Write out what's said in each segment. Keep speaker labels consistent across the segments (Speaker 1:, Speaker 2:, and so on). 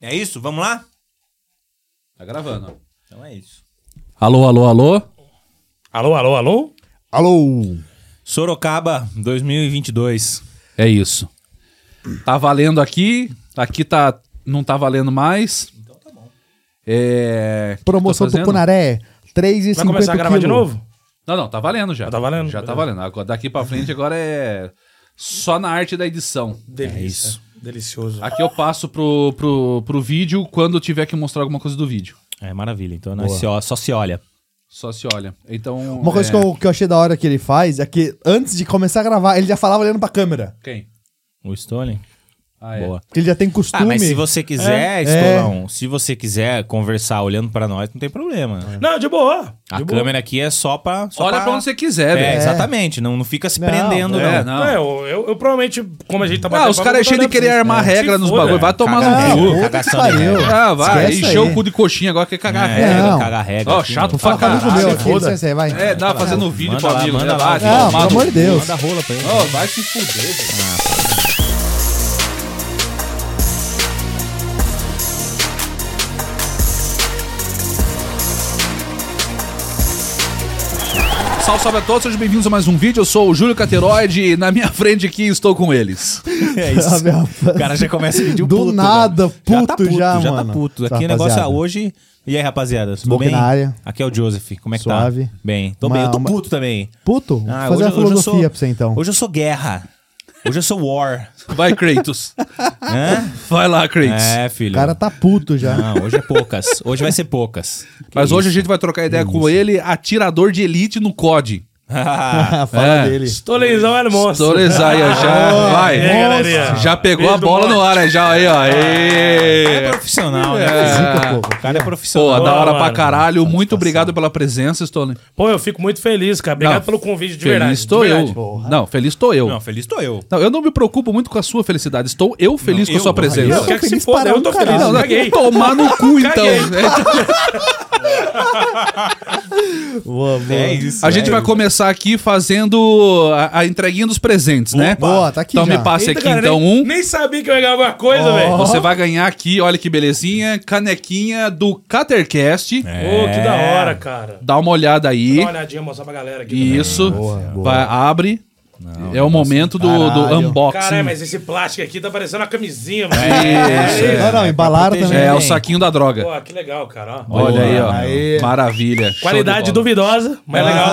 Speaker 1: É isso? Vamos lá?
Speaker 2: Tá gravando. ó.
Speaker 1: Então é isso.
Speaker 2: Alô, alô, alô?
Speaker 3: Alô, alô, alô?
Speaker 4: Alô!
Speaker 1: Sorocaba 2022.
Speaker 2: É isso. Tá valendo aqui. Aqui tá não tá valendo mais. Então tá bom. É...
Speaker 4: Promoção
Speaker 2: Tô fazendo?
Speaker 4: Tucunaré, 3,50
Speaker 3: Vai começar a gravar de
Speaker 4: quilo.
Speaker 3: novo?
Speaker 2: Não, não, tá valendo já.
Speaker 3: Já tá valendo.
Speaker 2: Já tá valendo. Agora, daqui pra frente agora é só na arte da edição. É
Speaker 3: Delícia.
Speaker 1: isso.
Speaker 3: É, Delicioso.
Speaker 2: Aqui eu passo pro, pro, pro vídeo quando eu tiver que mostrar alguma coisa do vídeo.
Speaker 1: É maravilha. Então nós se ó- só se olha.
Speaker 2: Só se olha. Então.
Speaker 4: Uma coisa
Speaker 2: é...
Speaker 4: que, eu, que eu achei da hora que ele faz é que antes de começar a gravar, ele já falava olhando pra câmera.
Speaker 2: Quem?
Speaker 1: O Stone?
Speaker 2: Ah, é.
Speaker 1: Boa.
Speaker 4: Porque ele já tem costume.
Speaker 1: Ah, mas se você quiser,
Speaker 4: É.
Speaker 1: Estolão, se você quiser conversar olhando pra nós, não tem problema.
Speaker 4: É.
Speaker 3: Não, de boa.
Speaker 1: A
Speaker 3: de boa.
Speaker 1: câmera aqui é só pra. Só
Speaker 2: Olha pra onde você quiser,
Speaker 1: É,
Speaker 2: velho.
Speaker 1: exatamente. Não, não fica se
Speaker 4: Não,
Speaker 1: prendendo,
Speaker 2: É,
Speaker 1: não.
Speaker 2: não.
Speaker 3: É, eu, eu, eu provavelmente, como a gente tá
Speaker 2: Ah, os caras é cheio de querer armar
Speaker 1: né?
Speaker 2: regra nos bagulho. Vai tomar
Speaker 1: é. Cagar regra.
Speaker 2: no cu.
Speaker 4: Não, Ah, puta que
Speaker 1: Cagação de
Speaker 4: pariu.
Speaker 1: velho.
Speaker 2: Ah, vai.
Speaker 4: Esquece
Speaker 2: Encheu
Speaker 4: aí.
Speaker 2: o cu de coxinha agora, quer cagar
Speaker 1: É,
Speaker 2: regra.
Speaker 4: não.
Speaker 1: caga regra.
Speaker 2: Ó,
Speaker 1: aqui,
Speaker 2: chato
Speaker 1: mano.
Speaker 2: pra
Speaker 4: Fala com o
Speaker 2: caralho.
Speaker 4: meu
Speaker 2: se
Speaker 4: aqui,
Speaker 2: foda.
Speaker 4: você vai.
Speaker 2: É, dá fazendo vídeo pro
Speaker 1: Manda lá,
Speaker 2: amigo.
Speaker 1: manda
Speaker 2: né?
Speaker 1: lá.
Speaker 2: Vai,
Speaker 1: Não,
Speaker 2: tomar
Speaker 4: pelo
Speaker 2: no
Speaker 4: amor de
Speaker 2: cu.
Speaker 4: Deus.
Speaker 1: Manda rola pra ele.
Speaker 2: Ó, vai se fuder, velho. Salve, salve a todos, sejam bem-vindos a mais um vídeo. Eu sou o Júlio Cateroide e na minha frente aqui estou com eles.
Speaker 1: É isso.
Speaker 4: Sabe, rapaz?
Speaker 1: O cara já começa a pedir o
Speaker 4: Do
Speaker 1: puto. velho.
Speaker 4: nada,
Speaker 1: já tá
Speaker 4: puto
Speaker 1: puto,
Speaker 4: já,
Speaker 1: já
Speaker 4: mano.
Speaker 1: tá puto. Aqui
Speaker 4: Rapaziada.
Speaker 1: o negócio é hoje. E aí, rapaziada? Tudo
Speaker 4: Smoke
Speaker 1: bem?
Speaker 4: na área.
Speaker 1: Aqui é o Joseph. Como é que
Speaker 4: Suave.
Speaker 1: tá? Bem. Tô
Speaker 4: Uma-
Speaker 1: bem. Eu tô
Speaker 4: uma-
Speaker 1: puto também.
Speaker 4: Puto? Vou
Speaker 1: Ah,
Speaker 4: fazer uma
Speaker 1: hoje eu- hoje eu
Speaker 4: filosofia
Speaker 1: sou-
Speaker 4: pra você então.
Speaker 1: Hoje eu sou guerra. Hoje eu sou war.
Speaker 2: Vai, Kratos.
Speaker 1: Hã?
Speaker 2: Vai lá, Kratos.
Speaker 1: É, filho.
Speaker 4: O cara tá puto já.
Speaker 1: Não, hoje é poucas. Hoje vai ser poucas.
Speaker 2: Mas hoje a gente vai trocar ideia com ele, atirador de elite no COD.
Speaker 1: Ah,
Speaker 4: Ah, Fala
Speaker 2: É.
Speaker 4: dele.
Speaker 3: Estolezão é monstro.
Speaker 2: Torezaia já. Vai.
Speaker 3: é, galerinha.
Speaker 2: já pegou a
Speaker 3: Beijo do
Speaker 2: bola no
Speaker 3: Monte.
Speaker 2: ar aí, já aí, ó.
Speaker 1: é
Speaker 2: Aê.
Speaker 1: profissional, né?
Speaker 2: É.
Speaker 1: filho? O cara é
Speaker 2: Pô,
Speaker 1: profissional.
Speaker 2: da hora pra
Speaker 3: mano.
Speaker 2: caralho. Muito obrigado pela presença, Stone.
Speaker 3: Pô, eu fico muito feliz, cara. Obrigado
Speaker 2: Não,
Speaker 3: pelo convite, de verdade.
Speaker 2: Feliz
Speaker 3: de
Speaker 2: estou
Speaker 3: verdade.
Speaker 2: eu. Não, feliz estou eu.
Speaker 1: Não, feliz tô eu.
Speaker 2: Não, eu não me preocupo muito com a sua felicidade. Estou eu feliz
Speaker 1: Não,
Speaker 2: com a
Speaker 1: eu,
Speaker 2: sua
Speaker 1: porra,
Speaker 2: presença.
Speaker 3: Eu
Speaker 4: tô
Speaker 3: quero que se
Speaker 4: feliz
Speaker 3: foda,
Speaker 4: para um
Speaker 3: eu tô
Speaker 4: caralho.
Speaker 3: feliz,
Speaker 2: Não, não,
Speaker 3: caguei.
Speaker 2: tomar no cu, então.
Speaker 4: Boa, boa.
Speaker 1: É isso.
Speaker 2: A gente
Speaker 1: é
Speaker 2: vai
Speaker 1: isso.
Speaker 2: começar aqui fazendo a, a entreguinha dos presentes, né?
Speaker 4: boa, tá aqui
Speaker 2: Então
Speaker 4: já.
Speaker 2: me passe
Speaker 3: Eita,
Speaker 2: aqui,
Speaker 3: cara,
Speaker 2: então,
Speaker 3: nem,
Speaker 2: um.
Speaker 3: Nem sabia que eu ia ganhar alguma coisa, velho.
Speaker 2: Você vai ganhar aqui, olha que belezinha, canequinha do Catercast.
Speaker 4: É.
Speaker 3: Ô, que da
Speaker 2: É.
Speaker 3: hora, cara.
Speaker 2: Dá uma olhada aí.
Speaker 3: Dá uma olhadinha, mostrar pra galera aqui. também.
Speaker 2: Isso.
Speaker 4: Boa, boa.
Speaker 2: Vai, abre. é o momento do, do
Speaker 4: Caralho.
Speaker 2: unboxing.
Speaker 3: Caralho, mas esse plástico aqui tá parecendo uma camisinha, mano.
Speaker 2: Isso, é.
Speaker 4: Não, não, embalaram
Speaker 1: proteger.
Speaker 4: também.
Speaker 2: É,
Speaker 1: Hein?
Speaker 2: o saquinho da droga.
Speaker 3: Pô, que legal, cara. ó.
Speaker 2: Olha aí, ó.
Speaker 4: Aê.
Speaker 2: Maravilha. Show
Speaker 3: Qualidade
Speaker 2: de bola. Ah!
Speaker 3: duvidosa, mas legal.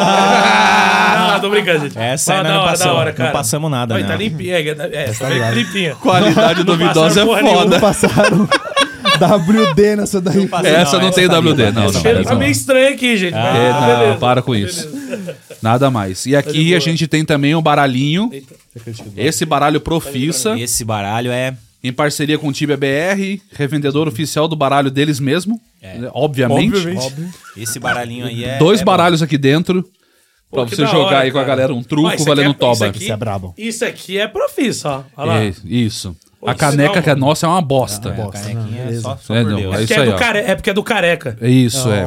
Speaker 3: não, tô brincando, gente.
Speaker 1: Essa
Speaker 3: Mas
Speaker 1: ainda
Speaker 3: da
Speaker 1: não
Speaker 3: hora,
Speaker 1: passamos.
Speaker 3: da hora,
Speaker 1: Não
Speaker 3: cara.
Speaker 1: passamos nada,
Speaker 3: Olha,
Speaker 1: né?
Speaker 3: Tá limpinha. É, é, tá meio limpinha.
Speaker 2: Qualidade duvidosa é
Speaker 3: passaram porra nenhuma.
Speaker 2: foda.
Speaker 4: Não passaram WD nessa daí.
Speaker 1: passaram.
Speaker 2: Essa não,
Speaker 1: Não,
Speaker 2: tem
Speaker 1: essa tá
Speaker 2: WD,
Speaker 1: limpa,
Speaker 2: não,
Speaker 1: essa
Speaker 2: não.
Speaker 1: tá
Speaker 3: Cheiro
Speaker 1: limpa.
Speaker 2: essa
Speaker 3: tá
Speaker 2: não.
Speaker 3: meio estranho aqui, gente. mas
Speaker 2: É, não,
Speaker 3: beleza. Tá
Speaker 2: para com isso. Nada mais. E aqui
Speaker 3: de
Speaker 2: a
Speaker 3: boa.
Speaker 2: gente tem também um baralhinho. Esse baralho
Speaker 3: Tá
Speaker 2: Profissa,
Speaker 1: Esse baralho é.
Speaker 2: em parceria com o Tibia BR, revendedor oficial do baralho deles mesmo.
Speaker 3: É.
Speaker 2: né? Obviamente.
Speaker 3: Obviamente.
Speaker 1: Esse baralhinho aí é.
Speaker 2: Dois
Speaker 1: é bom.
Speaker 2: baralhos aqui dentro. Pra
Speaker 3: Pô, que
Speaker 2: você
Speaker 3: da
Speaker 2: jogar
Speaker 3: hora,
Speaker 2: aí com a
Speaker 3: cara.
Speaker 2: galera um
Speaker 3: Ó,
Speaker 2: truco
Speaker 3: isso
Speaker 2: valendo
Speaker 3: aqui é-
Speaker 2: toba.
Speaker 3: Isso aqui,
Speaker 4: Isso é brabo.
Speaker 3: Isso aqui é profissa, ó. Olha lá.
Speaker 2: É, isso.
Speaker 3: Pô,
Speaker 2: a
Speaker 3: isso um-
Speaker 2: caneca
Speaker 3: não,
Speaker 2: que é
Speaker 3: mano.
Speaker 2: nossa é uma bosta.
Speaker 1: A canequinha é
Speaker 4: beleza.
Speaker 1: só, só
Speaker 2: É,
Speaker 1: por
Speaker 2: não,
Speaker 1: Deus.
Speaker 2: é
Speaker 1: É,
Speaker 2: isso
Speaker 3: Que é,
Speaker 2: aí,
Speaker 3: do
Speaker 2: ó.
Speaker 3: care... é porque é do careca.
Speaker 2: É Isso, é.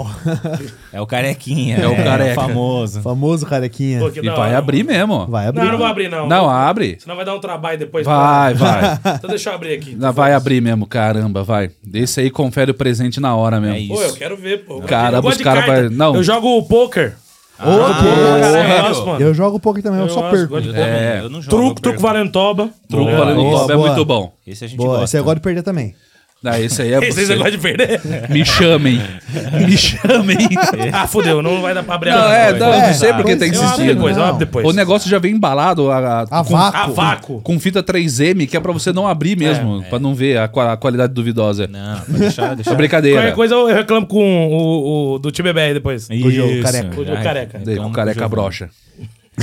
Speaker 1: o carequinha.
Speaker 2: É o careca.
Speaker 1: famoso.
Speaker 4: Famoso carequinha.
Speaker 3: Pô, que
Speaker 2: E
Speaker 3: da
Speaker 2: vai
Speaker 3: hora,
Speaker 2: abrir
Speaker 3: mano.
Speaker 2: mesmo. ó.
Speaker 4: Vai abrir.
Speaker 3: Não, não vou abrir, não.
Speaker 2: Não, abre.
Speaker 3: Senão vai dar um trabalho depois.
Speaker 2: Vai, vai.
Speaker 3: Então deixa eu abrir aqui.
Speaker 2: Não, vai abrir mesmo, caramba, vai. Esse aí confere o presente na hora mesmo.
Speaker 1: É isso.
Speaker 3: Pô, eu quero ver, pô.
Speaker 2: Caramba,
Speaker 3: Eu gosto
Speaker 2: os
Speaker 3: de
Speaker 2: cara
Speaker 3: carta.
Speaker 2: vai- não.
Speaker 3: Eu jogo o poker.
Speaker 4: Ô,
Speaker 3: Caralho,
Speaker 4: pô.
Speaker 3: eu
Speaker 1: sério?
Speaker 3: gosto, mano.
Speaker 4: Eu jogo poker também, eu,
Speaker 3: Eu
Speaker 4: só
Speaker 3: gosto,
Speaker 4: perco.
Speaker 3: gosto de-
Speaker 1: É, eu não jogo.
Speaker 3: Truco,
Speaker 1: eu
Speaker 3: truco
Speaker 1: perco.
Speaker 3: valentoba.
Speaker 2: Truco
Speaker 1: Boa,
Speaker 2: valendo
Speaker 4: boa,
Speaker 2: top é
Speaker 4: boa.
Speaker 2: muito bom.
Speaker 1: Esse a gente
Speaker 4: Boa, esse é
Speaker 1: gosta.
Speaker 4: eu gosto de perder também.
Speaker 2: Ah, esse aí é
Speaker 3: Vocês
Speaker 2: você.
Speaker 3: gostam de perder?
Speaker 2: Me chamem. Me chamem.
Speaker 3: ah, fudeu, não vai dar pra abrir
Speaker 2: Não,
Speaker 3: agora,
Speaker 2: é,
Speaker 3: vai.
Speaker 2: não,
Speaker 4: É,
Speaker 2: não sei porque
Speaker 4: tá.
Speaker 2: tem
Speaker 3: Eu abro
Speaker 2: existido.
Speaker 3: depois, eu abro
Speaker 4: Não.
Speaker 3: depois.
Speaker 2: O negócio é já vem embalado a, a-
Speaker 4: A
Speaker 2: com,
Speaker 4: vácuo.
Speaker 3: A vácuo.
Speaker 2: com fita 3M, que é pra você não abrir mesmo,
Speaker 3: É,
Speaker 2: pra não ver a, qua- a qualidade duvidosa.
Speaker 1: Não, pode deixar, deixar.
Speaker 2: É brincadeira.
Speaker 3: Né? Qualquer coisa eu reclamo com o, o do time BR depois.
Speaker 1: Isso.
Speaker 4: Com o Diogo Careca.
Speaker 3: Com o Diogo
Speaker 1: Ai,
Speaker 3: Careca.
Speaker 2: Daí,
Speaker 1: então,
Speaker 2: com careca
Speaker 1: Diogo.
Speaker 2: brocha.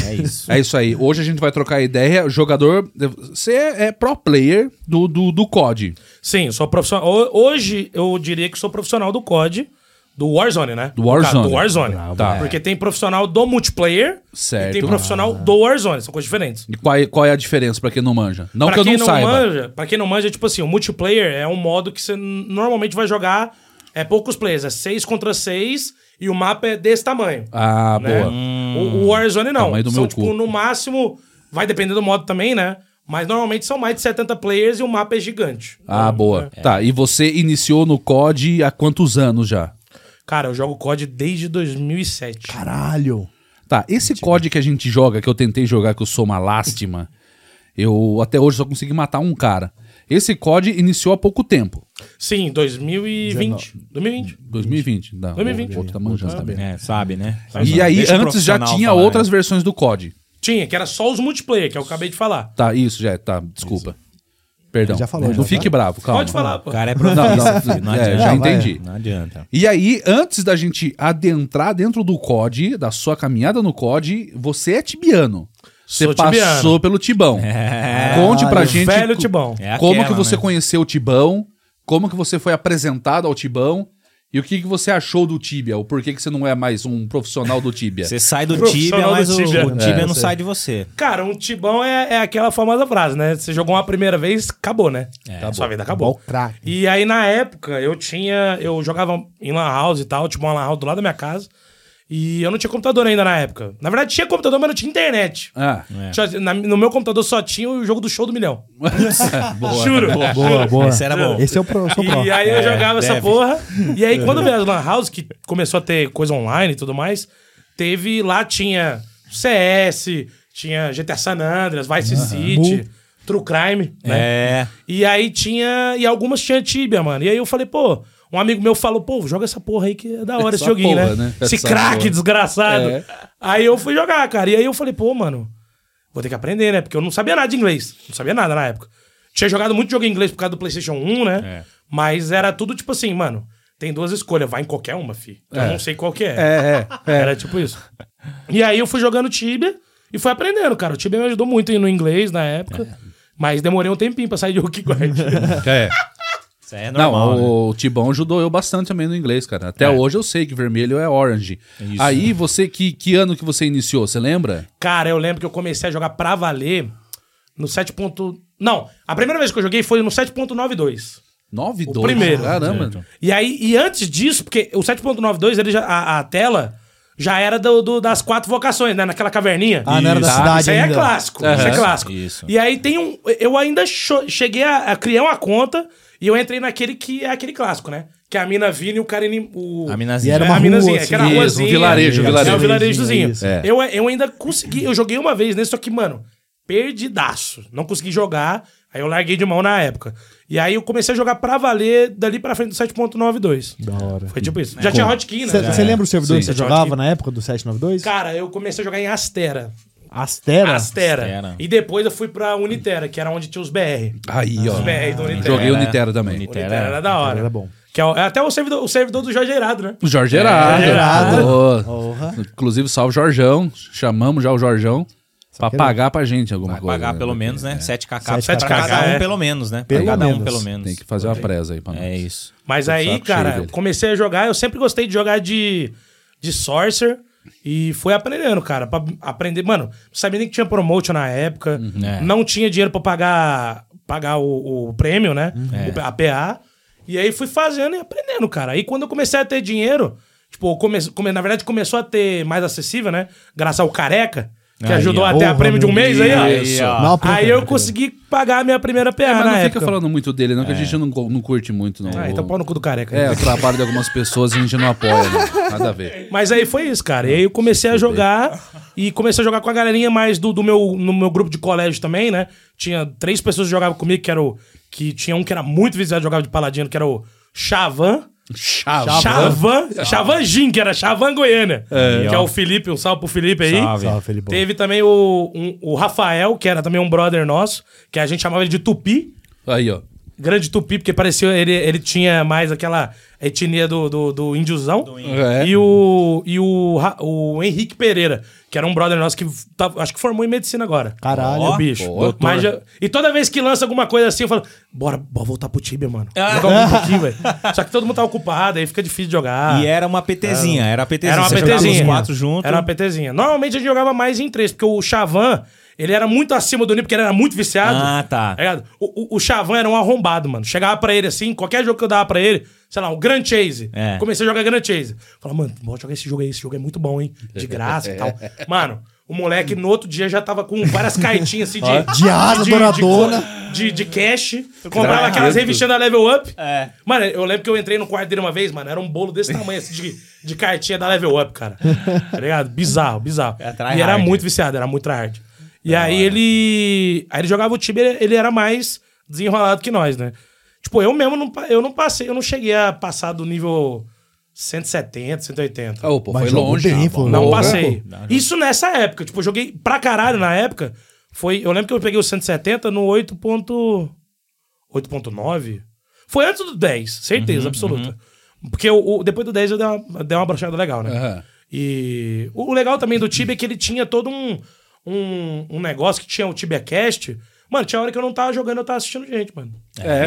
Speaker 1: É isso.
Speaker 2: É isso aí. Hoje a gente vai trocar ideia. Jogador, você é pro player do, do, do COD,
Speaker 3: Sim, sou profissional. ho- Hoje eu diria que sou profissional do COD, do Warzone, né?
Speaker 2: Do Warzone.
Speaker 3: Cara, Do Warzone.
Speaker 2: Tá.
Speaker 3: Porque tem profissional do multiplayer
Speaker 2: certo?
Speaker 3: e tem profissional do Warzone, são coisas diferentes.
Speaker 2: E qual é, qual é a diferença pra quem não manja? Não
Speaker 3: Pra
Speaker 2: que eu não,
Speaker 3: quem
Speaker 2: saiba.
Speaker 3: Manja, pra quem não manja, tipo assim, o multiplayer é um modo que você n- normalmente vai jogar é poucos players, é 6 contra 6 e o mapa é desse tamanho.
Speaker 2: Ah,
Speaker 3: né?
Speaker 2: boa.
Speaker 3: O, o Warzone não.
Speaker 2: Tamanho do
Speaker 3: São,
Speaker 2: meu
Speaker 3: tipo,
Speaker 2: cu.
Speaker 3: no máximo, vai depender do modo também, né? Mas normalmente são mais de 70 players e o mapa é gigante.
Speaker 2: Ah, boa.
Speaker 3: É.
Speaker 2: Tá, e você iniciou no COD há quantos anos já?
Speaker 3: Cara, eu jogo COD desde 2007.
Speaker 4: Caralho.
Speaker 2: Tá, esse COD que a gente joga, que eu tentei jogar, que eu sou uma lástima, eu até hoje só consegui matar um cara. Esse COD iniciou há pouco tempo.
Speaker 3: Sim, 2020. 2020.
Speaker 2: 2020. Não,
Speaker 3: 2020.
Speaker 2: O outro tá manjando também.
Speaker 1: É, sabe, né? Faz
Speaker 2: E
Speaker 1: uma-
Speaker 2: aí,
Speaker 1: deixa o
Speaker 2: antes já
Speaker 1: profissional
Speaker 2: tinha
Speaker 1: falar,
Speaker 2: outras
Speaker 1: né?
Speaker 2: versões do COD.
Speaker 3: Tinha, que era só os multiplayer, que eu acabei de falar.
Speaker 2: Tá, isso, já, é, tá, desculpa. Perdão.
Speaker 4: Ele já falou,
Speaker 2: Não
Speaker 4: já
Speaker 2: fique
Speaker 4: tá.
Speaker 2: bravo, calma.
Speaker 3: Pode falar, pô.
Speaker 1: O cara é
Speaker 2: Não,
Speaker 1: profissional,
Speaker 2: não,
Speaker 1: filho, não
Speaker 2: é,
Speaker 1: adianta.
Speaker 2: já
Speaker 4: Não, vai.
Speaker 2: entendi.
Speaker 1: Não adianta.
Speaker 2: E aí, antes da gente adentrar dentro do COD, da sua caminhada no COD, você é tibiano. Você
Speaker 3: Sou
Speaker 2: passou
Speaker 3: tibiano.
Speaker 2: pelo Tibão. Conte pra
Speaker 4: Caralho,
Speaker 2: gente
Speaker 3: velho
Speaker 2: co-
Speaker 3: Tibão.
Speaker 1: É
Speaker 2: como
Speaker 1: aquela,
Speaker 2: que você
Speaker 1: né?
Speaker 2: conheceu o Tibão, como que você foi apresentado ao Tibão e o que, que você achou do Tibia, o porquê que você não é mais um profissional do Tibia.
Speaker 1: Você sai do Tibia,
Speaker 3: Profissional do
Speaker 1: mas o,
Speaker 3: Tibia.
Speaker 1: o Tibia
Speaker 4: É,
Speaker 1: não
Speaker 4: sei.
Speaker 1: sai de você.
Speaker 3: Cara, um tibão é, é aquela famosa frase, né? Você jogou uma primeira vez, acabou, né? Sua vida acabou.
Speaker 4: Bom craque.
Speaker 3: E aí, na época, eu tinha. Eu jogava em Lan House e tal, tipo uma Lan House do lado da minha casa. E eu não tinha computador ainda na época. Na verdade, tinha computador, mas não tinha internet.
Speaker 2: Ah,
Speaker 3: Tinha- na- no meu computador só tinha o jogo do show do milhão.
Speaker 2: boa.
Speaker 3: Juro.
Speaker 4: Boa, boa.
Speaker 1: Esse era bom.
Speaker 4: Esse é o pro, sou pro.
Speaker 3: E aí eu
Speaker 1: É,
Speaker 3: jogava essa
Speaker 1: deve.
Speaker 3: porra. E aí quando veio as Lan House, que começou a ter coisa online e tudo mais, teve. Lá tinha CS, tinha GTA San Andreas, Vice City, True Crime, né?
Speaker 1: É.
Speaker 3: E aí tinha. E algumas tinha Tibia, mano. E aí eu falei, pô. Um amigo meu falou, pô, joga essa porra aí que é da hora esse
Speaker 2: Essa
Speaker 3: joguinho,
Speaker 2: porra,
Speaker 3: né?
Speaker 2: né?
Speaker 3: Esse
Speaker 2: Essa
Speaker 3: craque
Speaker 2: porra.
Speaker 3: desgraçado.
Speaker 2: É.
Speaker 3: Aí eu fui jogar, cara. E aí eu falei, pô, mano, vou ter que aprender, né? Porque eu não sabia nada de inglês. Não sabia nada na época. Tinha jogado muito jogo em inglês por causa do PlayStation 1, né?
Speaker 1: É.
Speaker 3: Mas era tudo tipo assim, mano, tem duas escolhas, vai em qualquer uma, fi. Eu não sei qual que é.
Speaker 2: É, é.
Speaker 3: Era tipo isso. E aí eu fui jogando Tibia e fui aprendendo, cara. O Tibia me ajudou muito no inglês na época. Mas demorei um tempinho pra sair de Hulk Guard.
Speaker 2: é.
Speaker 1: Isso aí é
Speaker 2: Não,
Speaker 1: normal. né? É.
Speaker 2: o Tibão ajudou eu bastante também no inglês, cara. Até hoje eu sei que vermelho é orange.
Speaker 1: Isso.
Speaker 2: Aí você, que, que ano que você iniciou, você lembra?
Speaker 3: Cara, eu lembro que eu comecei a jogar pra valer no 7. ponto- Não, a primeira vez que eu joguei foi no 7.92.
Speaker 2: 9
Speaker 3: O primeiro.
Speaker 2: Caramba.
Speaker 3: E aí, e antes disso, porque o 7.92, ele já, a, a tela já era do, do- das quatro vocações, né? Naquela caverninha.
Speaker 4: Ah, não era da
Speaker 2: Isso.
Speaker 4: cidade
Speaker 3: Isso aí é
Speaker 4: ainda.
Speaker 3: clássico. Isso é
Speaker 2: Aham.
Speaker 3: clássico.
Speaker 1: Isso.
Speaker 3: E aí tem um. Eu ainda cho- cheguei a, a criar uma conta e eu entrei naquele que é aquele clássico, né? Que a mina vinha e o cara. inim- O...
Speaker 1: A minazinha.
Speaker 4: E era
Speaker 3: É,
Speaker 4: uma
Speaker 3: a minazinha,
Speaker 4: rua,
Speaker 3: que era a
Speaker 2: assim.
Speaker 3: ruazinha.
Speaker 2: Isso, um vilarejo, um
Speaker 3: É,
Speaker 2: vilarejo.
Speaker 3: um vilarejozinho.
Speaker 4: Isso.
Speaker 2: É.
Speaker 3: Eu, eu ainda consegui, eu joguei uma vez nesse, só que, mano, perdidaço. Não consegui jogar, aí eu larguei de mão na época. E aí eu comecei a jogar pra valer dali pra frente do 7.92.
Speaker 4: Da hora.
Speaker 3: Foi tipo isso. Já
Speaker 4: É.
Speaker 3: tinha hotkey, né? Já
Speaker 4: Você
Speaker 3: era.
Speaker 4: lembra o servidor
Speaker 2: Sim.
Speaker 4: que você
Speaker 3: Você joga
Speaker 4: jogava
Speaker 3: aqui.
Speaker 4: na época do 792?
Speaker 3: Cara, eu comecei a jogar em Astera.
Speaker 4: Astera.
Speaker 3: Astera.
Speaker 1: Astera.
Speaker 3: E depois eu fui pra Unitera, que era onde tinha os BR.
Speaker 2: Aí, ó.
Speaker 3: Os BR do Unitera.
Speaker 2: Joguei o
Speaker 1: Era-
Speaker 2: Nitero também.
Speaker 1: Unitero.
Speaker 3: Unitera era da hora.
Speaker 4: Era bom.
Speaker 3: Que é, o- é até o servidor, o servidor do Jorge Herado, né?
Speaker 2: O Jorge Herado.
Speaker 4: Herado.
Speaker 2: Boa.
Speaker 4: Porra.
Speaker 2: Inclusive, salve Jorjão. Chamamos já o Jorjão pra
Speaker 4: que
Speaker 2: pagar pra gente alguma coisa.
Speaker 1: Pagar
Speaker 2: né?
Speaker 1: pelo menos, né? 7kk
Speaker 4: 7K,
Speaker 1: pra cada um,
Speaker 3: é.
Speaker 1: pelo menos, né?
Speaker 4: Pelo
Speaker 1: pra cada
Speaker 4: menos.
Speaker 1: um, pelo menos.
Speaker 2: Tem que fazer uma presa aí pra nós.
Speaker 1: É isso.
Speaker 3: Mas
Speaker 2: Tô de
Speaker 3: aí,
Speaker 2: saco cheio
Speaker 3: cara,
Speaker 2: dele.
Speaker 3: comecei a jogar. Eu sempre gostei de jogar de, de Sorcerer. E fui aprendendo, cara. Pra aprender. Mano, não sabia nem que tinha promotion na época.
Speaker 2: Uhum.
Speaker 1: é.
Speaker 3: Não tinha dinheiro pra pagar, pagar o, o prêmio, né?
Speaker 2: Uhum. É.
Speaker 3: O, a PA. E aí fui fazendo e aprendendo, cara. Aí quando eu comecei a ter dinheiro, tipo, eu come, come- na verdade começou a ter mais acessível, né? Graças ao Careca, que
Speaker 1: Aí,
Speaker 3: ajudou
Speaker 1: ó.
Speaker 3: até a
Speaker 4: Porra,
Speaker 3: prêmio de um
Speaker 4: meu
Speaker 3: mês aí, ó.
Speaker 1: Aí, ó.
Speaker 4: Não,
Speaker 3: Aí
Speaker 4: brincadeira.
Speaker 3: eu consegui pagar a minha primeira PA
Speaker 2: É, mas
Speaker 3: na
Speaker 2: não
Speaker 3: época. É.
Speaker 2: fica falando muito dele, não, que a gente não, não curte muito, não.
Speaker 3: Ah, então pau no cu do Careca.
Speaker 2: É, o trabalho de algumas pessoas a gente não apoia, não. Nada a ver.
Speaker 3: Mas aí foi isso, cara. E aí eu comecei a jogar e comecei a jogar com a galerinha mais do, do meu, no meu grupo de colégio também, né? Tinha três pessoas que jogavam comigo, que era o. Que tinha um que era muito viciado, jogava de paladino, que era o Chavan.
Speaker 2: Chava.
Speaker 3: Chavan. Chavan Jim, que era Chavan Goiânia. Que é o Felipe, um salve pro Felipe aí.
Speaker 1: Salve.
Speaker 4: Salve, Felipão.
Speaker 3: Teve também o, um- o Rafael, que era também um brother nosso, que a gente chamava ele de Tupi.
Speaker 2: Aí, ó.
Speaker 3: Grande Tupi, porque parecia. Ele, ele tinha mais aquela etnia do, do, do índiozão.
Speaker 2: É.
Speaker 3: E, o, e o, Ra- o Henrique Pereira, que era um brother nosso que tá- acho que formou em medicina agora.
Speaker 4: Caralho.
Speaker 3: Ó, bicho.
Speaker 2: Ó, doutor.
Speaker 3: Mas já- e toda vez que lança alguma coisa assim, eu falo, bora, bora voltar pro Tibia, mano. Jogar um pouquinho, velho. Só que todo mundo tá ocupado, aí fica difícil de jogar.
Speaker 1: E é era uma PTzinha, era a PTzinha.
Speaker 3: Ah. Era uma
Speaker 1: Você jogava
Speaker 3: PTzinha.
Speaker 1: os quatro juntos.
Speaker 3: Era uma PTzinha. Normalmente a gente jogava mais em três, porque o Chavan, ele era muito acima do nível, porque ele era muito viciado.
Speaker 1: Ah, tá.
Speaker 3: ligado? O, o, o Chavan era um arrombado, mano. Chegava pra ele assim, qualquer jogo que eu dava pra ele, sei lá, um Grand Chase.
Speaker 1: É.
Speaker 3: Comecei a jogar Grand Chase. Falava, mano, bora jogar esse jogo aí, esse jogo é muito bom, hein? De graça e tal. Mano, O moleque no outro dia já tava com várias cartinhas assim
Speaker 4: Ó,
Speaker 3: de.
Speaker 4: de asa, douradona.
Speaker 3: De, de cash. Eu comprava aquelas revistinhas da Level Up.
Speaker 1: É.
Speaker 3: Mano, eu lembro que eu entrei no quarto dele uma vez, mano. Era um bolo desse tamanho, assim, de, de cartinha da Level Up, cara. Tá ligado? Bizarro, bizarro.
Speaker 1: É
Speaker 3: e
Speaker 1: tryhard.
Speaker 3: era muito viciado, era muito tryhard. E aí ele. Aí ele jogava o time, ele, ele era mais desenrolado que nós, né? Tipo, eu mesmo não, pa- eu não passei, eu não cheguei a passar do nível 170, 180.
Speaker 2: Tá, Ô, pô,
Speaker 4: Mas
Speaker 2: foi
Speaker 4: jogou
Speaker 2: longe.
Speaker 4: bem,
Speaker 2: ah,
Speaker 4: pô.
Speaker 2: bom.
Speaker 3: Não
Speaker 4: Porra.
Speaker 3: passei. Isso nessa época. Tipo, eu joguei pra caralho na época. Foi, eu lembro que eu peguei o 170 no 8. ponto- 8.9. Foi antes do 10, certeza absoluta. Porque o, o- depois do 10 eu dei uma, dei uma brochada legal, né?
Speaker 2: Aham.
Speaker 3: E o o legal também do Tibia é que ele tinha todo um, um, um negócio que tinha o Tibia Cast. Mano, tinha hora que eu não tava jogando, eu tava assistindo gente, mano.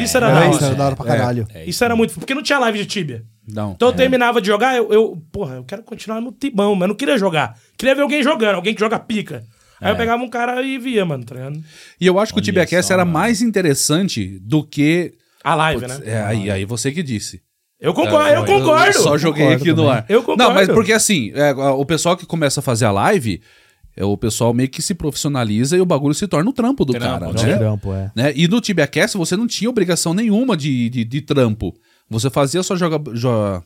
Speaker 3: isso era,
Speaker 4: Era
Speaker 3: da
Speaker 4: isso,
Speaker 3: hora.
Speaker 4: era da hora pra caralho.
Speaker 2: É
Speaker 3: Isso era muito. Porque não tinha live de Tibia.
Speaker 2: Não. É.
Speaker 3: Então eu terminava de jogar, eu, eu. Porra, eu quero continuar no Tibão, mas eu não queria jogar. Queria ver alguém jogando, alguém que joga pica. Aí
Speaker 2: É.
Speaker 3: eu pegava um cara e via, mano, tá ligado?
Speaker 2: E eu acho que o TBQS
Speaker 1: só,
Speaker 2: era
Speaker 1: mano.
Speaker 2: mais interessante do que.
Speaker 3: A live, né?
Speaker 2: É, aí, aí você que disse.
Speaker 3: Eu concordo, eu, concordo.
Speaker 2: Eu só joguei
Speaker 4: Concordo
Speaker 2: aqui no
Speaker 4: também.
Speaker 2: ar.
Speaker 3: Eu concordo.
Speaker 2: Não, mas porque assim, é, o pessoal que começa a fazer a live, é, o pessoal meio que se profissionaliza e o bagulho se torna o trampo do
Speaker 1: Trampo,
Speaker 2: cara,
Speaker 1: né?
Speaker 2: né?
Speaker 4: Trampo, é.
Speaker 2: né? E no TBAcast você não tinha obrigação nenhuma de, de, de trampo. Você fazia só joga. jo-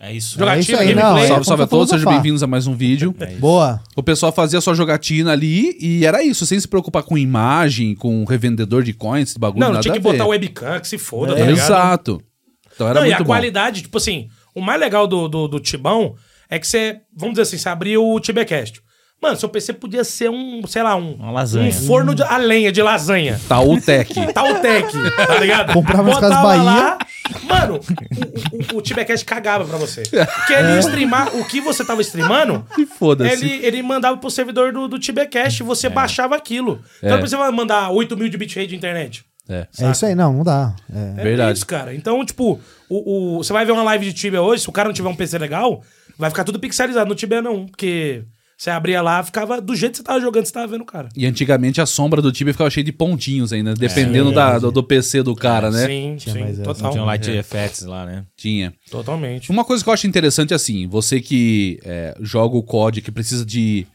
Speaker 1: É isso.
Speaker 3: Jogar-
Speaker 4: É
Speaker 3: Jogatina,
Speaker 4: isso aí,
Speaker 3: gameplay.
Speaker 4: não. é
Speaker 2: salve, salve a todos, sejam
Speaker 4: fotografar.
Speaker 2: bem-vindos a mais um vídeo.
Speaker 4: Boa.
Speaker 2: O pessoal fazia sua jogatina ali e era isso, sem se preocupar com imagem, com revendedor de coins, esse bagulho,
Speaker 3: Não, não
Speaker 2: nada
Speaker 3: tinha que
Speaker 2: a ver. É,
Speaker 3: botar webcam, que se foda, tá ligado?
Speaker 2: Exato. Então era
Speaker 3: não, e
Speaker 2: muito
Speaker 3: a
Speaker 2: bom.
Speaker 3: qualidade, tipo assim, o mais legal do, do, do Tibão é que você, vamos dizer assim, você abria o Tibecast. Mano, seu PC podia ser um, sei lá, um.
Speaker 1: Uma lasanha.
Speaker 3: Um forno de, a lenha de lasanha.
Speaker 2: Tá, Tautec.
Speaker 3: Taltec, tá ligado?
Speaker 4: Comprava nas Casas
Speaker 3: Botava
Speaker 4: Bahia.
Speaker 3: lá, Mano, o, o, o Tibecast cagava pra você. Porque ele ia streamar o que você tava streamando,
Speaker 2: Que É. foda-se.
Speaker 3: ele, ele mandava pro servidor do, do Tibecast e
Speaker 4: É.
Speaker 3: você baixava aquilo. Então
Speaker 2: É.
Speaker 3: você vai mandar 8 mil de bitrate de internet.
Speaker 2: É.
Speaker 4: É isso aí, não, não dá. É.
Speaker 3: É
Speaker 2: Verdade.
Speaker 3: isso, cara. Então, tipo, o, o- você vai ver uma live de Tibia hoje, se o cara não tiver um PC legal, vai ficar tudo pixelizado. No Tibia não, porque você abria lá, ficava do jeito que você tava jogando, você tava vendo o cara.
Speaker 2: E antigamente a sombra do time ficava cheia de pontinhos ainda, dependendo da, do, do PC do cara, né?
Speaker 3: Sim,
Speaker 4: Tinha
Speaker 3: sim,
Speaker 4: mais essa.
Speaker 3: total. É,
Speaker 1: Tinha um Light Effects lá, né?
Speaker 2: Tinha.
Speaker 3: Totalmente.
Speaker 2: Uma coisa que eu acho interessante assim, você que é, joga o COD, que precisa de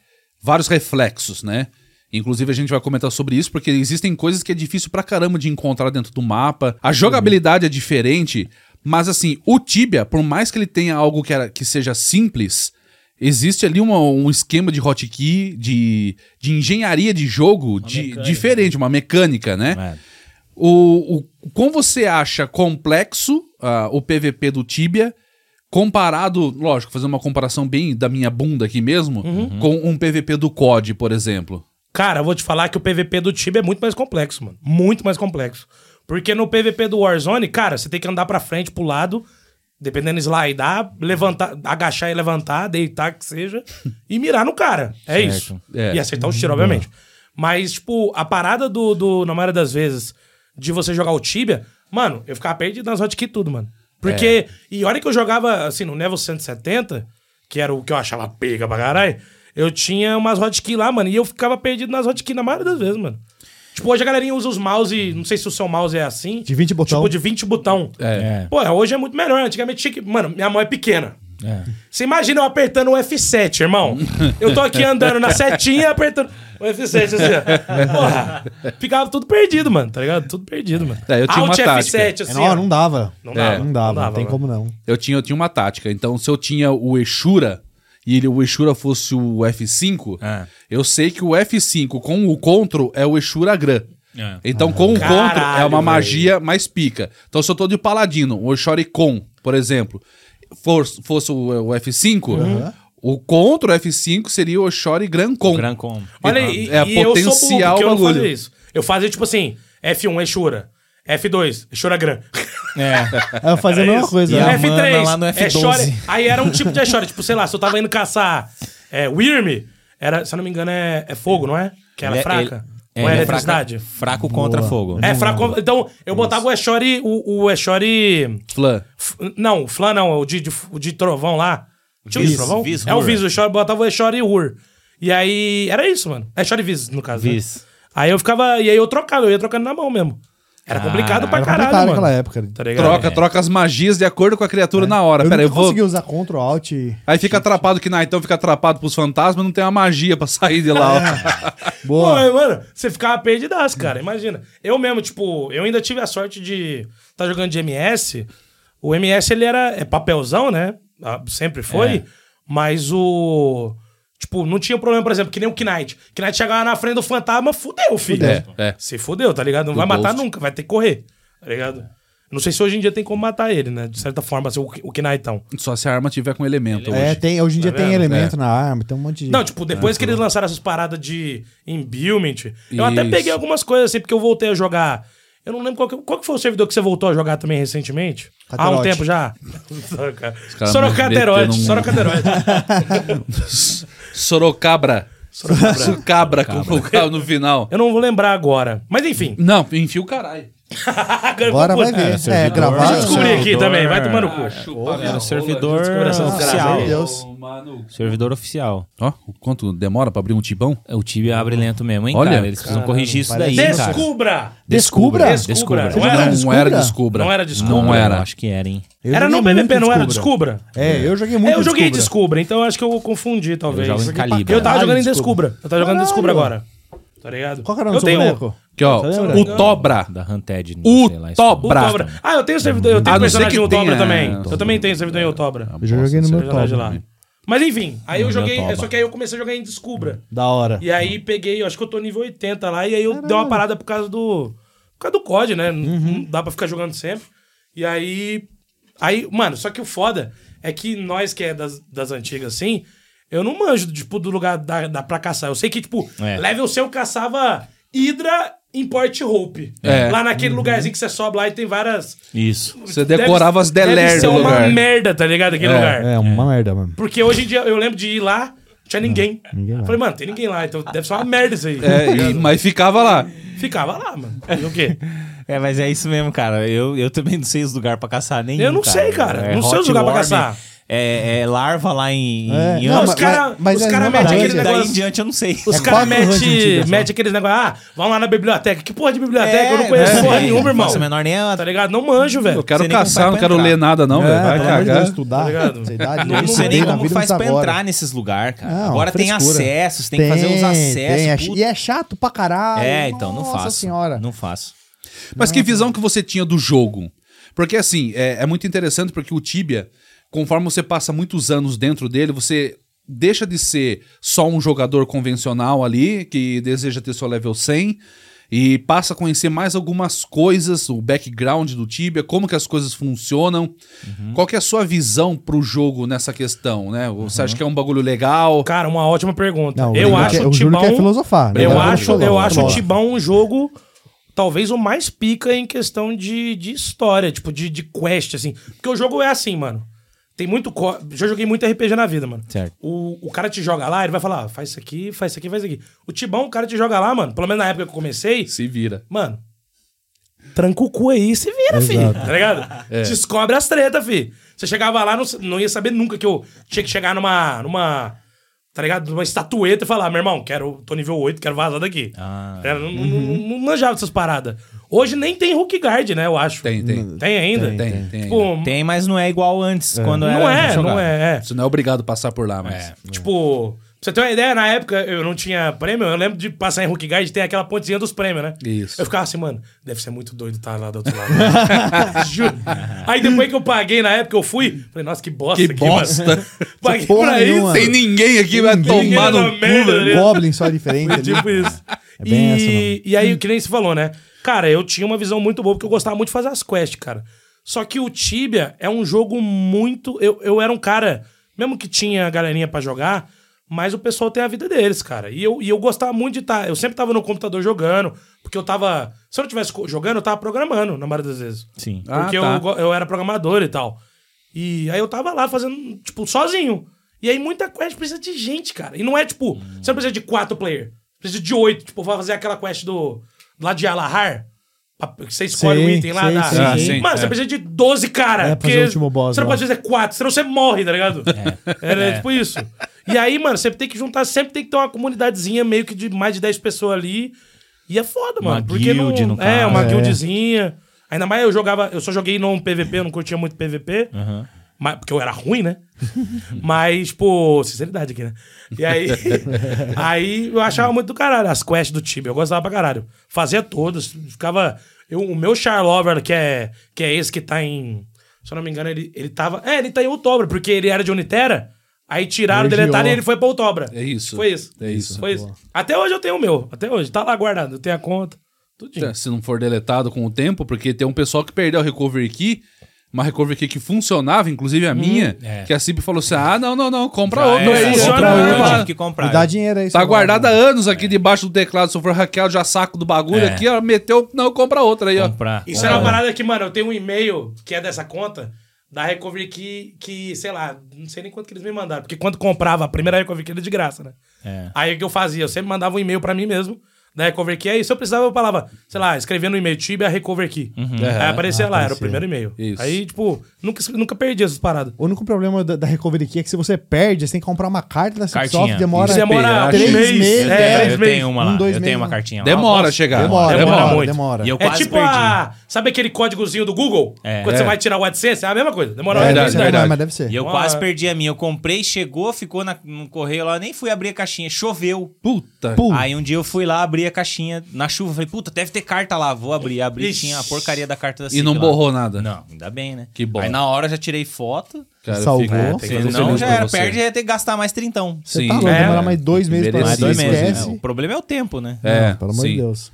Speaker 2: vários reflexos, né? Inclusive a gente vai comentar sobre isso, porque existem coisas que é difícil pra caramba de encontrar dentro do mapa. A jogabilidade é diferente, mas assim, o Tibia, por mais que ele tenha algo que, era- que seja simples, existe ali uma- um esquema de hotkey, de, de engenharia de jogo de- diferente, uma mecânica,
Speaker 3: É.
Speaker 2: né? O, o, como você acha complexo ah, o PVP do Tibia comparado, lógico, fazer uma comparação bem da minha bunda aqui mesmo, com um PVP do COD, por exemplo?
Speaker 3: Cara, eu vou te falar que o PVP do Tibia é muito mais complexo, mano. Muito mais complexo. Porque no PVP do Warzone, cara, você tem que andar pra frente, pro lado, dependendo slidar, levantar, agachar e levantar, deitar, que seja, e mirar no cara. É isso.
Speaker 2: É.
Speaker 3: E acertar o tiro,
Speaker 1: Uhum.
Speaker 3: obviamente. Mas, tipo, a parada do, do, na maioria das vezes, de você jogar o Tibia, mano, eu ficava perdido nas hotkeys e tudo, mano. Porque,
Speaker 1: É.
Speaker 3: e olha que eu jogava, assim, no Level 170, que era o que eu achava pega pra caralho, eu tinha umas hotkeys lá, mano, e eu ficava perdido nas hotkeys na maioria das vezes, mano. Tipo, hoje a galerinha usa os mouse, não sei se o seu mouse é assim.
Speaker 4: De 20 botão.
Speaker 3: Tipo, de 20 botão.
Speaker 1: É.
Speaker 3: Pô, hoje é muito melhor. Antigamente tinha que... Mano, minha mão é pequena.
Speaker 1: É.
Speaker 3: Você imagina eu apertando o F7, irmão. Eu tô aqui andando na setinha apertando o F7, assim, ó. Porra, ficava tudo perdido, mano, tá ligado? Tudo perdido, mano.
Speaker 2: É, eu tinha uma
Speaker 3: Alt
Speaker 2: tática.
Speaker 3: F7,
Speaker 4: É,
Speaker 3: assim,
Speaker 4: não,
Speaker 3: ó.
Speaker 4: não dava. É.
Speaker 3: Não dava,
Speaker 4: Não dava, não tem
Speaker 3: mano.
Speaker 4: como não.
Speaker 2: Eu tinha, eu tinha uma tática. Então, se eu tinha o Exura e ele- o Exura fosse o F5,
Speaker 1: É.
Speaker 2: eu sei que o F5 com o Contro é o Exura Gran.
Speaker 1: É.
Speaker 2: Então, com o
Speaker 3: Caralho,
Speaker 2: Contro é uma
Speaker 3: velho.
Speaker 2: magia mais pica. Então, se eu tô de Paladino, o Shoricon, por exemplo, for- fosse o, o F5, o Contro F5 seria o Shori Gran Con.
Speaker 1: Gran Com.
Speaker 3: Olha, e,
Speaker 2: É
Speaker 3: e eu sou burro,
Speaker 2: potencial
Speaker 3: porque eu não
Speaker 2: bagulho.
Speaker 3: fazia isso. Eu fazia, tipo assim, F1 é Shura, F2 é Shura Gran.
Speaker 1: É.
Speaker 4: Aí Eu fazia a
Speaker 3: Era
Speaker 4: mesma
Speaker 3: isso.
Speaker 1: E
Speaker 4: coisa. né?
Speaker 1: a mana
Speaker 3: F3,
Speaker 1: lá no
Speaker 3: é
Speaker 1: F12.
Speaker 3: short. Aí era um tipo de short, tipo, sei lá, se eu tava indo caçar é, Wyrm, era, se eu não me engano, é, é fogo, não é? Que era
Speaker 1: Ele-
Speaker 3: fraca.
Speaker 1: ele-
Speaker 3: Ou é,
Speaker 1: ele
Speaker 3: eletricidade?
Speaker 1: fraca- Fraco contra
Speaker 4: Boa.
Speaker 1: fogo.
Speaker 3: É, fraco. Então, eu botava o Eshori. O, o Eshori.
Speaker 2: Flan.
Speaker 3: f- Não, o Flan não, o de, de, o de trovão lá. Tinha o de
Speaker 1: Viz,
Speaker 3: trovão?
Speaker 1: Viz,
Speaker 3: é o
Speaker 1: Hur.
Speaker 3: Viz, o Eshori botava o Eshori Ur. E aí. Era isso, mano. Eshori Viz, no caso. né?
Speaker 1: Viz.
Speaker 3: Aí eu ficava. E aí eu trocava, eu ia trocando na mão mesmo. Era complicado pra
Speaker 4: Era
Speaker 3: caralho,
Speaker 4: complicado
Speaker 3: mano.
Speaker 4: naquela época.
Speaker 3: Tá ligado?
Speaker 2: Troca,
Speaker 1: É.
Speaker 2: troca as magias de acordo com a criatura na hora.
Speaker 4: eu
Speaker 2: Pera,
Speaker 4: não
Speaker 2: aí, eu vou.
Speaker 4: consegui usar Ctrl Alt.
Speaker 2: Aí fica atrapado que na então fica atrapado pros fantasmas, não tem uma magia pra sair de lá. ó.
Speaker 3: Pô,
Speaker 4: Boa.
Speaker 3: mas, mano, você ficava perdidaço, cara. Imagina. Eu mesmo, tipo, eu ainda tive a sorte de estar jogando de MS. O MS, ele era é papelzão, né? Ah, Sempre foi. Mas o. Tipo, não tinha problema, por exemplo, que nem o Knight. Knight chegava na frente do fantasma, fudeu, filho.
Speaker 2: É, é.
Speaker 3: Se fudeu, tá ligado? Não
Speaker 2: Do
Speaker 3: vai matar
Speaker 2: Ghost.
Speaker 3: nunca, vai ter que correr, tá ligado? Não sei se hoje em dia tem como matar ele, né? De certa forma, assim, o, o Knightão.
Speaker 2: Só se a arma tiver com elemento
Speaker 4: É,
Speaker 2: hoje.
Speaker 4: tem, hoje em dia
Speaker 3: Tá
Speaker 4: tem
Speaker 3: vendo?
Speaker 4: elemento na arma, tem um monte de.
Speaker 3: Não, tipo, depois
Speaker 4: tá
Speaker 3: que eles lançaram essas paradas de embuildment, eu até
Speaker 2: Isso.
Speaker 3: peguei algumas coisas assim, porque eu voltei a jogar. Eu não lembro qual que, qual que foi o servidor que você voltou a jogar também recentemente. Há um
Speaker 4: Caterote.
Speaker 3: tempo já.
Speaker 2: caras
Speaker 3: Sorocateroide.
Speaker 2: metendo um-
Speaker 3: Sorocateroide.
Speaker 2: Sorocabra. Sorocabra com o carro no final.
Speaker 3: eu não vou lembrar agora. Mas enfim.
Speaker 2: Não, enfia o caralho.
Speaker 3: Agora eu
Speaker 4: Agora vai
Speaker 3: confundo.
Speaker 4: ver.
Speaker 1: seu
Speaker 4: É,
Speaker 1: jogador.
Speaker 4: gravar.
Speaker 1: Deixa eu
Speaker 3: Descobri aqui
Speaker 1: Servidor.
Speaker 3: também, vai
Speaker 4: Ah,
Speaker 3: tomar no cu.
Speaker 1: Era um servidor
Speaker 3: descobriu essas
Speaker 1: oficial.
Speaker 4: graças a Deus.
Speaker 1: Servidor oficial.
Speaker 2: Ó, o quanto demora pra abrir um tibão?
Speaker 1: O Tibia abre lento mesmo, hein,
Speaker 2: Olha,
Speaker 1: cara? Eles precisam corrigir isso daí,
Speaker 4: parece-
Speaker 1: cara.
Speaker 3: Descubra!
Speaker 4: Descubra.
Speaker 1: Descubra.
Speaker 3: Descubra. Não era
Speaker 4: Não
Speaker 2: Não era
Speaker 4: Descubra?
Speaker 2: descubra.
Speaker 3: Não era descubra.
Speaker 2: Não
Speaker 1: Eu
Speaker 2: era.
Speaker 1: acho que era, hein?
Speaker 4: Eu
Speaker 3: era no
Speaker 4: joguei muito
Speaker 3: BBP, não era Descubra?
Speaker 4: É, eu joguei muito.
Speaker 3: É, eu joguei Descubra, então eu acho que eu confundi,
Speaker 1: Eu
Speaker 3: talvez.
Speaker 1: jogo em Calibre.
Speaker 3: Eu tava
Speaker 4: Caralho,
Speaker 3: jogando em
Speaker 4: Descubra.
Speaker 3: Descubra. Eu tava jogando em
Speaker 4: Caralho.
Speaker 3: Descubra agora. Tá ligado?
Speaker 4: Qual que era o
Speaker 3: eu
Speaker 4: seu
Speaker 3: tenho
Speaker 4: boneco?
Speaker 2: Aqui, ó.
Speaker 4: Você lembra?
Speaker 2: O Tobra.
Speaker 1: Da Hunted. não
Speaker 2: O
Speaker 1: sei lá, isso-
Speaker 2: Tobra.
Speaker 3: Outobra. Ah, eu tenho servidor, eu tenho
Speaker 2: A não ser
Speaker 3: personagem em
Speaker 2: que
Speaker 3: Outobra
Speaker 2: tenha-
Speaker 3: também. Eu
Speaker 2: Outobra.
Speaker 3: também tenho servidor em Outobra.
Speaker 4: Eu já joguei no meu
Speaker 3: Personagem lá.
Speaker 4: top.
Speaker 3: Mas enfim, aí eu
Speaker 1: Não,
Speaker 3: joguei,
Speaker 1: Outobra.
Speaker 3: só que aí eu comecei a jogar em Descubra.
Speaker 4: Da hora.
Speaker 3: E aí peguei, eu acho que eu tô nível 80 lá, e aí eu dei uma parada por causa do. Por causa do COD, né? Não-
Speaker 2: Uhum.
Speaker 3: Não dá pra ficar jogando sempre. E aí. Aí, mano, só que o foda é que nós que é das, das antigas assim, eu não manjo, tipo, do lugar da, da pra caçar. Eu sei que, tipo,
Speaker 1: É.
Speaker 3: level seu eu caçava Hydra em Port Hope.
Speaker 2: É.
Speaker 3: Lá naquele lugarzinho que você sobe lá e tem várias.
Speaker 1: Isso.
Speaker 2: Você decorava as
Speaker 3: Deve
Speaker 2: deler
Speaker 3: ser
Speaker 2: do
Speaker 3: uma
Speaker 2: lugar.
Speaker 3: merda, tá ligado? Aquele
Speaker 2: É,
Speaker 3: lugar.
Speaker 4: É uma merda, mano.
Speaker 3: Porque hoje em dia eu lembro de ir lá, tinha ninguém.
Speaker 4: ninguém lá.
Speaker 3: Falei, mano, tem ninguém lá, então deve ser uma merda isso aí.
Speaker 2: É, e- mas ficava lá.
Speaker 3: Ficava lá, mano. Fazer o quê?
Speaker 1: É, mas é isso mesmo, cara. Eu, eu também não sei os lugares pra caçar nenhum.
Speaker 3: Eu não sei, cara. Não sei os lugar pra
Speaker 1: hotworm,
Speaker 3: caçar.
Speaker 1: É, é larva lá em.
Speaker 4: É,
Speaker 1: em
Speaker 4: não,
Speaker 1: Angra.
Speaker 3: os
Speaker 4: mas-
Speaker 3: cara-
Speaker 4: mas
Speaker 3: os
Speaker 4: é
Speaker 3: cara
Speaker 4: numa
Speaker 3: mete aquele
Speaker 4: laranja.
Speaker 1: daí
Speaker 3: negócio-
Speaker 1: em diante eu não sei.
Speaker 3: Os
Speaker 4: É
Speaker 3: caras
Speaker 4: quatro ranking
Speaker 3: metem
Speaker 4: antigas, né?
Speaker 3: mete aqueles negócios, ah, vamos lá na biblioteca. Que porra de biblioteca? eu não conheço
Speaker 1: é,
Speaker 3: porra
Speaker 1: é,
Speaker 3: nenhuma, irmão.
Speaker 1: Nossa, menor nem ela.
Speaker 3: Tá ligado? Não manjo, velho.
Speaker 2: Eu quero
Speaker 1: Você nem
Speaker 2: caçar,
Speaker 1: vai
Speaker 2: não quero
Speaker 1: entrar.
Speaker 2: ler nada, não, velho. Vai
Speaker 4: É, pelo amor de Deus,
Speaker 2: cagar.
Speaker 4: estudar.
Speaker 3: Tá ligado?
Speaker 4: essa idade,
Speaker 3: Não-
Speaker 1: Eu
Speaker 4: eu
Speaker 1: não sei
Speaker 4: estudei
Speaker 1: nem
Speaker 4: na
Speaker 1: como
Speaker 4: vida,
Speaker 1: faz
Speaker 4: não
Speaker 1: pra
Speaker 4: agora.
Speaker 1: entrar nesses lugares, cara.
Speaker 4: tá Não,
Speaker 1: Agora tem
Speaker 4: frescura.
Speaker 1: acessos, tem, que fazer uns
Speaker 4: tem, é
Speaker 1: acessos.
Speaker 4: ch-
Speaker 1: puta.
Speaker 4: e é chato pra caralho.
Speaker 1: É, então não faço.
Speaker 4: Nossa senhora.
Speaker 1: Não faço.
Speaker 2: Mas que visão que você tinha do jogo? Porque assim, é, é muito interessante porque o Tibia, conforme você passa muitos anos dentro dele, você deixa de ser só um jogador convencional ali, que deseja ter seu level 100, e passa a conhecer mais algumas coisas, o background do Tibia, como que as coisas funcionam. Qual que é a sua visão pro jogo nessa questão, né? Você acha que é um bagulho legal?
Speaker 3: Cara, uma ótima pergunta.
Speaker 4: Não, o
Speaker 3: eu
Speaker 4: Júlio
Speaker 3: acho
Speaker 4: quer-
Speaker 3: o
Speaker 4: o Júlio
Speaker 3: Tibão.
Speaker 4: quer filosofar, né?
Speaker 3: Eu
Speaker 4: Agora
Speaker 3: acho,
Speaker 4: falou,
Speaker 3: eu acho o
Speaker 4: falou.
Speaker 3: Tibão um jogo. Talvez o mais pica em questão de, de história, tipo, de, de quest, assim. Porque o jogo é assim, mano. Tem muito. co- Já joguei muito RPG na vida, mano.
Speaker 1: Certo.
Speaker 3: O, o cara te joga lá, ele vai falar, "Ah, faz isso aqui, faz isso aqui, faz isso aqui. O Tibão, o cara te joga lá, mano. Pelo menos na época que eu comecei,
Speaker 2: Se vira.
Speaker 3: mano, tranca o cu aí e se vira, filho. Tá ligado?
Speaker 2: É.
Speaker 3: Descobre as tretas, filho. Você chegava lá, não, não ia saber nunca que eu tinha que chegar numa. numa tá ligado? Numa estatueta e falar, meu irmão, quero, tô nível 8, quero vazar daqui.
Speaker 1: Ah.
Speaker 3: Eu não, não-
Speaker 2: Uhum.
Speaker 3: não- não manjava essas paradas. Hoje nem tem Hulk Guard, né? Eu acho.
Speaker 2: Tem, tem.
Speaker 3: Tem ainda?
Speaker 2: Tem, tem. tem ainda.
Speaker 3: Tipo,
Speaker 1: Tem, mas não é igual antes, quando era.
Speaker 3: não é,
Speaker 1: jogado.
Speaker 3: não é, é.
Speaker 2: Você não é obrigado a passar por lá, mas.
Speaker 3: Tipo, pra você ter uma ideia, na época eu não tinha prêmio, eu lembro de passar em Hulk Guide tem aquela pontezinha dos prêmios, né?
Speaker 2: Isso.
Speaker 3: Eu ficava assim, mano, deve ser muito doido estar lá do outro lado. Juro. Aí depois que eu paguei na época, eu fui, falei, nossa, que bosta
Speaker 2: Que
Speaker 3: aqui, mano.
Speaker 2: bosta.
Speaker 3: paguei
Speaker 4: Porra
Speaker 3: pra
Speaker 4: nenhuma.
Speaker 2: Tem
Speaker 3: isso.
Speaker 2: ninguém aqui, vai
Speaker 3: Ninguém
Speaker 2: tomar
Speaker 3: na
Speaker 2: no
Speaker 3: merda,
Speaker 2: cu, velho.
Speaker 3: né?
Speaker 4: Goblin só é diferente ali.
Speaker 3: Tipo isso.
Speaker 4: É bem essa,
Speaker 3: e, e aí, que nem você falou, né? Cara, eu tinha uma visão muito boa, porque eu gostava muito de fazer as quests, cara. Só que o Tibia é um jogo muito. Eu, eu era um cara, mesmo que tinha a galerinha pra jogar, mas o pessoal tem a vida deles, cara. E eu, e eu gostava muito de estar. eu sempre tava no computador jogando, porque eu tava. Se eu não tivesse co- jogando, eu tava programando, na maioria das vezes.
Speaker 1: Sim.
Speaker 2: Ah,
Speaker 3: Porque eu
Speaker 2: tá.
Speaker 3: go- eu, era programador e tal. E aí eu tava lá fazendo, tipo, sozinho. E aí muita quest precisa de gente, cara. E não é tipo, você não precisa de quatro player. Precisa de oito. Tipo, vai fazer aquela quest do. Lá de Alahar. pra- que Você escolhe
Speaker 4: Sim,
Speaker 3: o item lá
Speaker 4: sim,
Speaker 3: da.
Speaker 4: sim.
Speaker 2: Ah, sim,
Speaker 3: Mano,
Speaker 2: é.
Speaker 3: você precisa de 12 cara.
Speaker 4: É, fazer
Speaker 3: porque
Speaker 4: o último boss
Speaker 3: Você não
Speaker 4: lá.
Speaker 3: pode fazer quatro, senão você morre, tá ligado?
Speaker 1: É.
Speaker 3: Era tipo isso. E aí, mano, sempre tem que juntar, sempre tem que ter uma comunidadezinha meio que de mais de 10 pessoas ali. E é foda,
Speaker 1: Uma
Speaker 3: mano. porque não-
Speaker 1: guild, no
Speaker 3: É,
Speaker 1: caso.
Speaker 3: uma
Speaker 1: É.
Speaker 3: guildzinha. Ainda mais eu jogava. Eu só joguei não PVP, eu não curtia muito PVP. Mas, porque eu era ruim, né? mas, pô, sinceridade aqui, né? E aí. aí eu achava muito do caralho as quests do time. Eu gostava pra caralho. Fazia todas. Ficava. eu- o meu Charlover, que é, que é esse que tá em. Se eu não me engano, ele, ele tava. É, ele tá em outubro, porque ele era de Unitera. Aí tiraram,
Speaker 4: Ele
Speaker 3: deletaram e
Speaker 4: girou.
Speaker 3: ele foi pra Outobra.
Speaker 2: É isso.
Speaker 3: Foi isso.
Speaker 2: É isso.
Speaker 3: Foi isso. Até hoje eu tenho o meu. Até hoje. Tá lá guardado. Eu tenho a conta. Tudinho.
Speaker 2: Tá, Se não for deletado com o tempo, porque tem um pessoal que perdeu a Recovery Key, uma Recovery Key que funcionava, inclusive
Speaker 4: Hum,
Speaker 2: a minha,
Speaker 1: é.
Speaker 2: que a CIP falou assim: ah, não, não, não, compra
Speaker 1: Já
Speaker 2: outra.
Speaker 4: é,
Speaker 1: era,
Speaker 2: aí,
Speaker 1: compra
Speaker 2: compra
Speaker 1: outra,
Speaker 2: outra."
Speaker 1: eu tive que comprar.
Speaker 4: Me dá dinheiro aí.
Speaker 2: Tá
Speaker 4: seu
Speaker 2: guardada há
Speaker 4: Mauro.
Speaker 2: anos aqui debaixo do teclado. Se for Raquel, já saco do bagulho
Speaker 1: É.
Speaker 2: aqui, ó, meteu, não, compra outra aí, ó.
Speaker 1: Comprar.
Speaker 3: Isso
Speaker 1: comprar.
Speaker 3: era uma parada que, mano, eu tenho um e-mail que é dessa conta da Recovery que, que, sei lá, não sei nem quanto que eles me mandaram. Porque quando comprava a primeira Recovery Key era de graça, né?
Speaker 1: É.
Speaker 3: Aí o que eu fazia? Eu sempre mandava um e-mail pra mim mesmo da Recovery Key. Aí se eu precisava, eu falava, sei lá, escrevendo no e-mail Tibia Recovery Key.
Speaker 1: Uhum.
Speaker 3: Aí aparecia
Speaker 1: Ah,
Speaker 3: lá, era o primeiro e-mail.
Speaker 2: Isso.
Speaker 3: Aí, tipo, nunca, nunca perdi essas paradas.
Speaker 4: O único problema da, da Recovery Key é que se você perde, você tem que comprar uma carta da Cipsoft,
Speaker 1: Cartinha.
Speaker 4: demora...
Speaker 3: Isso demora
Speaker 2: esperar,
Speaker 3: três
Speaker 4: três
Speaker 3: meses.
Speaker 4: meses,
Speaker 1: Eu,
Speaker 3: é,
Speaker 1: tenho,
Speaker 3: três
Speaker 1: eu
Speaker 3: meses.
Speaker 1: tenho uma lá.
Speaker 4: Um, dois
Speaker 1: eu
Speaker 4: meses.
Speaker 1: tenho uma cartinha lá.
Speaker 2: Demora
Speaker 1: Nossa,
Speaker 2: a chegar.
Speaker 4: Demora,
Speaker 3: Demora
Speaker 4: demora,
Speaker 3: muito.
Speaker 4: demora.
Speaker 1: E eu
Speaker 3: É
Speaker 1: quase
Speaker 3: tipo
Speaker 1: perdi.
Speaker 3: a. Sabe aquele códigozinho do Google?
Speaker 1: É.
Speaker 3: Quando
Speaker 1: É.
Speaker 3: você vai tirar o AdSense? É a mesma coisa. Demora
Speaker 4: É,
Speaker 3: uma né?
Speaker 4: deve
Speaker 2: verdade,
Speaker 4: ser,
Speaker 3: eternidade.
Speaker 2: verdade.
Speaker 4: Mas deve ser.
Speaker 1: E eu
Speaker 2: Ah,
Speaker 3: Uma-
Speaker 2: é.
Speaker 1: quase perdi a minha. Eu comprei, chegou, ficou na- no correio lá, eu nem fui abrir a caixinha, choveu.
Speaker 2: Puta.
Speaker 4: Pum.
Speaker 1: Aí um dia eu fui lá abrir a caixinha na chuva. Falei, puta, deve ter carta lá. Vou abrir. Abri,
Speaker 3: Ixi.
Speaker 1: tinha a porcaria da carta da
Speaker 2: E
Speaker 1: CIP
Speaker 2: não
Speaker 1: lá.
Speaker 2: borrou nada.
Speaker 1: Não, ainda bem, né?
Speaker 2: Que bom.
Speaker 1: Aí na hora eu já tirei foto.
Speaker 2: Cara, eu
Speaker 4: Salvou.
Speaker 2: fico-
Speaker 4: É, tem que
Speaker 2: fico
Speaker 4: fazer
Speaker 1: um Senão
Speaker 2: feliz
Speaker 1: já
Speaker 2: por
Speaker 1: era,
Speaker 2: um você.
Speaker 1: perde ia ter que gastar mais trintão.
Speaker 4: Você
Speaker 2: Sim.
Speaker 4: tá louco,
Speaker 2: É.
Speaker 4: demora mais dois meses pra
Speaker 2: Merecido.
Speaker 1: Mais
Speaker 4: você
Speaker 1: dois meses.
Speaker 4: esquece.
Speaker 1: né? O problema é o tempo, né?
Speaker 2: É,
Speaker 4: Não, pelo amor de
Speaker 2: sim.
Speaker 4: Deus.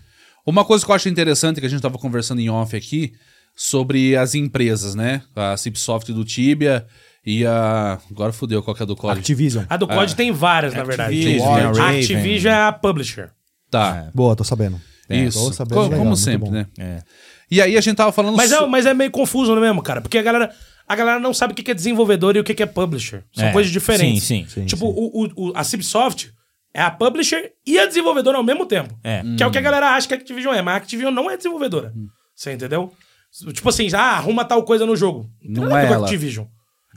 Speaker 2: Uma coisa que eu acho interessante que a gente estava conversando em off aqui sobre as empresas, né? A Cipsoft do Tibia e a. Agora fodeu, qual que é do código?
Speaker 4: Activision.
Speaker 3: A do COD tem várias, na verdade.
Speaker 1: É. Activision,
Speaker 4: Warner,
Speaker 3: A
Speaker 1: Raven.
Speaker 3: Activision é a publisher.
Speaker 2: Tá.
Speaker 4: Boa, tô sabendo.
Speaker 2: Isso.
Speaker 4: Tô sabendo.
Speaker 2: Co-
Speaker 4: legal,
Speaker 2: como
Speaker 4: muito
Speaker 2: sempre,
Speaker 4: bom.
Speaker 2: né?
Speaker 1: É.
Speaker 2: E aí a gente tava falando.
Speaker 3: Mas
Speaker 2: so-
Speaker 3: é, mas é meio confuso mesmo, cara. Porque a galera, a galera não sabe o que que é desenvolvedor e o que que é publisher. São
Speaker 1: É,
Speaker 3: coisas diferentes.
Speaker 1: sim, sim.
Speaker 3: Tipo, o- o- o- a Cipsoft é a publisher e a desenvolvedora ao mesmo tempo.
Speaker 1: É. Hum.
Speaker 3: Que é o que a galera acha que a Activision é. Mas a Activision não é desenvolvedora. Você entendeu? Tipo assim, ah, arruma tal coisa no jogo. tem
Speaker 2: Não
Speaker 3: nada a ver
Speaker 2: é
Speaker 3: com a
Speaker 2: ela.
Speaker 3: Activision.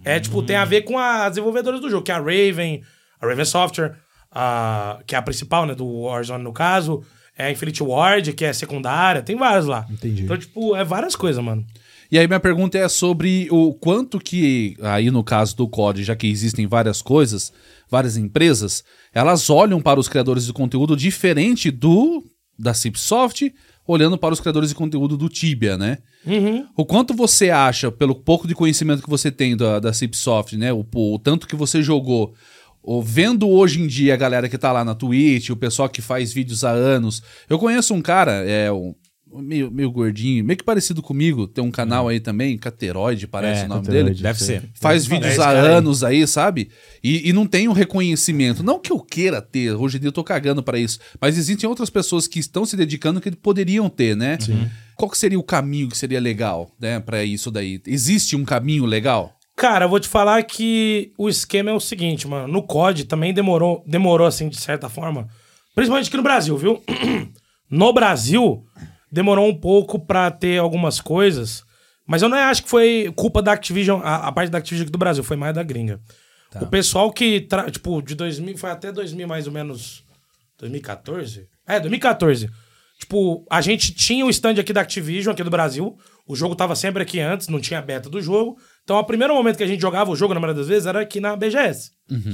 Speaker 3: É, tipo, tem a ver com as desenvolvedoras do jogo, que é a Raven, a Raven Software, a, que é a principal, né, do Warzone no caso, é a Infinity Ward, que é secundária, tem várias lá.
Speaker 4: Entendi.
Speaker 3: Então, tipo, é várias coisas, mano.
Speaker 2: E aí minha pergunta é sobre o quanto que, aí no caso do COD, já que existem várias coisas, várias empresas, elas olham para os criadores de conteúdo diferente do da Cipsoft, olhando para os criadores de conteúdo do Tibia, né? O quanto você acha, pelo pouco de conhecimento que você tem da, da Cipsoft, né? O, o tanto que você jogou, o- vendo hoje em dia a galera que tá lá na Twitch, o pessoal que faz vídeos há anos. Eu conheço um cara, é um. Meio, meio gordinho, meio que parecido comigo. Tem um canal aí também, Cateroide, parece
Speaker 1: É,
Speaker 2: o nome
Speaker 4: Cateroide.
Speaker 2: dele.
Speaker 1: Deve ser.
Speaker 2: Faz vídeos
Speaker 3: esse
Speaker 2: há
Speaker 3: cara aí.
Speaker 2: anos aí, sabe? E, e não tem um reconhecimento. Não que eu queira ter, hoje em dia eu tô cagando pra isso. Mas existem outras pessoas que estão se dedicando que poderiam ter, né? Qual que seria o caminho que seria legal, né, pra isso daí? Existe um caminho legal?
Speaker 3: Cara, eu vou te falar que o esquema é o seguinte, mano. No COD também demorou, demorou assim, de certa forma. Principalmente aqui no Brasil, viu? No Brasil, demorou um pouco pra ter algumas coisas. Mas eu não acho que foi culpa da Activision, a, a parte da Activision aqui do Brasil, foi mais da gringa. O pessoal que, tra- tipo, de 2000, foi até 2000 mais ou menos, 2014? É, 2014. Tipo, a gente tinha o stand aqui da Activision, aqui do Brasil. O jogo tava sempre aqui antes, não tinha beta do jogo. Então, o primeiro momento que a gente jogava o jogo, na maioria das vezes, era aqui na BGS.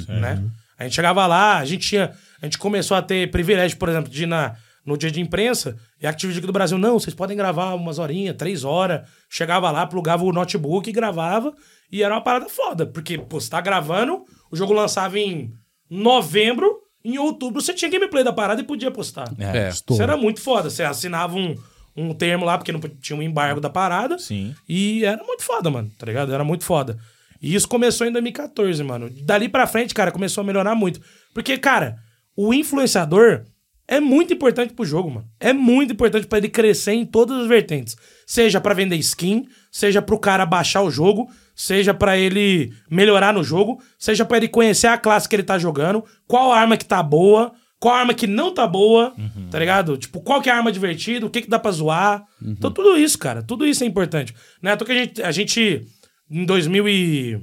Speaker 3: Né? A gente chegava lá, a gente tinha. A gente começou a ter privilégio, por exemplo, de ir na, no dia de imprensa, e a Activision aqui do Brasil, não, vocês podem gravar umas horinhas, três horas. Chegava lá, plugava o notebook, gravava, e era uma parada foda. Porque, pô, você tá gravando, o jogo lançava em novembro, em outubro você tinha gameplay da parada e podia postar.
Speaker 2: É.
Speaker 3: Isso era muito foda. Você assinava um, um termo lá, porque não pod- tinha um embargo da parada.
Speaker 1: Sim.
Speaker 3: E era muito foda, mano, tá ligado? Era muito foda. E isso começou em 2014, mano. Dali pra frente, cara, começou a melhorar muito. Porque, cara, o influenciador é muito importante pro jogo, mano. É muito importante pra ele crescer em todas as vertentes. Seja pra vender skin, seja pro cara baixar o jogo, seja pra ele melhorar no jogo, seja pra ele conhecer a classe que ele tá jogando, qual arma que tá boa, qual arma que não tá boa, tá ligado? Tipo, qual que é a arma divertida, o que que dá pra zoar. Então tudo isso, cara, tudo isso é importante. Não é à toa que a gente, a gente em 2000 e-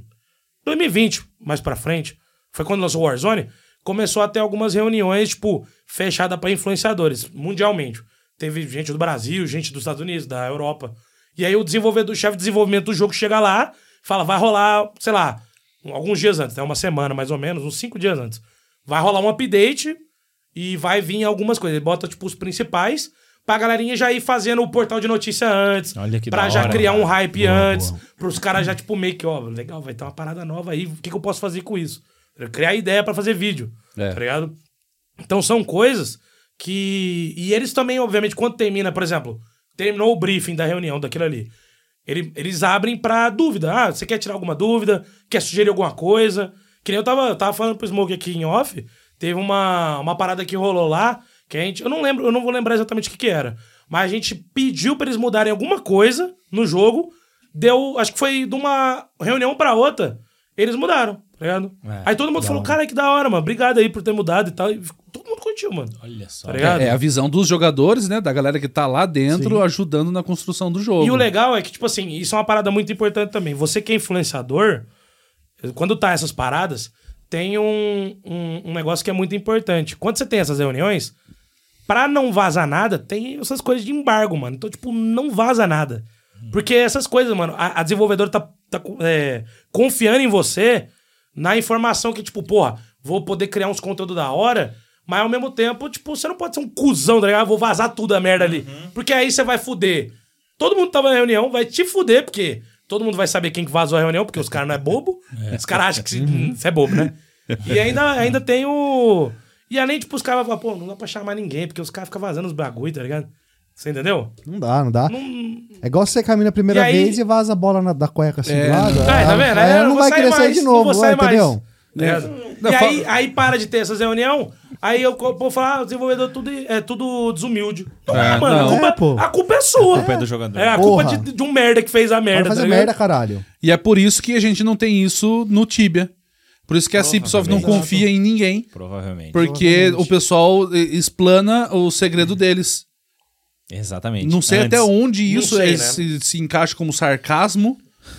Speaker 3: 2020, mais pra frente, foi quando lançou o Warzone, começou a ter algumas reuniões, tipo, fechada para influenciadores, mundialmente. Teve gente do Brasil, gente dos Estados Unidos, da Europa. E aí o desenvolvedor, o chefe de desenvolvimento do jogo chega lá, fala, vai rolar, sei lá, alguns dias antes, né? Uma semana, mais ou menos, uns cinco dias antes. Vai rolar um update e vai vir algumas coisas. Ele bota, tipo, os principais pra galerinha já ir fazendo o portal de notícia antes.
Speaker 1: Olha que
Speaker 3: Pra
Speaker 1: da
Speaker 3: já
Speaker 1: hora,
Speaker 3: criar um
Speaker 1: mano.
Speaker 3: hype antes. Pros caras já, tipo, meio que, ó, legal, vai ter uma parada nova aí. O que, que eu posso fazer com isso? Criar ideia pra fazer vídeo.
Speaker 2: É.
Speaker 3: Tá ligado? Então são coisas que. E eles também, obviamente, quando termina, por exemplo, terminou o briefing da reunião daquilo ali. ele- eles abrem pra dúvida. Ah, você quer tirar alguma dúvida? Quer sugerir alguma coisa? Que nem eu tava, eu tava falando pro Smoke aqui em off. Teve uma, uma parada que rolou lá, que a gente. Eu não lembro, eu não vou lembrar exatamente o que, que era. Mas a gente pediu pra eles mudarem alguma coisa no jogo. Deu. Acho que foi de uma reunião pra outra. Eles mudaram, tá ligado?
Speaker 1: É,
Speaker 3: Aí todo mundo
Speaker 1: da
Speaker 3: falou,
Speaker 1: hora.
Speaker 3: cara, que da hora, mano. Obrigado aí por ter mudado e tal. E todo mundo curtiu, mano.
Speaker 1: Olha só.
Speaker 3: Tá ligado?
Speaker 2: É, a visão dos jogadores, né? Da galera que tá lá dentro
Speaker 4: Sim.
Speaker 2: ajudando na construção do jogo. né?
Speaker 3: E o legal é que, tipo assim, isso é uma parada muito importante também. Você que é influenciador, quando tá essas paradas, tem um, um, um negócio que é muito importante. Quando você tem essas reuniões, pra não vazar nada, tem essas coisas de embargo, mano. Então, tipo, não vaza nada. Porque essas coisas, mano, a, a desenvolvedora tá, tá co- é, confiando em você na informação que, tipo, porra, vou poder criar uns conteúdos da hora, mas ao mesmo tempo, tipo, você não pode ser um cuzão, tá ligado? Eu Vou vazar tudo a merda ali. Porque aí você vai fuder. Todo mundo que tava na reunião, vai te fuder, porque todo mundo vai saber quem que vazou a reunião, porque os caras não é bobo. Os caras acham que você
Speaker 4: Uhum.
Speaker 3: é bobo, né? E ainda, ainda tem o. E além, tipo, os caras falam, pô, não dá pra chamar ninguém, porque os caras ficam vazando os bagulho, tá ligado? Você entendeu?
Speaker 4: Não dá, não dá. É igual você caminha a primeira
Speaker 3: E aí-
Speaker 4: vez e vaza a bola na- da cueca assim
Speaker 2: É,
Speaker 4: do lado.
Speaker 2: não-
Speaker 3: Ah,
Speaker 4: aí-
Speaker 3: tá vendo?
Speaker 4: aí
Speaker 3: Aí eu
Speaker 4: ela não
Speaker 3: vou
Speaker 4: vai
Speaker 3: sair
Speaker 4: crescer
Speaker 3: mais,
Speaker 4: de
Speaker 3: não
Speaker 4: novo,
Speaker 3: vou
Speaker 4: vai,
Speaker 3: sair mais.
Speaker 4: entendeu? Né?
Speaker 3: Tá ligado?
Speaker 2: Não,
Speaker 3: e
Speaker 2: fa-
Speaker 3: aí, aí para de ter essas reuniões, aí eu co- vou falar, ah, o desenvolvedor tudo, é tudo desumilde. Não é,
Speaker 2: É,
Speaker 3: mano,
Speaker 2: não.
Speaker 3: a, culpa,
Speaker 4: É, pô.
Speaker 3: a culpa é sua.
Speaker 1: culpa é do jogador.
Speaker 3: É, a culpa
Speaker 4: Porra.
Speaker 3: de, de um merda que fez a
Speaker 4: Vai
Speaker 3: merda,
Speaker 4: fazer
Speaker 3: tá ligado?
Speaker 4: merda, caralho.
Speaker 2: E é por isso que a gente não tem isso no Tibia. Por isso que a Cipsoft não
Speaker 1: Exato.
Speaker 2: confia em ninguém.
Speaker 1: Provavelmente.
Speaker 2: Porque o pessoal eh, explana o segredo deles.
Speaker 1: Exatamente.
Speaker 2: Não sei
Speaker 1: Antes.
Speaker 2: até onde
Speaker 3: Não
Speaker 2: isso
Speaker 3: sei,
Speaker 2: é-
Speaker 3: né?
Speaker 2: se, se encaixa como sarcasmo,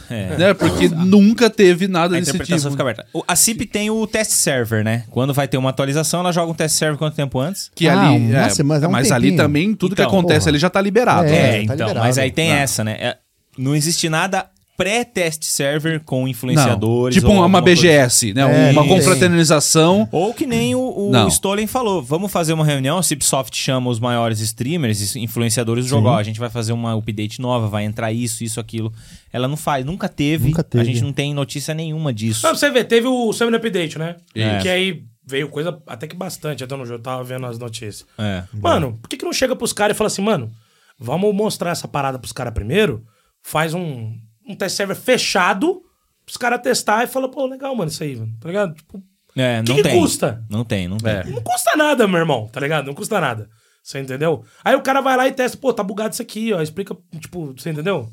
Speaker 1: É.
Speaker 2: né? Porque nunca teve nada
Speaker 1: A
Speaker 2: desse
Speaker 1: interpretação
Speaker 2: tipo.
Speaker 1: fica aberta. O- A CIP tem o test server, né? Quando vai ter uma atualização, ela joga um test server quanto tempo antes?
Speaker 2: Que
Speaker 4: Ah,
Speaker 2: ali,
Speaker 4: uma
Speaker 2: é,
Speaker 4: semana, é um
Speaker 2: mas ali
Speaker 4: tempinho.
Speaker 2: também tudo que
Speaker 1: Então,
Speaker 2: acontece
Speaker 4: porra.
Speaker 2: ali já tá liberado.
Speaker 4: É,
Speaker 1: É,
Speaker 4: tá
Speaker 1: então.
Speaker 4: liberado.
Speaker 1: mas aí tem
Speaker 2: Não.
Speaker 1: essa, né? É, não existe nada pré-test server com influenciadores.
Speaker 2: Tipo
Speaker 1: ou
Speaker 2: uma
Speaker 1: alguma coisa. assim.
Speaker 2: BGS, né?
Speaker 4: É,
Speaker 2: uma
Speaker 4: isso.
Speaker 2: confraternização.
Speaker 1: Ou que nem o, o
Speaker 2: Não.
Speaker 1: Stolen falou, vamos fazer uma reunião, a Cipsoft chama os maiores streamers, e influenciadores do jogo, ó, a gente vai fazer uma update nova, vai entrar isso, isso, aquilo. Ela não faz, nunca teve,
Speaker 4: Nunca teve.
Speaker 1: a gente não tem notícia nenhuma disso.
Speaker 3: Não, pra você ver, teve o Summer Update, né?
Speaker 1: É.
Speaker 3: Que aí veio coisa até que bastante, até no jogo, eu tava vendo as notícias.
Speaker 1: É.
Speaker 3: Mano, por que, que não chega pros caras e fala assim, mano, vamos mostrar essa parada pros caras primeiro, faz um, um test server fechado, pros caras testar e fala, pô, legal, mano, isso aí, mano, tá ligado? Tipo,
Speaker 1: É,
Speaker 3: Que
Speaker 1: não
Speaker 3: que
Speaker 1: tem.
Speaker 3: custa?
Speaker 1: Não tem, não tem.
Speaker 3: não custa nada, meu irmão, tá ligado? Não custa nada. Você entendeu? Aí o cara vai lá e testa, pô, tá bugado isso aqui, ó, explica, tipo, você entendeu?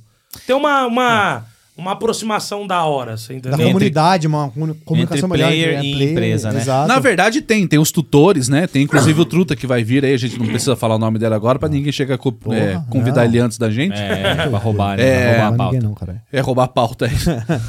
Speaker 3: Tem uma, uma,
Speaker 1: É.
Speaker 3: uma aproximação da hora, você
Speaker 4: Da
Speaker 3: entendeu?
Speaker 4: comunidade, uma comuni- comunicação melhor.
Speaker 1: player
Speaker 4: entre
Speaker 1: e empresa, né?
Speaker 4: Exato.
Speaker 2: Na verdade tem, tem os tutores, né? Tem inclusive o Truta que vai vir aí, a gente não precisa falar o nome dele agora pra ninguém chegar a co- é,
Speaker 4: não.
Speaker 2: convidar ele antes da gente. É,
Speaker 1: É, pra roubar, né?
Speaker 2: É,
Speaker 1: pra
Speaker 4: não,
Speaker 1: roubar a
Speaker 4: ninguém
Speaker 1: pauta.
Speaker 4: não, cara.
Speaker 2: roubar a pauta aí.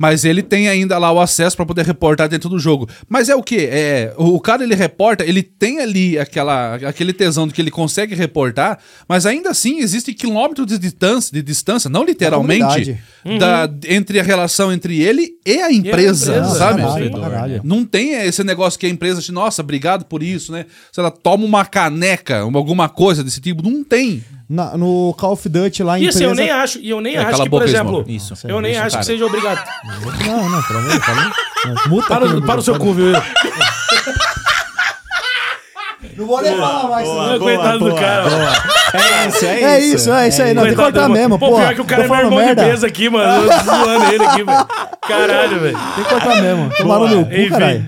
Speaker 2: Mas ele tem ainda lá o acesso pra poder reportar dentro do jogo. Mas é o quê? É, o cara ele reporta, ele tem ali aquela, aquele tesão do que ele consegue reportar, mas ainda assim existe quilômetros de distância, de distância não literalmente,
Speaker 4: comunidade.
Speaker 2: da, entre a relação entre ele e a empresa, né?
Speaker 3: empresa,
Speaker 2: sabe?
Speaker 4: Caralho,
Speaker 3: Sim.
Speaker 1: É.
Speaker 4: caralho.
Speaker 2: Não tem esse negócio que a empresa te, nossa, obrigado por isso, né? Se ela toma uma caneca, uma- alguma coisa desse tipo, não tem.
Speaker 4: Na- no Call of Duty lá em
Speaker 3: E assim, eu
Speaker 4: empresa-
Speaker 3: nem acho, e eu nem
Speaker 2: É,
Speaker 3: acho
Speaker 2: cala
Speaker 3: que,
Speaker 2: a
Speaker 3: por
Speaker 2: boca,
Speaker 3: exemplo,
Speaker 2: Smoke.
Speaker 1: Isso.
Speaker 3: eu nem
Speaker 1: Isso,
Speaker 3: acho
Speaker 1: cara.
Speaker 3: que seja obrigado.
Speaker 4: Não, não, pelo amor de Deus. Muta
Speaker 3: Para,
Speaker 4: aqui
Speaker 3: o-
Speaker 4: no
Speaker 3: para o seu cu, viu?
Speaker 4: Não vou nem falar mais. senão-
Speaker 3: Não, é Coitado do cara.
Speaker 1: É isso, é isso.
Speaker 4: É isso, é isso aí. Não, tem que
Speaker 3: Coitado
Speaker 4: cortar
Speaker 3: do-
Speaker 4: mesmo,
Speaker 3: Pô,
Speaker 4: pô.
Speaker 3: pior que o cara é meu irmão de mesa aqui, mano. Eu tô zoando ele aqui, velho. Caralho, velho.
Speaker 4: Tem que cortar mesmo. Tomaram Tá no meu
Speaker 3: Enfim.
Speaker 4: cu, caralho.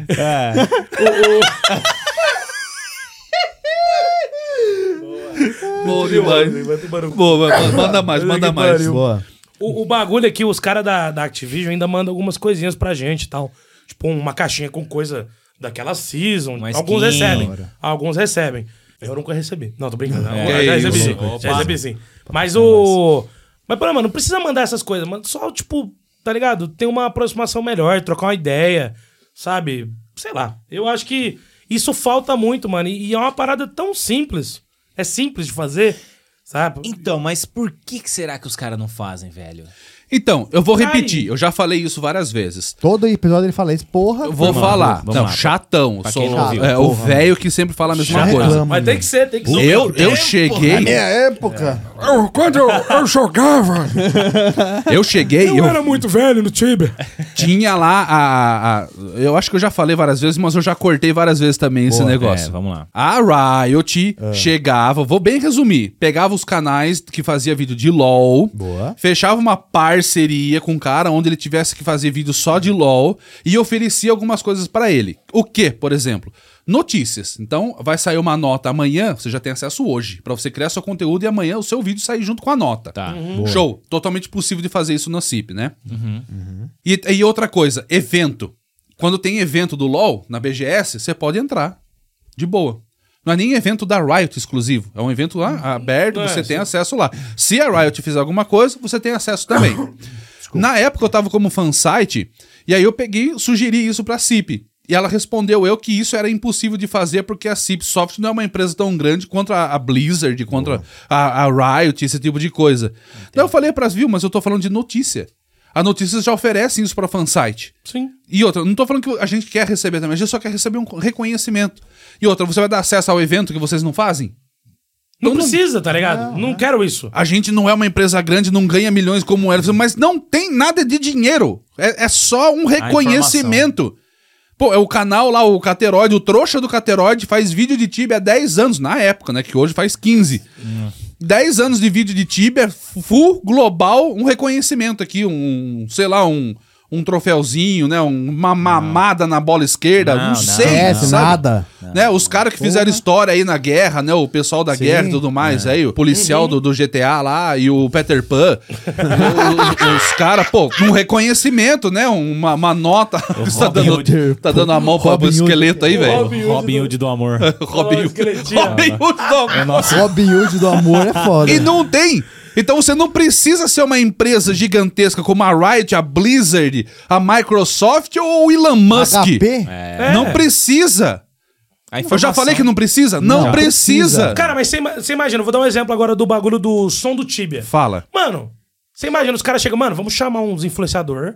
Speaker 2: Bom demais.
Speaker 3: Vai tomar no cu.
Speaker 2: Boa, ma- manda mais, manda
Speaker 3: que
Speaker 2: mais.
Speaker 3: pariu.
Speaker 4: Boa.
Speaker 3: O, o bagulho aqui, os caras da, da Activision ainda mandam algumas coisinhas pra gente e tal. Tipo, uma caixinha com coisa daquela season.
Speaker 1: Uma
Speaker 3: alguns
Speaker 1: skin.
Speaker 3: recebem. Alguns recebem. Eu nunca recebi. Não, tô brincando.
Speaker 2: É
Speaker 3: Eu já
Speaker 2: isso.
Speaker 3: recebi sim.
Speaker 2: Opa. é
Speaker 3: Já recebi sim. Mas o. Mas, pô, mano, não precisa mandar essas coisas, mano. Só, tipo, tá ligado? Ter uma aproximação melhor, trocar uma ideia, sabe? sei lá. Eu acho que isso falta muito, mano. E, e é uma parada tão simples. É simples de fazer, sabe?
Speaker 1: Então, mas por que, que será que os caras não fazem, velho?
Speaker 2: Então, eu vou
Speaker 3: Ai.
Speaker 2: repetir, eu já falei isso várias vezes.
Speaker 4: Todo episódio ele fala isso, porra.
Speaker 2: Eu vou
Speaker 1: Vamos lá,
Speaker 2: falar.
Speaker 1: vamos
Speaker 2: não,
Speaker 1: lá.
Speaker 2: chatão.
Speaker 1: Pra
Speaker 2: Sou
Speaker 1: quem não ouviu.
Speaker 2: é, o
Speaker 4: Porra,
Speaker 2: velho que sempre fala a mesma
Speaker 4: Já
Speaker 2: coisa.
Speaker 4: reclama.
Speaker 3: Mas tem que ser, tem que ser.
Speaker 2: Eu, eu
Speaker 4: Na
Speaker 2: cheguei.
Speaker 4: É minha época.
Speaker 2: Eu, quando eu, eu jogava. Eu cheguei. Eu,
Speaker 3: muito velho no Tiber.
Speaker 2: tinha lá a, a- Eu acho que eu já falei várias vezes, mas eu já cortei várias vezes também esse negócio.
Speaker 1: É, vamos lá.
Speaker 2: A Riot
Speaker 3: Ah.
Speaker 2: chegava, vou bem resumir, pegava os canais que fazia vídeo de LoL,
Speaker 4: Boa.
Speaker 2: fechava uma parceria com um cara onde ele tivesse que fazer vídeo só de LoL e oferecia algumas coisas pra ele. O que, por exemplo? Notícias. Então, vai sair uma nota amanhã, você já tem acesso hoje, Pra você criar seu conteúdo e amanhã o seu vídeo sair junto com a nota.
Speaker 1: Tá.
Speaker 2: Show. Totalmente possível de fazer isso na CIP, né? E, e outra coisa, evento. Quando tem evento do LoL na BGS, você pode entrar. De boa. Não é nem evento da Riot exclusivo. É um evento lá aberto,
Speaker 3: É,
Speaker 2: você tem
Speaker 3: sim.
Speaker 2: acesso lá. Se a Riot fizer alguma coisa, você tem acesso também. na época eu tava como fansite, e aí eu peguei, sugeri isso pra CIP. E ela respondeu eu que isso era impossível de fazer porque a CIP Soft não é uma empresa tão grande contra a Blizzard, contra a, a Riot, esse tipo de coisa. Daí eu falei pras viu, mas eu tô falando de notícia. A notícia já oferece isso pra fansite.
Speaker 3: Sim.
Speaker 2: E outra, não tô falando que a gente quer receber também, a gente só quer receber um reconhecimento. E outra, você vai dar acesso ao evento que vocês não fazem?
Speaker 3: Não
Speaker 2: Então não-
Speaker 3: precisa, tá ligado? Não quero isso.
Speaker 2: A gente não é uma empresa grande, não ganha milhões como ela, mas não tem nada de dinheiro. É, é só um reconhecimento. Pô, é o canal lá, o Cateroide, o trouxa do Cateroide faz vídeo de Tibia há 10 anos, na época, né? Que hoje faz 15.
Speaker 1: Hum.
Speaker 2: 10 anos de vídeo de Tibia, full global, um reconhecimento aqui, um, sei lá, um, um troféuzinho, né? um- Uma mamada na bola esquerda, não,
Speaker 1: Não, não,
Speaker 2: sei,
Speaker 4: É,
Speaker 2: sabe?
Speaker 4: nada.
Speaker 2: né? Os caras que fizeram história aí na guerra, né? O pessoal da guerra e tudo mais, aí o policial do, do GTA lá e o Peter Pan. O- o- os caras, pô, um reconhecimento, né? Uma, uma nota. tá,
Speaker 1: Robin
Speaker 2: dando,
Speaker 4: Hood.
Speaker 2: tá dando a mão pro
Speaker 4: Robin Hood.
Speaker 2: esqueleto aí, velho.
Speaker 3: Robin Hood
Speaker 1: Robin Hood do amor.
Speaker 2: Robin Hood.
Speaker 3: esqueletinho.
Speaker 2: Robin Hood, não.
Speaker 4: É Robin Hood do amor é foda.
Speaker 2: E não tem. Então você não precisa ser uma empresa gigantesca como a Riot, a Blizzard, a Microsoft ou o Elon Musk.
Speaker 4: HP?
Speaker 3: É.
Speaker 2: Não precisa.
Speaker 1: A
Speaker 2: Eu já falei que não precisa? Não,
Speaker 4: Não.
Speaker 2: precisa.
Speaker 4: Precisa.
Speaker 3: Cara, mas você ima- você imagina, eu vou dar um exemplo agora do bagulho do som do Tibia.
Speaker 2: Fala.
Speaker 3: Mano, você imagina, os caras chegam, mano, vamos chamar uns influenciador,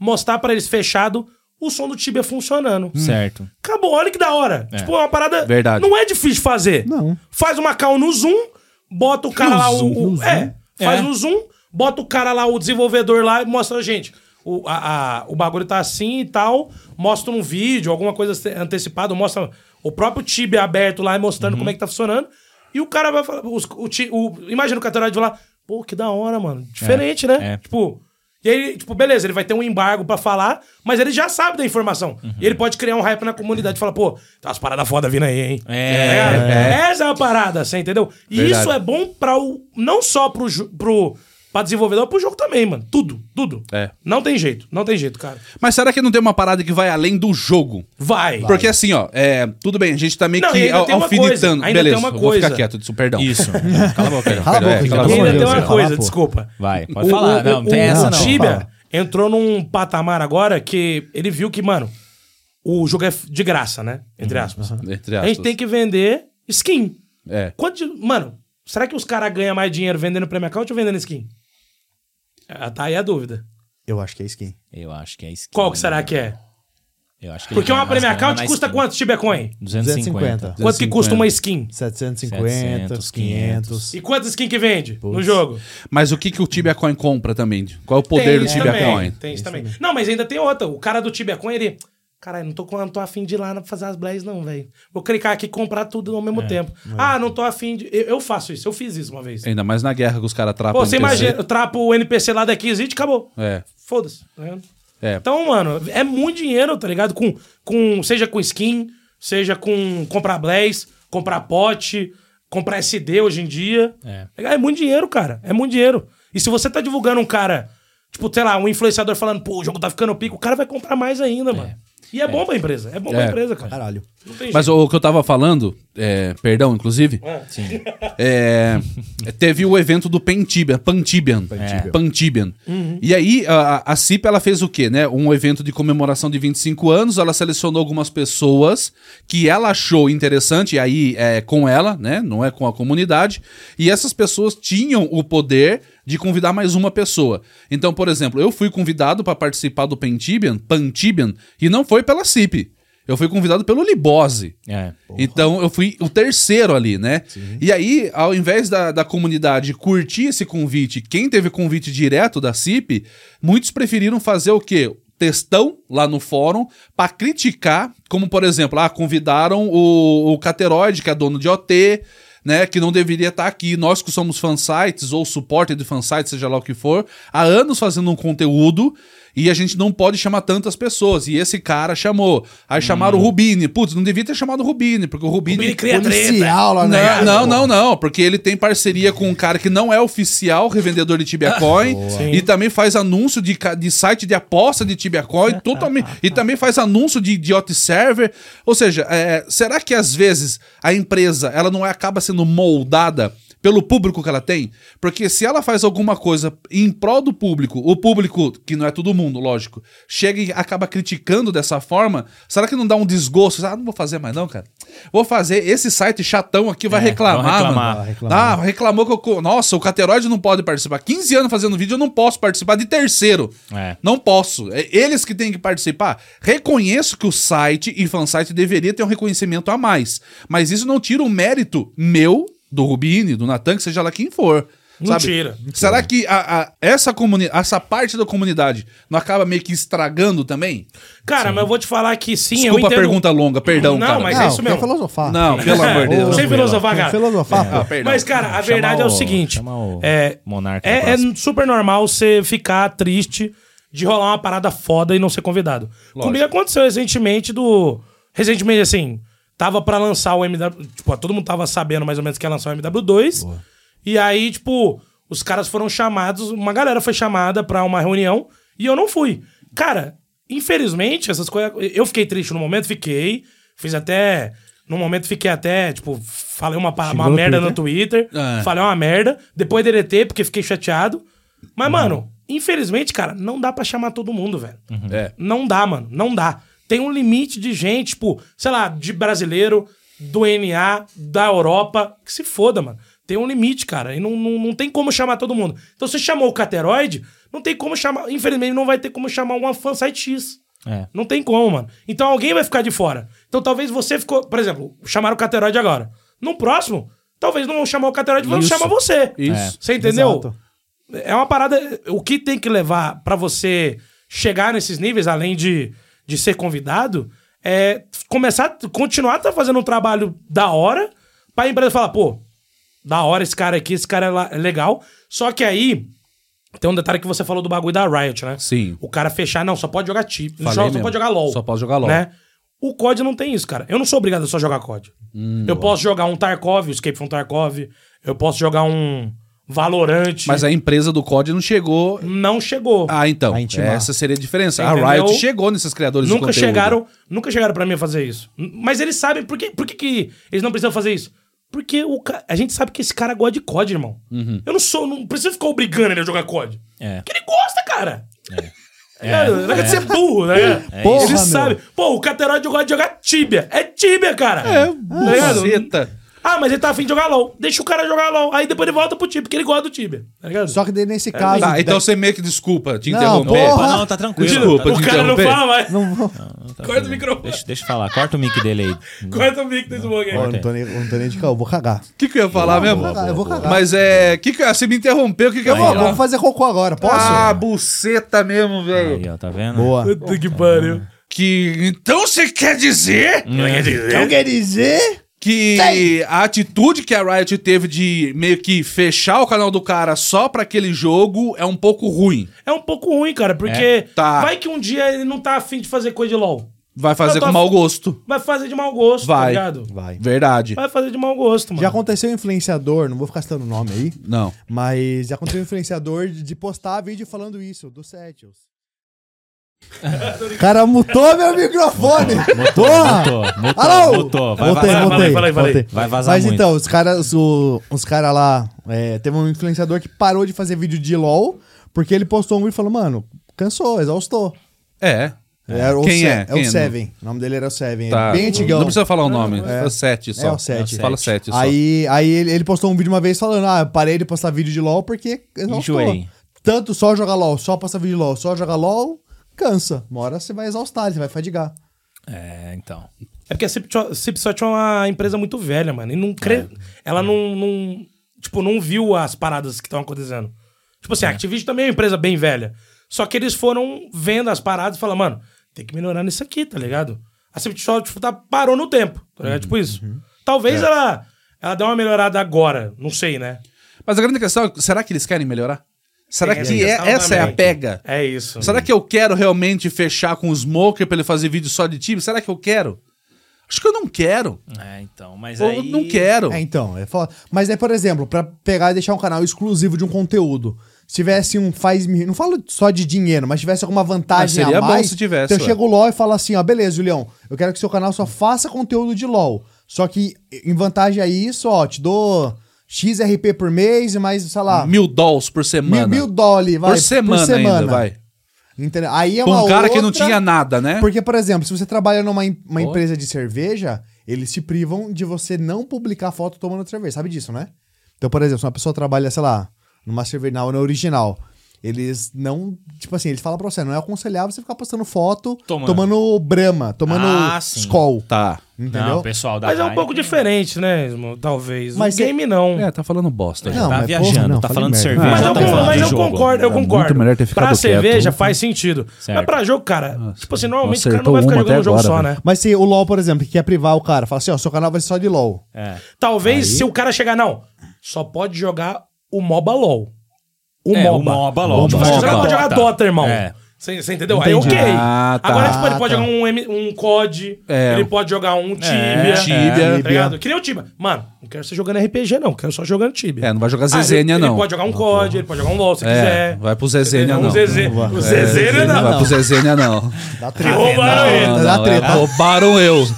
Speaker 3: mostrar pra eles fechado o som do Tibia funcionando.
Speaker 2: Hum.
Speaker 1: Certo.
Speaker 3: Acabou, olha que da hora. Tipo, é uma parada.
Speaker 2: Verdade.
Speaker 3: Não é difícil fazer.
Speaker 4: Não.
Speaker 3: Faz uma call no Zoom, bota o cara
Speaker 2: No
Speaker 3: lá. o-
Speaker 2: Zoom,
Speaker 3: o,
Speaker 4: no
Speaker 3: É, faz
Speaker 1: É.
Speaker 3: no Zoom, bota o cara lá, o desenvolvedor lá e mostra, gente. O, a, a- o bagulho tá assim e tal. Mostra um vídeo, alguma coisa ante- antecipada, mostra o próprio Tibia aberto lá e mostrando
Speaker 2: Uhum.
Speaker 3: como é que tá funcionando. E o cara vai falar. os- o, ti- o- imagina o Catarade falar, pô, que da hora, mano. Diferente, né?
Speaker 1: é.
Speaker 3: Tipo. E aí, tipo, beleza, ele vai ter um embargo pra falar, mas ele já sabe da informação.
Speaker 1: Uhum.
Speaker 3: E ele pode criar um hype na comunidade e falar, pô, tá umas paradas foda vindo aí, hein? Tá
Speaker 1: É,
Speaker 3: Essa é a parada, você entendeu? E
Speaker 2: Verdade.
Speaker 3: isso é bom para o. Não só pro, ju- pro pra desenvolvedor, pro jogo também, mano. Tudo, tudo.
Speaker 2: É.
Speaker 3: Não tem jeito, não tem jeito, cara.
Speaker 2: Mas será que não tem uma parada que vai além do jogo?
Speaker 3: Vai.
Speaker 2: Porque assim, ó, é, tudo bem, a gente tá meio
Speaker 3: Não, e
Speaker 2: que
Speaker 3: ainda
Speaker 2: al-
Speaker 3: tem uma coisa,
Speaker 2: alfinetando.
Speaker 3: ainda tem
Speaker 2: Beleza,
Speaker 3: uma
Speaker 2: eu vou
Speaker 3: coisa.
Speaker 2: ficar quieto disso, perdão.
Speaker 1: Isso.
Speaker 2: Cala a boca, perdão.
Speaker 4: Cala a
Speaker 2: perdão,
Speaker 4: boca,
Speaker 2: é,
Speaker 4: gente,
Speaker 2: cala a boca.
Speaker 4: pelo
Speaker 3: E
Speaker 4: amor
Speaker 3: ainda
Speaker 4: de
Speaker 3: tem
Speaker 4: Deus,
Speaker 3: uma
Speaker 4: vai
Speaker 3: coisa,
Speaker 4: falar, pô.
Speaker 3: desculpa.
Speaker 1: Vai, pode falar. Não, não tem essa não.
Speaker 3: O Tibia
Speaker 1: Fala.
Speaker 3: entrou num patamar agora que ele viu que, mano, o jogo é f- de graça, né? Entre
Speaker 1: Uhum,
Speaker 3: aspas.
Speaker 2: Entre
Speaker 3: A gente
Speaker 2: aspas.
Speaker 3: tem que vender skin.
Speaker 2: É.
Speaker 3: Quanto de- Mano, será que os caras ganham mais dinheiro vendendo Premium Account ou vendendo skin? Ah, Tá aí a dúvida.
Speaker 4: Eu acho que é skin.
Speaker 1: Eu acho que é skin.
Speaker 3: Qual que será que é?
Speaker 1: Eu acho que
Speaker 3: Porque
Speaker 1: ele
Speaker 3: uma
Speaker 1: ganha
Speaker 3: Premium
Speaker 1: mais grana
Speaker 3: Account
Speaker 1: na
Speaker 3: custa
Speaker 1: skin.
Speaker 3: quanto, Tibecoin?
Speaker 1: 250.
Speaker 4: 250.
Speaker 3: Quanto que
Speaker 2: 250.
Speaker 3: custa uma skin?
Speaker 4: 750,
Speaker 1: 700,
Speaker 4: 500.
Speaker 3: E quantas skin que vende no
Speaker 4: Putz.
Speaker 3: jogo?
Speaker 2: Mas o que, que o Tibia Coin compra também? Qual é o poder do
Speaker 3: isso
Speaker 2: Tibia
Speaker 3: também,
Speaker 2: Coin?
Speaker 3: Tem isso também. Não, mas ainda tem outra. O cara do Tibecoin, ele... Caralho, não tô, com- não tô afim de ir lá pra fazer as blaze não, velho. Vou clicar aqui e comprar tudo ao mesmo tempo. Ah, não tô afim de... Eu, eu faço isso. Eu fiz isso uma vez.
Speaker 2: Ainda mais na guerra que os caras trapam.
Speaker 3: Pô, você
Speaker 2: NPC.
Speaker 3: imagina, eu trapo o NPC lá da Exit, acabou.
Speaker 2: É.
Speaker 3: Foda-se. tá ligado?
Speaker 2: É.
Speaker 3: Então, mano, é muito dinheiro, tá ligado? Com, com, seja com skin, seja com comprar Blaze, comprar pote, comprar SD hoje em dia.
Speaker 1: É.
Speaker 3: É muito dinheiro, cara. É muito dinheiro. E se você tá divulgando um cara, tipo, sei lá, um influenciador falando, pô, o jogo tá ficando pico, o cara vai comprar mais ainda, mano. E é bom pra empresa. É bom pra
Speaker 2: É.
Speaker 3: empresa, cara.
Speaker 4: Caralho.
Speaker 3: Não tem
Speaker 2: Mas
Speaker 3: jeito.
Speaker 2: o que eu tava falando é, perdão, inclusive,
Speaker 1: Sim.
Speaker 2: é, teve o evento do Pentibian, Pantibian.
Speaker 1: Pantibian.
Speaker 2: É. Pantibian. E aí, a, a CIP, ela fez o quê, né? Um evento de comemoração de 25 anos, ela selecionou algumas pessoas que ela achou interessante, e aí é com ela, né? Não é com a comunidade. E essas pessoas tinham o poder de convidar mais uma pessoa. Então, por exemplo, eu fui convidado para participar do Pentibian, Pantibian, e não foi pela CIP. Eu fui convidado pelo Libose.
Speaker 1: É.
Speaker 2: Então eu fui o terceiro ali, né? E aí, ao invés da, da comunidade curtir esse convite, quem teve convite direto da CIP, muitos preferiram fazer o quê? Textão lá no fórum pra criticar, como por exemplo, ah, convidaram o, o Cateroide, que é dono de OT, né? Que não deveria estar aqui. Nós que somos fansites ou suporte de fansites, seja lá o que for, há anos fazendo um conteúdo e a gente não pode chamar tantas pessoas. E esse cara chamou. Aí chamaram o Rubini. Putz, não devia ter chamado o Rubini, porque o Rubini.
Speaker 3: Hum. Rubini cria treta.
Speaker 4: Policial lá né? na
Speaker 2: Não, não, não, não, porque ele tem parceria com um cara que não é oficial revendedor de Tibia Coin
Speaker 3: Sim.
Speaker 2: e também faz anúncio de, ca- de site de aposta de Tibia Coin totalmente, e também faz anúncio de idiota server. Ou seja, é, será que às vezes a empresa ela não é- acaba sendo moldada pelo público que ela tem? Porque se ela faz alguma coisa em prol do público, o público, que não é todo mundo, lógico, chega e acaba criticando dessa forma, será que não dá um desgosto? Ah, não vou fazer mais não, cara. Vou fazer esse site chatão aqui, vai
Speaker 1: É,
Speaker 2: reclamar,
Speaker 1: vão reclamar,
Speaker 2: mano.
Speaker 1: vai
Speaker 2: Ah, reclamou que eu... co- Nossa, o Cateroide não pode participar. 15 anos fazendo vídeo, eu não posso participar de terceiro.
Speaker 1: É.
Speaker 2: Não posso. É eles que têm que participar. Reconheço que o site e fansite deveria ter um reconhecimento a mais. Mas isso não tira o mérito meu, do Rubini, do Natan, que seja lá quem for.
Speaker 3: Não
Speaker 2: sabe?
Speaker 3: tira.
Speaker 2: Será que a- a- essa, comuni essa parte da comunidade não acaba meio que estragando também?
Speaker 3: Cara, mas eu vou te falar que sim, eu
Speaker 2: Desculpa a
Speaker 3: entendo...
Speaker 2: pergunta longa, perdão,
Speaker 3: Não,
Speaker 2: cara. Ah,
Speaker 3: mas
Speaker 4: não,
Speaker 3: é isso mesmo.
Speaker 4: quer filosofar.
Speaker 2: Não, pelo amor de Deus.
Speaker 3: Sem filosofar, cara. É.
Speaker 4: Quer filosofar, pô.
Speaker 2: Ah, perdão.
Speaker 3: Mas, cara, a
Speaker 1: Chama
Speaker 3: verdade é o
Speaker 1: o-
Speaker 3: seguinte.
Speaker 1: chama o
Speaker 3: é,
Speaker 1: monarca da
Speaker 3: é, é
Speaker 1: próxima.
Speaker 3: super normal você ficar triste de rolar uma parada foda e não ser convidado. Comigo aconteceu recentemente do. Recentemente, assim, tava pra lançar o MW. Tipo, todo mundo tava sabendo mais ou menos que ia lançar o MW2. E aí, tipo, os caras foram chamados, uma galera foi chamada pra uma reunião e eu não fui. Cara, infelizmente, essas coisas. Eu fiquei triste no momento, fiquei. Fiz até. No momento fiquei até, tipo, falei uma, pa- uma
Speaker 4: no
Speaker 3: merda
Speaker 4: Twitter?
Speaker 3: no Twitter.
Speaker 2: É.
Speaker 3: Falei uma merda. Depois deletei, porque fiquei chateado. Mas, mano, infelizmente, cara, não dá pra chamar todo mundo, velho.
Speaker 2: É.
Speaker 3: Não dá, mano. Não dá. Tem um limite de gente, tipo, sei lá, de brasileiro, do NA, da Europa. Que se foda, mano. Tem um limite, cara. E não, não, não tem como chamar todo mundo. Então, você chamou o Cateroide, não tem como chamar. Infelizmente, não vai ter como chamar uma fansite X.
Speaker 1: É.
Speaker 3: Não tem como, mano. Então alguém vai ficar de fora. Então talvez você ficou. Por exemplo, chamaram o Cateroide agora. No próximo, talvez não vão chamar o Cateroide, vão
Speaker 2: Isso.
Speaker 3: chamar você.
Speaker 2: Isso.
Speaker 3: Você entendeu?
Speaker 4: Exato.
Speaker 3: É uma parada. O que tem que levar pra você chegar nesses níveis, além de, de ser convidado, é começar, continuar tá fazendo um trabalho da hora pra empresa falar, pô, da hora esse cara aqui, esse cara é la- é legal. Só que aí. Tem um detalhe que você falou do bagulho da Riot, né?
Speaker 2: Sim.
Speaker 3: O cara fechar, não, só pode jogar tipo.
Speaker 2: Falei
Speaker 3: Só, só
Speaker 2: mesmo.
Speaker 3: pode jogar LOL.
Speaker 2: Só pode jogar LOL.
Speaker 3: Né? O COD não tem isso, cara. Eu não sou obrigado a só jogar COD. eu posso jogar um Tarkov, Escape from Tarkov. Eu posso jogar um Valorante.
Speaker 2: Mas a empresa do COD não chegou.
Speaker 3: Não chegou.
Speaker 2: Ah, então.
Speaker 4: A intimar.
Speaker 2: Essa seria a diferença.
Speaker 3: Entendeu?
Speaker 2: A Riot chegou nesses criadores de
Speaker 3: nunca
Speaker 2: conteúdo.
Speaker 3: chegaram nunca chegaram para mim a fazer isso. N- Mas eles sabem. Por, que, por que, que eles não precisam fazer isso? Porque o ca- a gente sabe que esse cara gosta de COD, irmão. Eu não sou. Não preciso ficar obrigando ele a jogar COD.
Speaker 1: É.
Speaker 3: Porque ele gosta, cara. É. Larga de ser burro, né?
Speaker 4: É isso.
Speaker 3: ele
Speaker 4: Porra,
Speaker 3: sabe. Pô, o Cateroide gosta de jogar Tibia. É Tibia, cara. É,
Speaker 2: Tá Buceta.
Speaker 3: Ah, mas ele tá afim de jogar LOL. Deixa o cara jogar LOL. Aí depois ele volta pro Tibia, porque ele gosta do Tibia. Tá ligado?
Speaker 4: Só que daí nesse caso.
Speaker 2: Tá, então
Speaker 4: daí-
Speaker 2: você meio que desculpa te
Speaker 4: Não,
Speaker 2: interromper.
Speaker 4: porra.
Speaker 1: Opa, não, tá tranquilo.
Speaker 2: Desculpa.
Speaker 1: Tá-
Speaker 3: o cara não
Speaker 2: interromper?
Speaker 3: fala mais.
Speaker 4: Não vou.
Speaker 3: Corta o microfone.
Speaker 1: Deixa, deixa eu falar. Corta o mic dele aí.
Speaker 3: Corta o mic do Smoke aí.
Speaker 4: Ó, não tô nem- não tô nem de calma, eu vou cagar.
Speaker 2: O que, que eu ia falar mesmo?
Speaker 4: boa, boa, Eu vou cagar.
Speaker 2: Mas é. Que que, eu- você me interrompeu, o que, que eu
Speaker 1: Aí,
Speaker 2: ia
Speaker 1: ó.
Speaker 4: Pô,
Speaker 2: falar?
Speaker 4: vamos fazer cocô agora, posso?
Speaker 2: Ah, buceta mesmo, velho.
Speaker 1: Aí, ó, tá vendo?
Speaker 4: Boa.
Speaker 3: Puta que pariu.
Speaker 2: Que. Então você quer dizer
Speaker 4: Então quer dizer?
Speaker 2: que a atitude que a Riot teve de meio que fechar o canal do cara só pra aquele jogo é um pouco ruim.
Speaker 3: É um pouco ruim, cara, porque
Speaker 2: tá.
Speaker 3: vai que um dia ele não tá afim de fazer coisa de LOL.
Speaker 2: Vai fazer
Speaker 3: Eu tô-
Speaker 2: com mau gosto.
Speaker 3: Vai fazer de mau gosto, tá
Speaker 2: Vai.
Speaker 3: ligado?
Speaker 4: Vai.
Speaker 2: Verdade.
Speaker 3: Vai fazer de mau gosto, mano.
Speaker 4: Já aconteceu influenciador, não vou ficar citando o nome aí,
Speaker 2: Não.
Speaker 4: mas já aconteceu influenciador de de postar vídeo falando isso, do Setios. O cara mutou meu microfone.
Speaker 1: Mutou,
Speaker 4: Porra!
Speaker 1: mutou, mutou,
Speaker 4: Alô?
Speaker 1: mutou. Vai
Speaker 4: voltei,
Speaker 1: vazar,
Speaker 4: voltei,
Speaker 3: fala aí, fala aí.
Speaker 4: voltei.
Speaker 1: Vai vazar
Speaker 4: Mas
Speaker 1: muito.
Speaker 4: então, os caras o- os cara lá... é, teve um influenciador que parou de fazer vídeo de LOL porque ele postou um vídeo e falou, mano, cansou, exaustou.
Speaker 2: É.
Speaker 4: Era o
Speaker 2: Quem
Speaker 4: Se-
Speaker 2: é?
Speaker 4: É
Speaker 2: Quem é?
Speaker 4: o Seven. O nome dele era o Seven.
Speaker 2: Tá.
Speaker 4: Bem antigão.
Speaker 2: Não precisa falar o nome. É, sete só.
Speaker 4: É o sete.
Speaker 2: Fala sete só.
Speaker 4: Aí, aí ele, ele postou um vídeo uma vez falando: Ah, eu parei de postar vídeo de LOL porque exaustou.
Speaker 1: Enjoei.
Speaker 4: Tanto só jogar LOL, só postar vídeo de LOL, só jogar LOL, cansa. Uma hora você vai exaustar, você vai fadigar.
Speaker 1: É, então.
Speaker 3: É porque a Cipso- Cipsoft é uma empresa muito velha, mano. E
Speaker 2: É.
Speaker 3: não cre... Ela não, não- Tipo, não viu as paradas que estão acontecendo. Tipo assim, a Activision também é uma empresa bem velha. Só que eles foram vendo as paradas e falaram, mano, tem que melhorar nisso aqui, tá ligado? A Cipsoft tipo, tá, parou no tempo, tá
Speaker 2: Uhum,
Speaker 3: ligado? Tipo isso.
Speaker 2: É.
Speaker 3: Talvez ela, ela dê uma melhorada agora, não sei, né?
Speaker 2: Mas a grande questão é, será que eles querem melhorar? Será
Speaker 3: Tem essa
Speaker 2: que é-
Speaker 3: questão
Speaker 2: essa é a
Speaker 3: também.
Speaker 2: pega?
Speaker 3: É isso.
Speaker 2: Será que eu quero realmente fechar com o Smoker pra ele fazer vídeo só de time? Será que eu quero? Acho que eu não quero.
Speaker 1: É, então. Mas
Speaker 2: Ou
Speaker 1: aí...
Speaker 2: não quero.
Speaker 4: É, então, é foda. Mas é, por exemplo, pra pegar e deixar um canal exclusivo de um conteúdo. Se tivesse um faz me Não falo só de dinheiro, mas tivesse alguma vantagem
Speaker 2: Mas seria
Speaker 4: a
Speaker 2: bom
Speaker 4: mais.
Speaker 2: se tivesse,
Speaker 4: Então eu
Speaker 2: ué.
Speaker 4: chego LOL e falo assim: ó, beleza, Julião, eu quero que seu canal só faça conteúdo de LOL. Só que em vantagem a isso, ó, te dou XRP por mês e mais, sei lá.
Speaker 2: Mil dolls por
Speaker 4: Mil,
Speaker 2: semana.
Speaker 4: então. mil dolly, vai.
Speaker 2: por, semana ainda, vai.
Speaker 4: Entendeu? Aí é
Speaker 2: Com
Speaker 4: uma
Speaker 2: um cara que não
Speaker 4: outra-
Speaker 2: tinha nada, né?
Speaker 4: Porque, por exemplo, se você trabalha numa em- uma
Speaker 2: Ó.
Speaker 4: empresa de cerveja, eles se privam de você não publicar foto tomando cerveja. Sabe disso, né? Então, por exemplo, se uma pessoa trabalha, sei lá, numa cerveja na na original, eles não. Tipo assim, eles falam pra você, não é aconselhável você ficar postando foto
Speaker 1: Tomando.
Speaker 4: tomando, brama, tomando
Speaker 1: Ah, sim.
Speaker 4: Skol.
Speaker 2: Tá.
Speaker 1: Não, o
Speaker 4: Entendeu?
Speaker 1: pessoal da tá
Speaker 3: Mas é um
Speaker 1: Heineken-
Speaker 3: pouco diferente, né, irmão? Talvez.
Speaker 4: Mas
Speaker 3: o
Speaker 4: cê-
Speaker 3: game não.
Speaker 2: É, tá falando bosta.
Speaker 4: Não,
Speaker 1: tá
Speaker 4: mas
Speaker 1: viajando,
Speaker 4: porra, não,
Speaker 1: tá
Speaker 4: falei
Speaker 1: falando de
Speaker 4: merda.
Speaker 1: cerveja.
Speaker 3: Mas,
Speaker 1: Já
Speaker 3: eu,
Speaker 1: tá
Speaker 3: con-
Speaker 1: falando
Speaker 3: mas é um
Speaker 1: de
Speaker 3: eu
Speaker 1: jogo.
Speaker 3: concordo, eu
Speaker 2: Era
Speaker 3: concordo.
Speaker 2: muito melhor ter ficado
Speaker 3: pra
Speaker 2: quieto. né?
Speaker 3: cerveja faz sentido.
Speaker 1: Certo.
Speaker 3: Mas pra jogo, cara, tipo assim, normalmente
Speaker 2: Nossa,
Speaker 3: o cara não vai
Speaker 2: acertou uma
Speaker 3: ficar jogando um
Speaker 2: até
Speaker 3: jogo
Speaker 2: agora,
Speaker 3: só,
Speaker 2: velho.
Speaker 3: né?
Speaker 4: Mas se o LOL, por exemplo, que quer privar o cara, fala assim, ó, seu canal vai ser só de LOL.
Speaker 1: É.
Speaker 3: Talvez se o cara chegar, não, só pode jogar o MOBA LOL. O
Speaker 1: É,
Speaker 3: MOBA.
Speaker 1: o MOBA LOL.
Speaker 3: Tipo,
Speaker 1: Moba.
Speaker 3: Você não pode jogar
Speaker 1: Dota.
Speaker 3: Dota, irmão.
Speaker 1: É.
Speaker 3: Você você entendeu? Aí, ok.
Speaker 4: Entendi.
Speaker 2: Ah, tá.
Speaker 3: Agora, tipo, ele pode
Speaker 4: Ah, tá.
Speaker 3: jogar um, M- um COD,
Speaker 2: É.
Speaker 3: ele pode jogar um
Speaker 2: É,
Speaker 3: Tibia.
Speaker 2: Tibia.
Speaker 3: Tá ligado? Que nem o Tibia. Mano, não quero você jogando RPG, não. Quero só jogando Tibia.
Speaker 2: É, não vai jogar
Speaker 3: Ah, ele-
Speaker 2: Zezênia,
Speaker 3: ele,
Speaker 2: não.
Speaker 3: pode jogar um COD, ele pode jogar um LOL, se
Speaker 2: É,
Speaker 3: quiser.
Speaker 2: vai pro Zezênia,
Speaker 3: Entendeu?
Speaker 2: não.
Speaker 3: Um Zezê-
Speaker 4: Não
Speaker 3: O Zezênia, não.
Speaker 2: Vai pro Zezênia, não.
Speaker 4: Dá
Speaker 3: Que
Speaker 4: treta.
Speaker 3: roubaram ele.
Speaker 4: Vai dar treta.
Speaker 2: é, roubaram eu.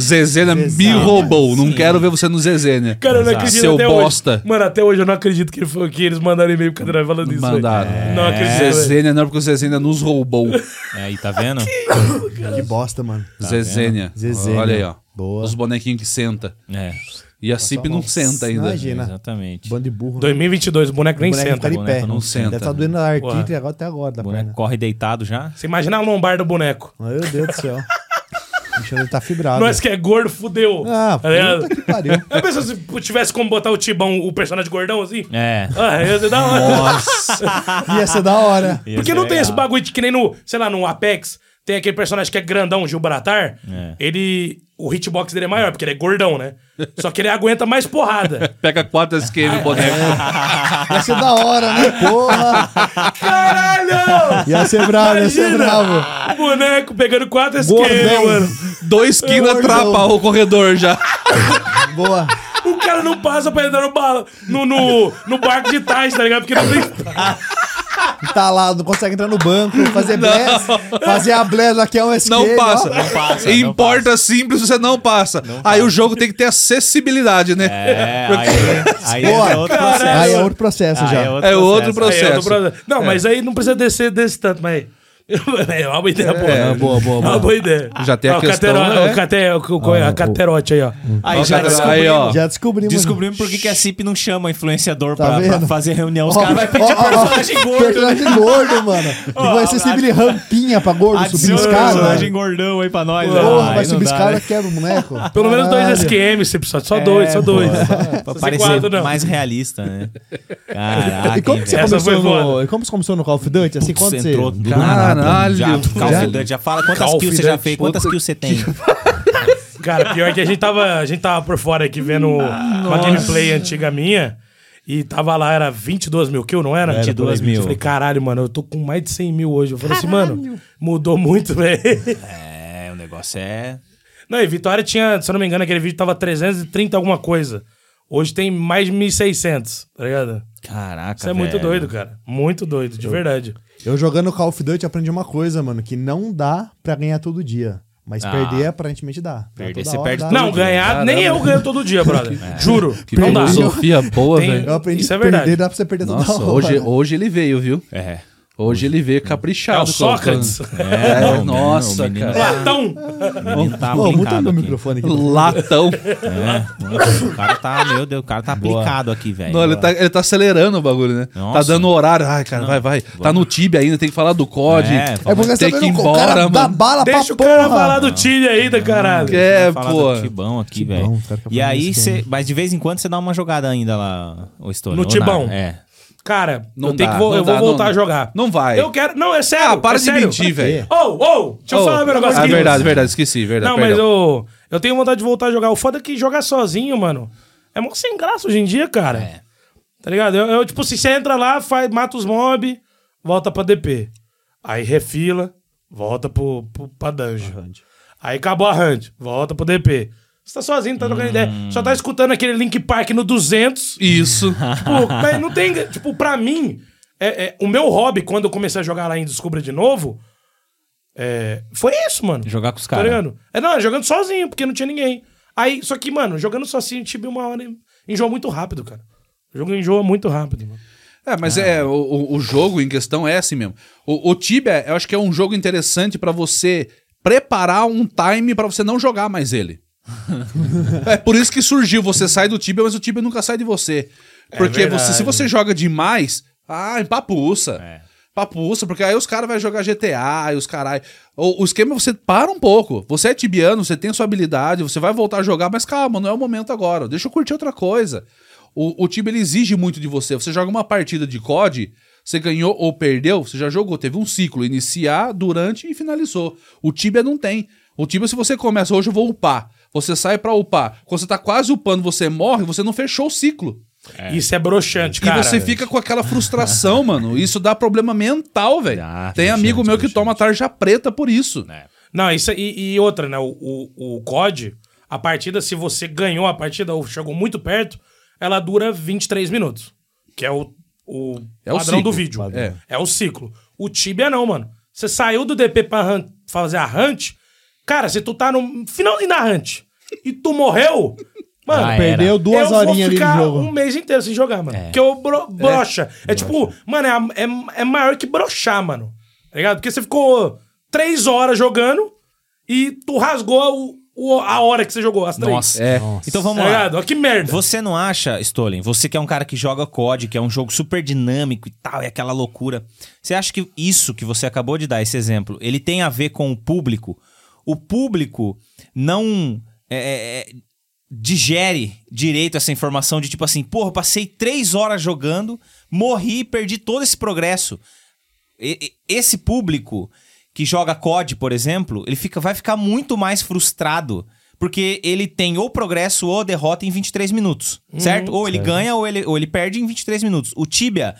Speaker 2: Zezênia me
Speaker 4: Zezênia,
Speaker 2: roubou. Não quero ver você no Zezênia.
Speaker 3: Cara, eu não acredito
Speaker 2: Seu
Speaker 3: até
Speaker 2: bosta.
Speaker 3: hoje. Mano, até hoje eu não acredito que, ele foi- que eles mandaram e-mail pro Cadê falando isso. velho.
Speaker 2: Mandaram. É.
Speaker 3: Não acredito. velho.
Speaker 2: Zezênia não, porque o Zezênia nos roubou.
Speaker 1: Aí, tá vendo?
Speaker 4: Que bosta, mano.
Speaker 2: Zezênia.
Speaker 4: Zezênia.
Speaker 2: Olha aí, ó.
Speaker 4: Boa.
Speaker 2: Os bonequinhos que senta.
Speaker 1: é,
Speaker 2: E a Cip não senta ainda.
Speaker 4: Imagina.
Speaker 1: exatamente.
Speaker 4: Bando de burro.
Speaker 3: 2022, o boneco nem
Speaker 4: boneco
Speaker 3: senta.
Speaker 4: tá de
Speaker 1: o
Speaker 4: pé.
Speaker 1: boneco não
Speaker 2: senta.
Speaker 4: Deve estar doendo a artrite
Speaker 3: Porra.
Speaker 4: agora tá até agora da
Speaker 1: O boneco
Speaker 4: perna.
Speaker 1: corre deitado já.
Speaker 3: Você imagina a lombar do boneco.
Speaker 4: Meu Deus do céu. O Alexandre tá fibrado.
Speaker 3: Nós que é gordo, fudeu.
Speaker 4: Ah,
Speaker 3: Tá ligado?
Speaker 4: puta que pariu.
Speaker 3: Eu penso se tivesse como botar o Tibão, o personagem gordão assim.
Speaker 1: É.
Speaker 3: Ah, ia ser da hora.
Speaker 4: Ia ser da hora.
Speaker 1: Ia
Speaker 3: Porque
Speaker 1: ser
Speaker 3: não tem
Speaker 1: legal.
Speaker 3: esse bagulho de que nem no, sei lá, no Apex, tem aquele personagem que é grandão, o Gilbratar.
Speaker 1: É.
Speaker 3: Ele. O hitbox dele é maior, porque ele é gordão, né? Só que ele aguenta mais porrada.
Speaker 2: Pega quatro esquema o boneco.
Speaker 4: Ia ser da hora, né? Porra.
Speaker 3: Caralho!
Speaker 4: Ia ser bravo, ia ser bravo.
Speaker 3: Boneco pegando quatro esquerdas,
Speaker 4: Gordão.
Speaker 3: mano.
Speaker 2: Dois quilos
Speaker 4: Gordão.
Speaker 2: atrapa o corredor já.
Speaker 4: Boa.
Speaker 3: O cara não passa pra entrar no, bala, no, no, no barco de tais, tá ligado? Porque não tem.
Speaker 4: Tá lá, não consegue entrar no banco, fazer bless. Fazer a bless aqui é um esquema.
Speaker 2: Não passa.
Speaker 4: ó.
Speaker 1: passa, não
Speaker 2: Importa simples, você não passa. aí o jogo tem que ter acessibilidade, né?
Speaker 1: É, aí, aí é
Speaker 4: Boa.
Speaker 1: outro processo.
Speaker 4: Aí é outro processo
Speaker 1: Aí
Speaker 4: já.
Speaker 2: É outro
Speaker 3: Aí é do
Speaker 2: processo.
Speaker 3: brother. Não, mas aí não precisa descer desse tanto, mas. É uma boa ideia, pô. É
Speaker 2: boa, boa,
Speaker 3: uma
Speaker 2: boa.
Speaker 3: boa ideia.
Speaker 2: Já tem a
Speaker 3: Ó, o
Speaker 2: questão,
Speaker 3: catero-
Speaker 2: né?
Speaker 3: o cate- o- o- a caterote aí, ó.
Speaker 1: Aí já
Speaker 2: Aí, ó.
Speaker 1: descobrimos.
Speaker 4: Já descobrimos.
Speaker 1: Descobrimos por que que a CIP não chama influenciador
Speaker 4: Tá
Speaker 1: pra, pra
Speaker 4: vendo?
Speaker 1: fazer reunião. Os
Speaker 4: Ó,
Speaker 1: caras vão pedir
Speaker 4: ó, ó, ó,
Speaker 1: personagem gordo. né?
Speaker 4: Personagem gordo, mano. E vai ser sempre rampinha pra gordo subir
Speaker 1: Adiciona um
Speaker 4: escada.
Speaker 1: personagem gordão aí pra nós. né?
Speaker 4: Porra,
Speaker 1: Aí não
Speaker 4: vai subir
Speaker 1: dá,
Speaker 4: escada,
Speaker 1: né?
Speaker 4: quebra o é boneco.
Speaker 3: Pelo menos dois
Speaker 4: Caralho.
Speaker 3: SQM, você precisa. Só dois, só dois.
Speaker 1: pô,
Speaker 4: É,
Speaker 3: Só
Speaker 1: Pra
Speaker 3: ser
Speaker 1: parecer
Speaker 3: quatro, não.
Speaker 1: mais realista, né? Caraca,
Speaker 4: E como
Speaker 1: hein,
Speaker 4: que você
Speaker 1: velho.
Speaker 3: Essa foi
Speaker 4: começou no.
Speaker 3: foda.
Speaker 4: E como você começou no Call of Duty? Assim, quando
Speaker 1: Você
Speaker 4: você.
Speaker 1: entrou do
Speaker 2: Caralho,
Speaker 1: nada. Já,
Speaker 2: velho.
Speaker 1: Call of Duty, já fala quantas
Speaker 3: Call of
Speaker 1: kills você já
Speaker 3: Duty.
Speaker 1: fez, quantas kills você tem.
Speaker 3: Cara, pior que a gente tava, a gente tava por fora aqui vendo uma gameplay antiga minha. E tava lá, era 22 mil kills, não era?
Speaker 1: 22
Speaker 3: Eu
Speaker 1: mil.
Speaker 3: falei, caralho, mano, eu tô com mais de 100 mil hoje. Eu falei assim, mano, mudou muito, velho.
Speaker 1: É, o negócio é...
Speaker 3: Não, e Vitória tinha, se eu não me engano, aquele vídeo tava 330 alguma coisa. Hoje tem mais de 1.600, tá ligado?
Speaker 1: Caraca,
Speaker 3: Isso é muito
Speaker 1: velho.
Speaker 3: doido, cara. Muito doido, de verdade.
Speaker 4: Eu jogando Call of Duty aprendi uma coisa, mano, que não dá pra ganhar todo dia. Mas
Speaker 1: Ah.
Speaker 4: perder aparentemente dá. Pra
Speaker 1: Perder,
Speaker 4: toda
Speaker 1: você
Speaker 4: hora
Speaker 1: perde
Speaker 4: dá.
Speaker 1: todo
Speaker 3: Não,
Speaker 1: dia.
Speaker 3: ganhar, nem eu ganho todo dia, brother. Juro.
Speaker 2: Que
Speaker 3: não dá.
Speaker 2: filosofia boa,
Speaker 3: Tem-
Speaker 2: velho.
Speaker 4: Eu aprendi
Speaker 3: Isso
Speaker 4: Isso
Speaker 3: é verdade.
Speaker 4: perder, dá pra você perder
Speaker 2: Nossa,
Speaker 4: toda hora.
Speaker 2: hoje, hoje ele veio, viu?
Speaker 1: É.
Speaker 2: Hoje ele veio
Speaker 3: É o
Speaker 2: caprichado.
Speaker 3: Sócrates.
Speaker 2: É,
Speaker 1: o menino-
Speaker 2: nossa,
Speaker 1: o menino-
Speaker 2: cara.
Speaker 3: Platão.
Speaker 1: O menino tá
Speaker 4: Pô, muta
Speaker 1: aplicado
Speaker 4: meu
Speaker 1: aqui.
Speaker 4: microfone aqui.
Speaker 2: Latão.
Speaker 1: É, nossa, o cara tá, meu Deus, o cara tá
Speaker 2: Boa.
Speaker 1: aplicado aqui, velho.
Speaker 2: Não, ele tá, ele tá acelerando o bagulho, né?
Speaker 1: Nossa.
Speaker 2: Tá dando horário. Ai, cara, vai, vai. Tá no Tibia ainda, tem que falar do COD.
Speaker 1: É,
Speaker 4: É porque você
Speaker 2: tem
Speaker 4: tá
Speaker 2: que ir
Speaker 4: vendo o
Speaker 2: embora,
Speaker 4: cara
Speaker 2: mano.
Speaker 4: dá bala
Speaker 3: Deixa o
Speaker 4: pra porra.
Speaker 3: cara falar do Tilly ainda, caralho.
Speaker 2: É,
Speaker 1: Vai falar do
Speaker 2: pô.
Speaker 1: Tibão aqui,
Speaker 4: Tibão,
Speaker 1: velho.
Speaker 4: cara, tá que eu
Speaker 1: E
Speaker 4: falei
Speaker 1: aí
Speaker 4: isso,
Speaker 1: você.
Speaker 4: mano.
Speaker 1: Mas de vez em quando você dá uma jogada ainda lá, o Stone.
Speaker 3: No
Speaker 1: ou nada.
Speaker 3: Tibão.
Speaker 1: É.
Speaker 3: Cara,
Speaker 2: Não
Speaker 3: eu, tenho
Speaker 2: dá,
Speaker 3: que vo-
Speaker 2: não
Speaker 3: eu vou
Speaker 2: dá,
Speaker 3: voltar
Speaker 2: não-
Speaker 3: a jogar.
Speaker 2: não vai.
Speaker 3: Eu quero. Não, é sério.
Speaker 2: Ah, para
Speaker 3: é
Speaker 2: de
Speaker 3: sério.
Speaker 2: mentir, velho.
Speaker 3: Ô, ô, deixa eu
Speaker 2: Oh,
Speaker 3: falar meu negócio
Speaker 2: É
Speaker 3: aqui.
Speaker 2: verdade, verdade, esqueci, é verdade.
Speaker 3: Não, mas
Speaker 2: perdão.
Speaker 3: eu, eu tenho vontade de voltar a jogar. O foda é que jogar sozinho, mano, é mó sem graça hoje em dia, cara.
Speaker 2: É.
Speaker 3: Tá ligado? Eu, eu, tipo, se você entra lá, faz, mata os mob, volta pra DP. Aí refila, volta pro, pro, pra dungeon. Aí acabou a hunt, volta pro DP. Você tá sozinho, não tá trocando ideia.
Speaker 2: Hum.
Speaker 3: Só tá escutando aquele Link Park no 200.
Speaker 2: Isso.
Speaker 3: Tipo, mas não tem. Tipo, pra mim, é, é, o meu hobby, quando eu comecei a jogar lá em Descubra de novo, é, foi isso, mano.
Speaker 1: Jogar com os
Speaker 3: Tá
Speaker 1: caras.
Speaker 3: ligado? É, não, jogando sozinho, porque não tinha ninguém. Aí, só que, mano, jogando sozinho, tive uma hora. Enjoa muito rápido, cara. O jogo enjoa muito rápido, mano.
Speaker 2: É, mas é, o- o, o jogo em questão é assim mesmo. O, o Tibia, eu acho que é um jogo interessante pra você preparar um time pra você não jogar mais ele. é por isso que surgiu, você sai do Tibia, mas o Tibia nunca sai de você. Porque
Speaker 3: verdade.
Speaker 2: você, se você joga demais, ah, empapuça.
Speaker 1: É.
Speaker 2: Papuça, porque aí os caras vão jogar GTA, aí os caralho. O, o esquema é você para um pouco. Você é tibiano, você tem sua habilidade, você vai voltar a jogar, mas calma, não é o momento agora. Deixa eu curtir outra coisa. O, o Tibia ele exige muito de você. Você joga uma partida de COD, você ganhou ou perdeu, você já jogou, teve um ciclo, iniciar, durante e finalizou. O Tibia não tem. O Tibia, se você começa hoje, eu vou upar. Você sai pra upar. Quando você tá quase upando, você morre, você não fechou o ciclo.
Speaker 3: Isso é broxante, cara.
Speaker 2: E você fica com aquela frustração, mano. Isso dá problema mental, velho.
Speaker 3: Ah,
Speaker 1: Dá,
Speaker 2: Tem
Speaker 1: tem
Speaker 2: amigo
Speaker 1: chance,
Speaker 2: meu
Speaker 1: tem
Speaker 2: que toma tarja preta por isso.
Speaker 3: Não, isso e, e outra, né? O, o, o COD, a partida, se você ganhou a partida ou chegou muito perto, ela dura 23 minutos. Que é o, o
Speaker 2: É o
Speaker 3: padrão
Speaker 2: ciclo,
Speaker 3: do vídeo.
Speaker 2: padrão. É.
Speaker 3: o ciclo. O Tibia é não, mano. Você saiu do DP pra hunt- fazer a hunt. Cara, se tu tá no finalzinho da hunt e tu morreu. Mano,
Speaker 1: Ah, é.
Speaker 4: Perdeu duas
Speaker 3: eu
Speaker 4: horinhas
Speaker 3: vou
Speaker 4: ali
Speaker 3: ficar
Speaker 4: no jogo.
Speaker 3: um mês inteiro sem jogar, mano. Porque eu bro brocha. É, tipo, mano, é, a- é, é maior que brochar, mano. Tá ligado? Porque você ficou três horas jogando e tu rasgou o, o- a hora que você jogou, as três.
Speaker 1: Nossa.
Speaker 2: É.
Speaker 1: Então
Speaker 3: Tá
Speaker 1: vamos lá.
Speaker 3: ligado? Olha que merda.
Speaker 1: Você não acha, Stolen, você que é um cara que joga COD, que é um jogo super dinâmico e tal, é aquela loucura. Você acha que isso que você acabou de dar, esse exemplo, ele tem a ver com o público? O público não é, é, é, digere direito essa informação de tipo assim, porra, passei três horas jogando, morri e perdi todo esse progresso. E- e- esse público que joga COD, por exemplo, ele fica, vai ficar muito mais frustrado. Porque ele tem ou progresso ou derrota em 23 minutos,
Speaker 3: Uhum.
Speaker 1: certo? Ou ele ganha ou ele, ou ele perde em 23 minutos. O Tibia,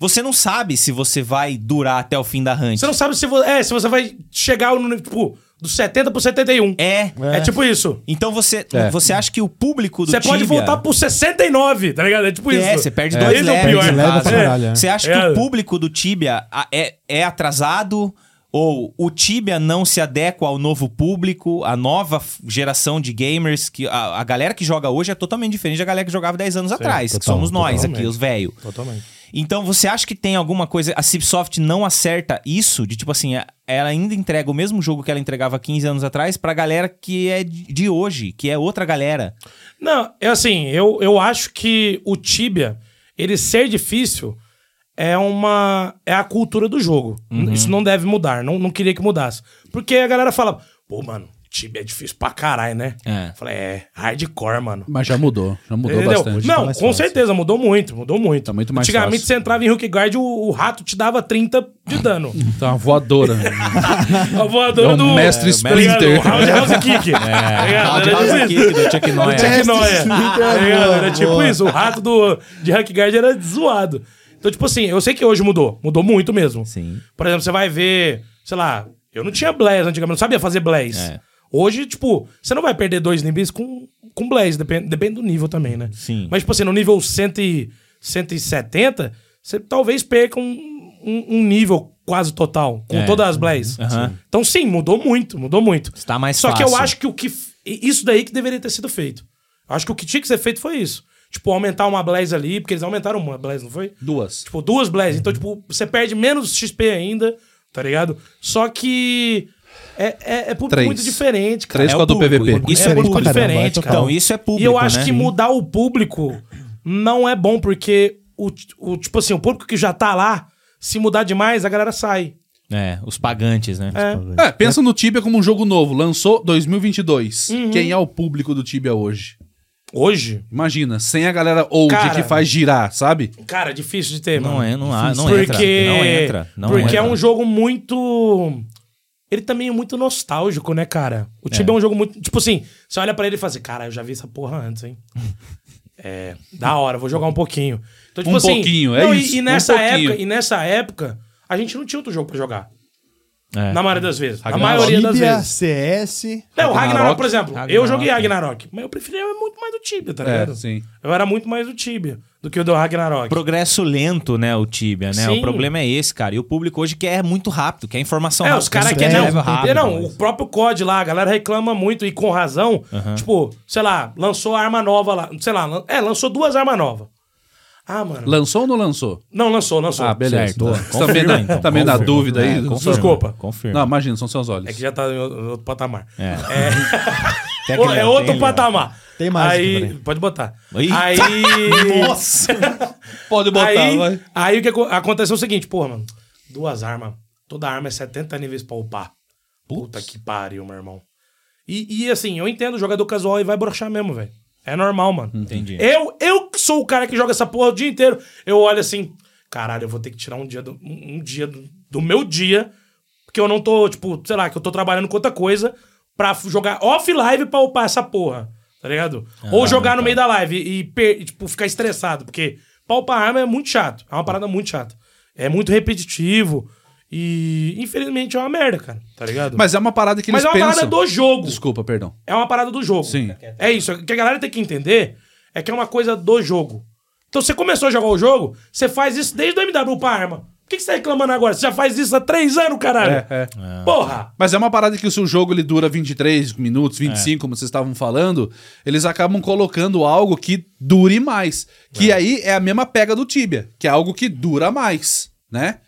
Speaker 1: você não sabe se você vai durar até o fim da hunt.
Speaker 3: Você não sabe se você, é, se você vai chegar no nível, tipo, do 70 pro 71.
Speaker 1: É.
Speaker 3: É, tipo isso.
Speaker 1: Então você, você acha que o público do
Speaker 3: É. Você
Speaker 1: Tibia...
Speaker 3: pode voltar pro 69, tá ligado? É tipo isso.
Speaker 1: É, você perde
Speaker 3: É,
Speaker 1: dois né?
Speaker 3: esse é o
Speaker 1: levels.
Speaker 3: pior.
Speaker 1: no
Speaker 4: Leva
Speaker 1: caso.
Speaker 4: pra caralho, é.
Speaker 1: Você acha
Speaker 3: É.
Speaker 1: que o público do Tibia a- é, é atrasado? Ou o Tibia não se adequa ao novo público, à nova f- geração de gamers? que A, a galera que joga hoje é totalmente diferente da galera que jogava 10 anos atrás, que
Speaker 4: total,
Speaker 1: somos nós
Speaker 3: totalmente.
Speaker 1: aqui, os velhos.
Speaker 3: Totalmente.
Speaker 1: Então você acha que tem alguma coisa. A Cipsoft não acerta isso? De tipo assim, a- ela ainda entrega o mesmo jogo que ela entregava 15 anos atrás pra galera que é de de hoje, que é outra galera.
Speaker 3: Não, é assim, eu, eu acho que o Tibia, ele ser difícil é uma. é a cultura do jogo. Isso não deve mudar, não, não queria que mudasse. Porque a galera fala, pô, mano, Tibia é difícil pra caralho, né?
Speaker 1: É.
Speaker 3: Eu Falei, é, hardcore, mano.
Speaker 2: Mas já mudou. Já mudou
Speaker 3: Entendeu?
Speaker 2: bastante.
Speaker 3: Não,
Speaker 4: tá mais
Speaker 3: com
Speaker 4: fácil.
Speaker 3: certeza, mudou muito, mudou muito.
Speaker 2: Tá muito mais
Speaker 3: Antigamente
Speaker 2: fácil.
Speaker 3: você entrava em Hook Guard, o, o rato te dava 30 de dano.
Speaker 2: Tá uma voadora.
Speaker 3: A voadora
Speaker 2: É o
Speaker 3: do.
Speaker 2: mestre
Speaker 3: tá ligado?
Speaker 2: Splinter.
Speaker 3: O Roundhouse Kick. É,
Speaker 1: Roundhouse Kick do Chuck Norris.
Speaker 3: Jack
Speaker 4: Testes,
Speaker 3: Noia.
Speaker 4: muito
Speaker 3: Tá ligado?
Speaker 4: boa,
Speaker 3: Era tipo
Speaker 4: boa.
Speaker 3: isso, o rato do, de Hack Guard era zoado. Então, tipo assim, eu sei que hoje mudou. Mudou muito mesmo.
Speaker 1: Sim.
Speaker 3: Por exemplo, você vai ver, sei lá, eu não tinha Blaze antigamente, eu não sabia fazer Blaze.
Speaker 1: É.
Speaker 3: Hoje, tipo, você não vai perder dois níveis com, com Blaze, depende, depende do nível também, né?
Speaker 1: Sim.
Speaker 3: Mas, tipo assim, no nível 100, e- 170, você talvez perca um, um, um nível quase total, com
Speaker 1: É.
Speaker 3: todas as blaze.
Speaker 1: Aham. Sim.
Speaker 3: Então, sim, mudou muito, mudou muito.
Speaker 1: Está mais
Speaker 3: Só que eu
Speaker 1: fácil.
Speaker 3: acho que o que. f- Isso daí que deveria ter sido feito. Eu acho que o que tinha que ser feito foi isso. Tipo, aumentar uma blaze ali, porque eles aumentaram uma blaze, não foi?
Speaker 2: Duas.
Speaker 3: Tipo, duas Blaze. Então, tipo, você perde menos XP ainda, tá ligado? Só que. É, é, é público
Speaker 2: Três.
Speaker 3: muito diferente, cara.
Speaker 2: Três
Speaker 1: É
Speaker 2: com a
Speaker 1: o
Speaker 2: do
Speaker 1: público,
Speaker 2: PVP.
Speaker 1: Isso
Speaker 3: é,
Speaker 1: é
Speaker 3: muito
Speaker 1: público.
Speaker 4: Caramba, é
Speaker 3: diferente,
Speaker 4: total.
Speaker 3: cara.
Speaker 1: Então, isso é público,
Speaker 3: E eu acho
Speaker 1: né?
Speaker 3: que mudar o público não é bom, porque o, o tipo assim, o público que já tá lá, se mudar demais, a galera sai.
Speaker 1: É, os pagantes, né?
Speaker 3: É.
Speaker 2: É, pensa no Tibia como um jogo novo. Lançou 2022.
Speaker 3: Uhum.
Speaker 2: Quem é o público do Tibia hoje?
Speaker 3: Hoje,
Speaker 2: Imagina, sem a galera old
Speaker 3: Cara.
Speaker 2: que faz girar, sabe?
Speaker 3: cara, difícil de ter, mano.
Speaker 1: Não é, não há, não
Speaker 3: porque,
Speaker 1: entra. Não entra. Não
Speaker 3: porque
Speaker 1: entra.
Speaker 3: é um jogo muito. Ele também é muito nostálgico, né, cara? O Tibia é. um jogo muito. Tipo assim, você olha pra ele e fala assim, cara, eu já vi essa porra antes, hein? é, da hora, vou jogar um pouquinho. Então, tipo
Speaker 2: Um
Speaker 3: assim,
Speaker 2: pouquinho, é
Speaker 3: e-
Speaker 2: isso,
Speaker 3: E,
Speaker 2: um
Speaker 3: nessa
Speaker 2: pouquinho.
Speaker 3: época, e nessa época, a gente não tinha outro jogo pra jogar.
Speaker 1: É.
Speaker 3: Na maioria das vezes. Na
Speaker 2: Ragnarok.
Speaker 3: maioria das
Speaker 4: Tibia,
Speaker 3: vezes.
Speaker 4: CS.
Speaker 3: É, o
Speaker 2: Ragnarok,
Speaker 3: Ragnarok, por exemplo. Eu
Speaker 1: Ragnarok. É,
Speaker 3: joguei Ragnarok, mas eu preferia muito mais do Tibia, tá ligado?
Speaker 2: sim.
Speaker 3: Eu era muito mais do Tibia do que o do Ragnarok.
Speaker 1: Progresso lento, né, o Tibia, né?
Speaker 3: Sim.
Speaker 1: O problema é esse, cara. E o público hoje quer muito rápido, quer informação
Speaker 3: É,
Speaker 1: rápida.
Speaker 3: os caras
Speaker 1: quer
Speaker 3: querem.
Speaker 1: level
Speaker 3: Não,
Speaker 1: rápido. né?
Speaker 3: não o próprio COD lá, a galera reclama muito e com razão. Tipo, sei lá, lançou a arma nova lá. Sei lá, lan- é, lançou duas armas novas. Ah, mano.
Speaker 2: Lançou ou não lançou?
Speaker 3: não, lançou, lançou.
Speaker 2: Ah, beleza.
Speaker 1: Certo. Confirma,
Speaker 2: também na,
Speaker 1: então,
Speaker 2: também na
Speaker 1: confirma.
Speaker 2: dúvida aí.
Speaker 1: É, confirma,
Speaker 3: Desculpa.
Speaker 1: Confirma.
Speaker 2: Não, imagina, são seus olhos.
Speaker 3: É que já tá em outro outro patamar.
Speaker 1: É.
Speaker 3: É,
Speaker 1: Tem aquele-
Speaker 3: é outro
Speaker 1: tem-
Speaker 3: patamar.
Speaker 4: Tem mais aqui,
Speaker 3: Aí,
Speaker 4: peraí.
Speaker 3: pode botar.
Speaker 1: Ih.
Speaker 3: Aí.
Speaker 2: Pode botar,
Speaker 3: aí,
Speaker 2: vai.
Speaker 3: aí o que aco- aconteceu é o seguinte, porra, mano. Duas armas. Toda arma é 70 níveis pra upar. Puta que pariu, meu irmão. E, e, assim, eu entendo, jogador casual e vai broxar mesmo, velho. É normal, mano.
Speaker 1: Entendi.
Speaker 3: Eu, eu que sou o cara que joga essa porra o dia inteiro. Eu olho assim, caralho, eu vou ter que tirar um dia do, um um dia do, do meu dia, porque eu não tô, tipo, sei lá, que eu tô trabalhando com outra coisa, pra f- jogar off-live pra upar essa porra, tá ligado?
Speaker 2: Ah,
Speaker 3: Ou jogar
Speaker 2: tá.
Speaker 3: no meio da live e, per- e, tipo, ficar estressado, porque pra upar arma é muito chato. É uma parada muito chata. É muito repetitivo e, infelizmente, é uma merda, cara, tá ligado?
Speaker 2: Mas é uma parada que eles
Speaker 3: Mas é uma
Speaker 2: pensam...
Speaker 3: parada do jogo.
Speaker 2: Desculpa, perdão.
Speaker 3: É uma parada do jogo.
Speaker 2: Sim.
Speaker 3: É isso. O que a galera tem que entender é que é uma coisa do jogo. Então você começou a jogar o jogo, você faz isso desde o MW pra arma. Por que que você tá reclamando agora? Você já faz isso há três anos, caralho.
Speaker 2: É, é.
Speaker 3: Porra!
Speaker 2: Mas é uma parada que se o jogo ele dura 23 minutos, 25, como vocês estavam falando, eles acabam colocando algo que dure mais. Que aí é a mesma pega do Tibia, que é algo que dura mais, né?